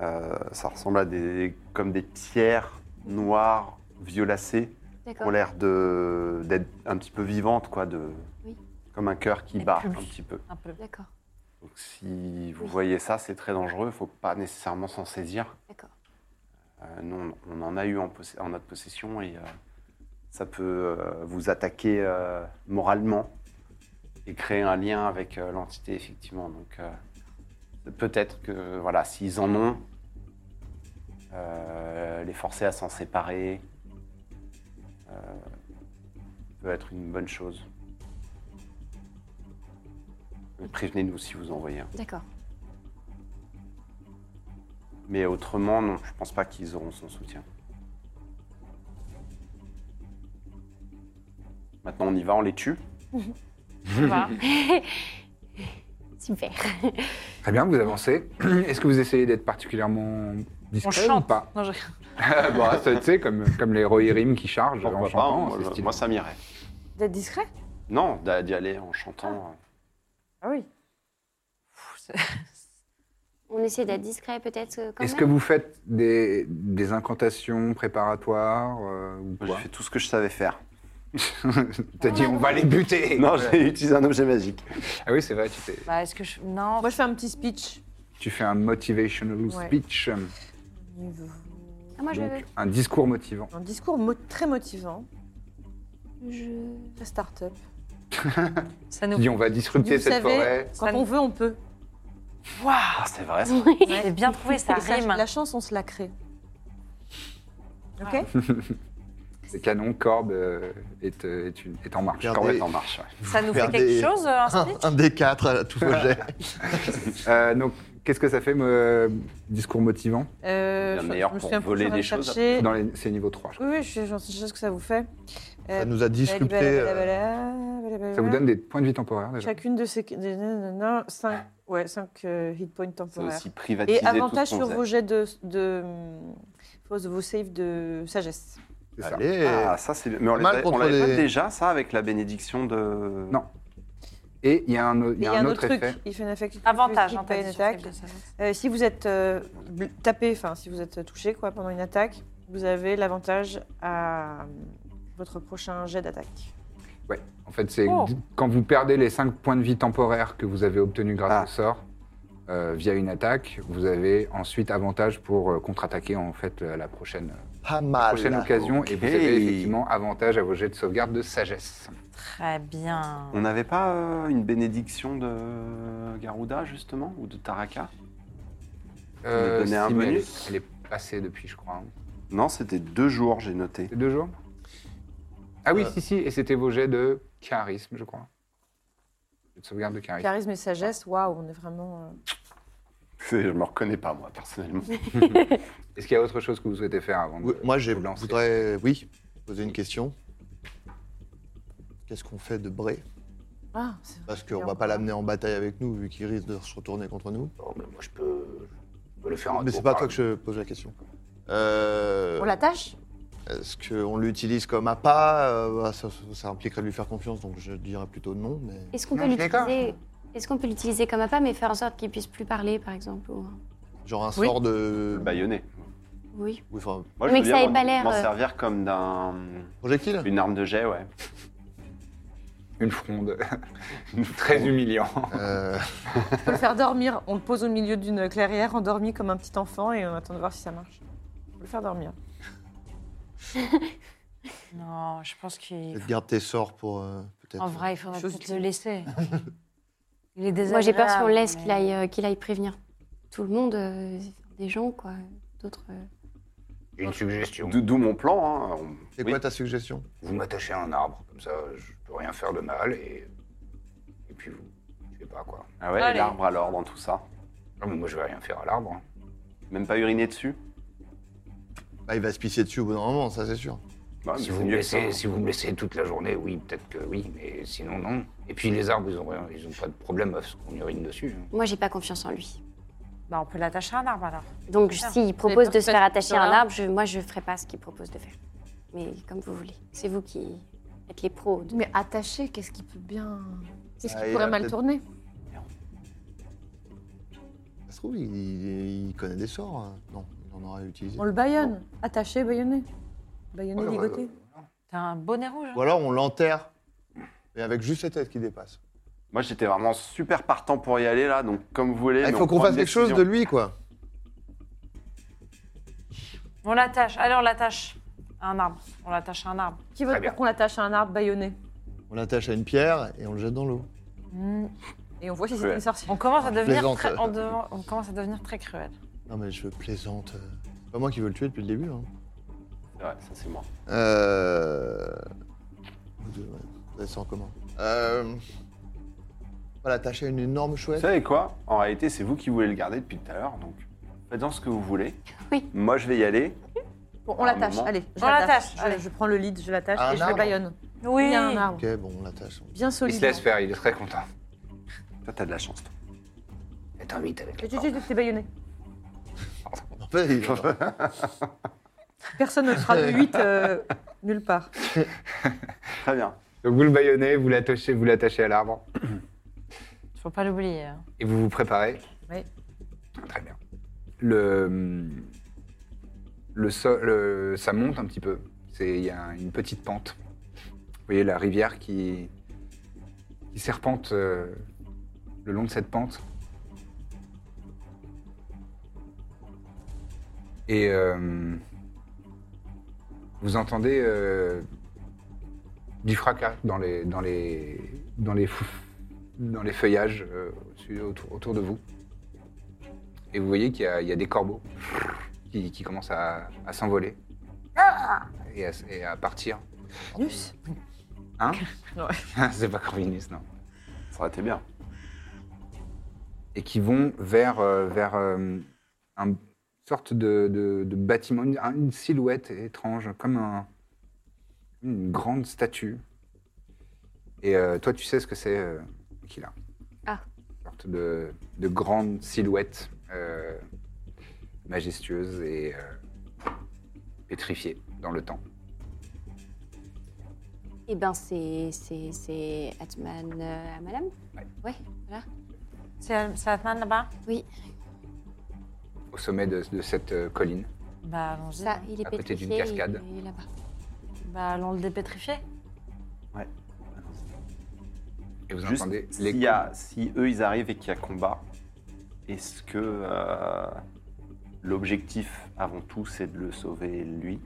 E: euh, ça ressemble à des comme des pierres noires violacées
C: D'accord.
E: ont l'air de d'être un petit peu vivantes, quoi, de
C: Oui.
E: comme un cœur qui
D: Elles
E: bat un
D: pulsent.
E: petit peu.
D: Un peu.
C: D'accord.
E: Donc si vous
C: Oui.
E: voyez ça, c'est très dangereux. Il faut pas nécessairement s'en saisir.
C: D'accord.
E: Euh, nous, on, on en a eu en, possé- en notre possession et euh, ça peut euh, vous attaquer euh, moralement et créer un lien avec euh, l'entité effectivement. Donc euh, peut-être que voilà, s'ils en ont, euh, les forcer à s'en séparer euh, peut être une bonne chose. Mais Prévenez-nous si vous en voyez. un.
C: D'accord.
E: Mais autrement, non, je pense pas qu'ils auront son soutien. Maintenant, on y va, on les tue.
D: Tu vois
C: Super.
A: Très bien, vous avancez. Est-ce que vous essayez d'être particulièrement
D: On
A: discret ou
D: chante.
A: pas
D: Non, je-
A: bah, ça, Tu sais, comme, comme les Rohirrim qui chargent en
E: Eh ben, Pourquoi pas
A: chantant,
E: moi,
A: c'est
E: je-
A: stylé.
E: moi, ça m'irait.
K: D'être discret
E: Non, d'a- d'y aller en chantant.
K: Ah oui.
D: Pff, c'est-
C: On essaie d'être discret, peut-être, euh, quand
A: Est-ce que
C: même.
A: vous faites des, des incantations préparatoires euh, ou
E: Moi, J'ai
A: quoi
E: fait tout ce que je savais faire.
A: T'as dit on va les buter
E: non, j'ai utilisé un objet magique.
A: Ah oui, c'est vrai, tu, t'es-
D: Bah, est-ce que je... Non,
K: Moi, je fais un petit speech.
A: tu fais un motivational
K: Ouais.
A: speech.
C: Ah, Ah, moi, je,
A: Donc, un discours motivant.
F: Un discours mo- très motivant.
C: je-
F: La start-up.
D: Ça
A: Qui
D: nous.
A: dit on va disrupter
F: Vous
A: cette
F: savez,
A: forêt.
F: Quand
D: Ça
F: on
D: nous-
F: veut, on peut.
E: Ah, c'est vrai. ça.
D: C'est bien trouvé, ça
F: Et ça,
D: rime.
F: la chance, on se la crée. Ok
A: Les canons, Corbe euh, est, euh, est une- est en marche.
B: Regardez.
A: Corbe est en marche. ouais.
D: Ça nous fait
B: Regardez.
D: quelque chose, euh, un
B: Un,
D: speech
B: un des quatre à tout vos jets.
A: Euh, donc, qu'est-ce que ça fait, euh, discours motivant
F: Euh,
E: Bien
F: je-
E: meilleur
F: je me
E: pour
F: souviens plus,
E: voler
F: j'aurais
E: des choses.
F: cherché.
A: Dans les- C'est niveau 3. je crois.
F: Oui, oui, je je sais ce que ça vous fait.
B: Ça nous a disrupté. euh,
A: Ça vous donne des points de vie temporaires déjà.
F: Chacune de ces. 5 ouais, cinq, euh, hit points
E: C'est
F: temporaires.
E: aussi privatiser
F: Et
E: tout
F: avantage
E: ce qu'on
F: sur
E: faisait.
F: vos jets de. de hum, de vos saves de sagesse.
A: C'est ça.
B: Allez.
E: Ah, ça c'est bien. Mais on
B: Pas mal
E: l'avait on
B: contre
E: l'avait pas
B: les-
E: déjà, ça, avec la bénédiction de.
A: Non. Et il y a un, o- il y a un autre, effet.
F: Il fait un effet.
D: Avantage,
F: il
D: hein,
F: fait
D: t'as
F: une
D: dit sur
F: attaque.
D: Skip de Silence.
F: Euh, si vous êtes euh, bl- tapé, enfin si vous êtes touché quoi pendant une attaque, vous avez l'avantage à euh, votre prochain jet d'attaque.
A: Ouais. En fait, c'est
D: Oh.
A: d- quand vous perdez les 5 points de vie temporaires que vous avez obtenus grâce
E: Ah.
A: au sort euh, via une attaque, vous avez ensuite avantage pour euh, contre-attaquer en fait euh, à la prochaine,
B: Pas mal.
A: prochaine occasion et vous
E: Ah Ok.
A: avez effectivement avantage à vos jets de sauvegarde de sagesse.
D: Très bien.
B: Hum.
E: On n'avait pas euh, une bénédiction de Garuda, justement, ou de Taraka
A: Euh,
E: donner un
A: si, mais elle
E: bonus
A: est- elle est passée depuis, je crois. hein.
E: Non, c'était deux jours, j'ai noté.
A: C'est deux jours Ah oui,
B: Euh.
A: si, si, et c'était vos jets de charisme, je crois. Jets De sauvegarde de charisme.
F: Charisme et sagesse, waouh, on est vraiment. euh,
E: C'est- Je me reconnais pas, moi, personnellement.
A: Est-ce qu'il y a autre chose que vous souhaitez faire avant de
B: Oui, moi, je
A: vous lancer
B: voudrais, oui, poser une question. Qu'est-ce qu'on fait de Bray
F: Ah, c'est vrai.
B: Parce qu'on va pas l'amener en bataille avec nous, vu qu'il risque de se retourner contre nous.
H: Bon, mais moi, je peux, je peux le faire en
B: Mais c'est pas toi que je pose la question. Euh,
F: On l'attache
B: Est-ce qu'on l'utilise comme appât Euh, bah, ça, ça impliquerait de lui faire confiance, donc je dirais plutôt non. Mais...
C: Est-ce qu'on
A: Non,
C: peut
A: je suis d'accord.
C: l'utiliser Est-ce qu'on peut l'utiliser comme appât, mais faire en sorte qu'il puisse plus parler, par exemple ou- euh,
B: Genre un
D: Oui.
B: sort de.
E: Le baïonné.
C: Oui.
B: Oui, enfin,
C: Mais
E: Moi, veux
C: que ça
E: bien
C: ait pas
E: m'en-
C: l'air,
E: M'en
C: euh,
E: servir comme d'un.
B: projectile
E: Une arme de jet, ouais.
A: Une fronde. Très humiliant.
B: Euh,
F: On peut le faire dormir. On le pose au milieu d'une clairière, endormi comme un petit enfant, et on attend de voir si ça marche. On peut le faire dormir.
D: Non, je pense qu'il.
B: peut-être Garde tes sorts pour. euh, peut-être.
D: En vrai, il faudrait
F: Chose
D: peut-être le laisser. Il est
C: Moi, j'ai peur si on
D: désagréable,
C: le laisse
D: mais-
C: qu'il aille, euh, qu'il aille prévenir tout le monde, euh, des gens, quoi, d'autres. euh.
H: J'ai une suggestion.
E: D'o- D'où mon plan. Hein. On-
B: C'est
E: oui.
B: quoi ta suggestion
H: Vous m'attachez à un arbre, comme ça, je peux rien faire de mal et. Et puis vous. Je sais pas quoi.
E: Ah ouais, et
D: Allez.
E: l'arbre alors dans tout ça.
H: Non, mais moi, je vais rien faire à l'arbre. hein.
E: Même pas uriner dessus.
B: Bah, Il va se pisser dessus au bout d'un moment, ça c'est sûr.
E: Ouais, mais
H: Si
E: Bah, c'est
H: vous, me
E: mieux que ça.
H: laissez, si vous me laissez toute la journée, oui, peut-être que oui, mais sinon, non. Et puis les arbres, ils ont, rien- ils ont pas de problème à ce qu'on urine dessus. hein.
C: Moi, j'ai pas confiance en lui.
D: Bah, on peut l'attacher à un arbre alors.
C: Donc,
D: Ah,
C: s'il
K: avez peur
C: propose de se
K: qu'il
C: faire
K: fasse
C: attacher à un
K: peur, hein
C: arbre, je- moi, je ferai pas ce qu'il propose de faire. Mais comme vous voulez. C'est vous qui êtes les pros. de-
K: Mais attaché, qu'est-ce qui peut bien. Qu'est-ce
B: Ah,
K: qui
B: il a
K: pourrait mal
B: peut-être-
K: tourner
B: Ça se trouve, il, il- il connaît des sorts. euh, Non, il en aura utilisé.
F: On le baïonne. Attaché, baïonné. Baïonné,
A: Ouais, ouais,
F: ligoté.
D: T'as un bonnet rouge. hein
B: Ou alors on l'enterre, mais avec juste ses têtes qui dépassent.
E: Moi, j'étais vraiment super partant pour y aller là, donc comme vous voulez.
B: Ah, il
E: mais
B: faut
E: on
B: qu'on
E: prend
B: fasse
E: une
B: quelque chose
E: décision.
B: de lui, quoi.
D: On l'attache. Allez, on l'attache à un arbre. On l'attache à un arbre.
F: Qui veut
H: Très bien.
F: pour qu'on l'attache à un arbre baïonné
B: On l'attache à une pierre et on le jette dans l'eau.
D: Mm.
F: Et on voit si c'est
E: Ouais.
F: une sorcière.
D: On commence à devenir
B: Ah, plaisante.
D: très, on, dev- on commence à devenir très cruel.
B: Non, mais je plaisante. euh. C'est pas moi qui veux le tuer depuis le début. Hein.
E: Ouais, ça c'est moi.
B: Euh... Vous deux, ouais. Vous avez ça en commun. Euh... On va l'attacher à une énorme
E: Vous
B: chouette.
E: savez quoi En réalité, c'est vous qui voulez le garder depuis tout à l'heure, donc faites-en ce que vous voulez.
C: Oui.
E: Moi, je vais y aller.
F: Bon, on
E: À un
F: l'attache,
E: moment.
F: allez. je
D: On l'attache,
F: Je,
D: allez.
F: je prends le lead, je l'attache
B: À un
F: et je le
B: arbre.
F: baïonne.
D: Oui.
F: Il y a un arbre.
B: Ok, bon, on l'attache.
F: Bien
A: Il
F: solide.
A: se laisse faire, il est très content.
E: Toi, t'as de la chance. toi.
H: Faites un 8 avec
F: Tu-
H: la
F: tu-
H: corde.
F: tu- T'es baïonné.
B: En fait, il-
F: Personne ne fera de 8 euh, nulle part.
E: Très bien.
A: Donc vous le baillonnez, vous l'attachez, vous l'attachez à l'arbre
D: Faut pas l'oublier. hein.
A: et vous vous préparez.
F: Oui.
A: Très bien. Le, le sol, le- ça monte un petit peu. C'est- Il y a une petite pente. Vous voyez la rivière qui, qui serpente euh, le long de cette pente. Et euh, Vous entendez euh, du fracas dans les, dans les, dans les, fou- dans les feuillages euh, au-dessus- autour, autour de vous. Et vous voyez qu'il y, a- il y a des corbeaux qui, qui commencent à, à s'envoler et, à s- et à partir.
F: Corvinus
A: Hein C'est pas Corvinus, non.
E: Ça aurait été bien.
A: et qui vont vers, euh, vers euh, une sorte de, de- de bâtiment, une, un- une silhouette étrange, comme un- une grande statue. Et euh, toi, tu sais ce que c'est euh, qu'il a.
C: Ah.
A: Une sorte de, de grande silhouette euh, majestueuse et euh, pétrifiée dans le temps.
C: Eh ben, c'est c'est- c'est Atman euh, à madame
A: Ouais.
C: voilà.
D: C'est c'est Atman là-bas
C: Oui,
A: Au sommet de, de cette euh, colline.
D: Bah allons-y.
C: ça, il est
A: À côté
C: pétrifié.
A: d'une cascade.
C: Il, il est là-bas.
D: Bah allons le dépétrifier.
A: Et vous
E: Juste,
A: entendez
E: s'il y a- si eux ils arrivent et qu'il y a combat, est-ce que euh, l'objectif avant tout c'est de le sauver lui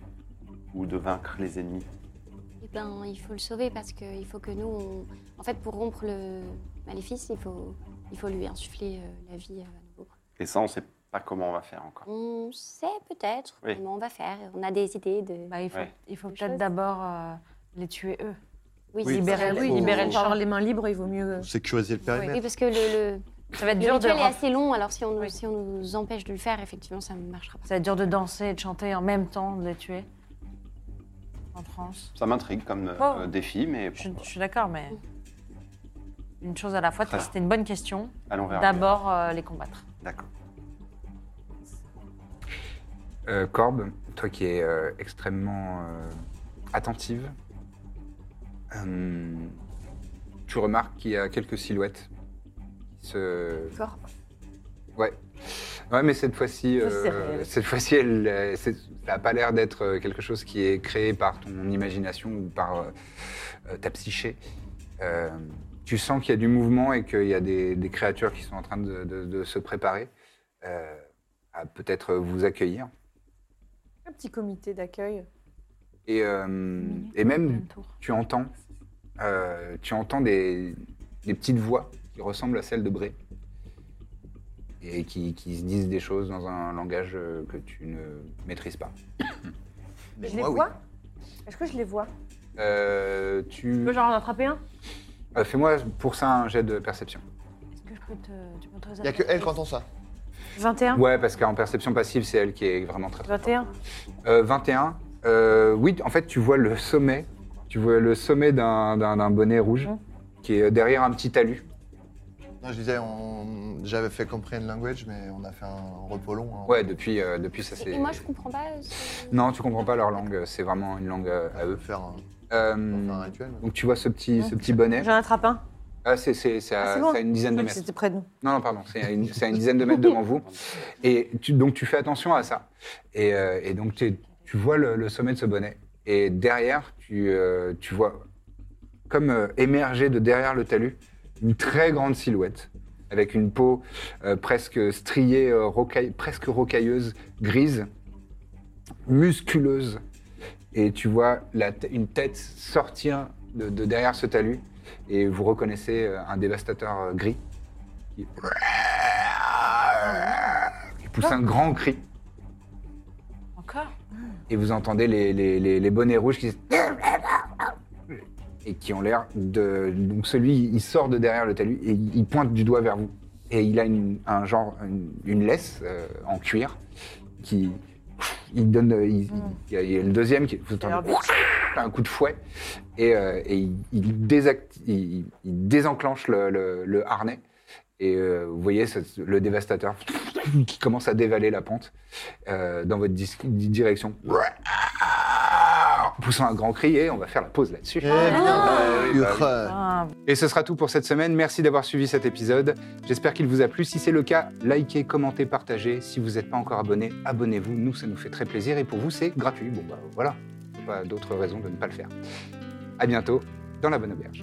E: ou de vaincre les ennemis
C: Eh ben, il faut le sauver parce qu'il faut que nous. on- En fait, pour rompre le maléfice, il faut, il faut lui insuffler euh, la vie euh, à nouveau.
E: Et ça on sait pas comment on va faire encore.
C: On sait peut-être
E: Oui.
C: comment on va faire. On a des idées de.
D: Bah il faut,
E: Ouais.
D: il faut
C: Des
D: peut-être
C: choses.
D: d'abord euh, les tuer eux.
C: oui, c'est
F: Libérer,
C: vrai.
F: oui,
B: faut-
F: libérer le
D: faut-
F: genre les mains libres, il vaut mieux. euh,
B: Sécuriser le périmètre.
C: Oui, parce que le, le,
D: Ça va être
C: le
D: dur de
C: rituel est
D: ref-
C: assez long, alors si on,
D: Oui.
C: si on nous empêche de le faire, effectivement, ça ne marchera pas.
D: ça va être dur de danser et de chanter en même temps, de les tuer. En France.
E: Ça m'intrigue comme euh,
D: Oh.
E: euh, défi, mais
D: Je,
E: pourquoi
D: je suis d'accord, mais une chose à la fois.
E: Très bien.
D: C'était une bonne question.
E: pas. allons vers lui.
D: D'abord euh, les combattre.
E: D'accord.
A: Euh, Corbe, toi qui es euh, extrêmement euh, attentive, euh, tu remarques qu'il y a quelques silhouettes qui se.
F: Corbe.
A: Ouais. Ouais, mais cette fois-ci,
F: Ça, c'est
A: euh,
F: réel.
A: cette fois-ci, elle, euh, c'est- ça n'a pas l'air d'être euh, quelque chose qui est créé par ton imagination ou par euh, euh, ta psyché. Euh, tu sens qu'il y a du mouvement et qu'il y a des, des créatures qui sont en train de, de- de se préparer euh, à peut-être vous accueillir.
F: Un petit comité d'accueil.
A: Et, euh, et même, tu entends, euh, tu entends des, des petites voix qui ressemblent à celles de Bré. Et qui, qui se disent des choses dans un langage euh, que tu ne maîtrises pas.
B: Mais
F: je les
B: moi, oui.
F: vois Est-ce que je les vois
A: Euh,
F: Je
A: tu...
F: peux genre en attraper un
A: Euh, Fais-moi pour ça un jet de perception.
D: Est-ce que je peux te. Tu m'autorises
B: Il
D: à
B: n'y a que
D: faire
B: elle qui entend ça.
F: 21
A: Ouais, parce qu'en perception passive, c'est elle qui est vraiment très... très
F: 21
A: Euh, 21. Euh, oui, en fait, tu vois le sommet. Tu vois le sommet d'un d'un- d'un bonnet rouge qui est derrière un petit talus.
B: Non, je disais, on- j'avais fait comprendre language, mais on a fait un repos long. hein.
A: Ouais, depuis, euh, depuis ça
C: Et,
A: c'est...
C: et moi, je comprends pas. euh, ce-
A: Non, tu comprends pas leur langue, c'est vraiment une langue euh,
B: On
A: à
B: peut
A: eux.
B: faire un, on peut
A: Euh,
B: faire un rituel.
A: donc tu vois ce petit, ce petit bonnet.
F: J'en attrape un.
A: Ah, c'est c'est- c'est à,
F: Ah, c'est bon.
A: c'est à une dizaine de mètres.
F: C'était près de nous.
A: Non, non, pardon, c'est à, une- c'est à une dizaine de mètres devant vous. Et tu- donc tu fais attention à ça. Et, euh, et donc t'es- tu vois le, le sommet de ce bonnet. Et derrière, tu, euh, tu vois comme euh, émerger de derrière le talus une très grande silhouette avec une peau euh, presque striée, euh, rocaille- presque rocailleuse, grise, musculeuse. Et tu vois la t- une tête sortir de, de derrière ce talus. Et vous reconnaissez euh, un dévastateur euh, gris qui, qui pousse un grand cri.
D: Encore
A: Et vous entendez les, les- les- les bonnets rouges qui et qui ont l'air de donc celui il sort de derrière le talus et il pointe du doigt vers vous et il a une, un genre une, une laisse euh, en cuir qui il donne euh, il, il y a- il y a le deuxième qui vous entendez un coup de fouet et, euh, et il, il désact- il- il désenclenche le, le- le harnais et euh, vous voyez ce- le dévastateur qui commence à dévaler la pente euh, dans votre dis- di- direction. Poussant un grand cri et on va faire la pause là-dessus.
B: Eh bien, euh,
D: Ah,
A: Et ce sera tout pour cette semaine. Merci d'avoir suivi cet épisode. J'espère qu'il vous a plu. Si c'est le cas, likez, commentez, partagez. Si vous n'êtes pas encore abonné, abonnez-vous. Nous, ça nous fait très plaisir. Et pour vous, c'est gratuit. Bon, bah voilà. Pas d'autres raisons de ne pas le faire. À bientôt dans la bonne auberge.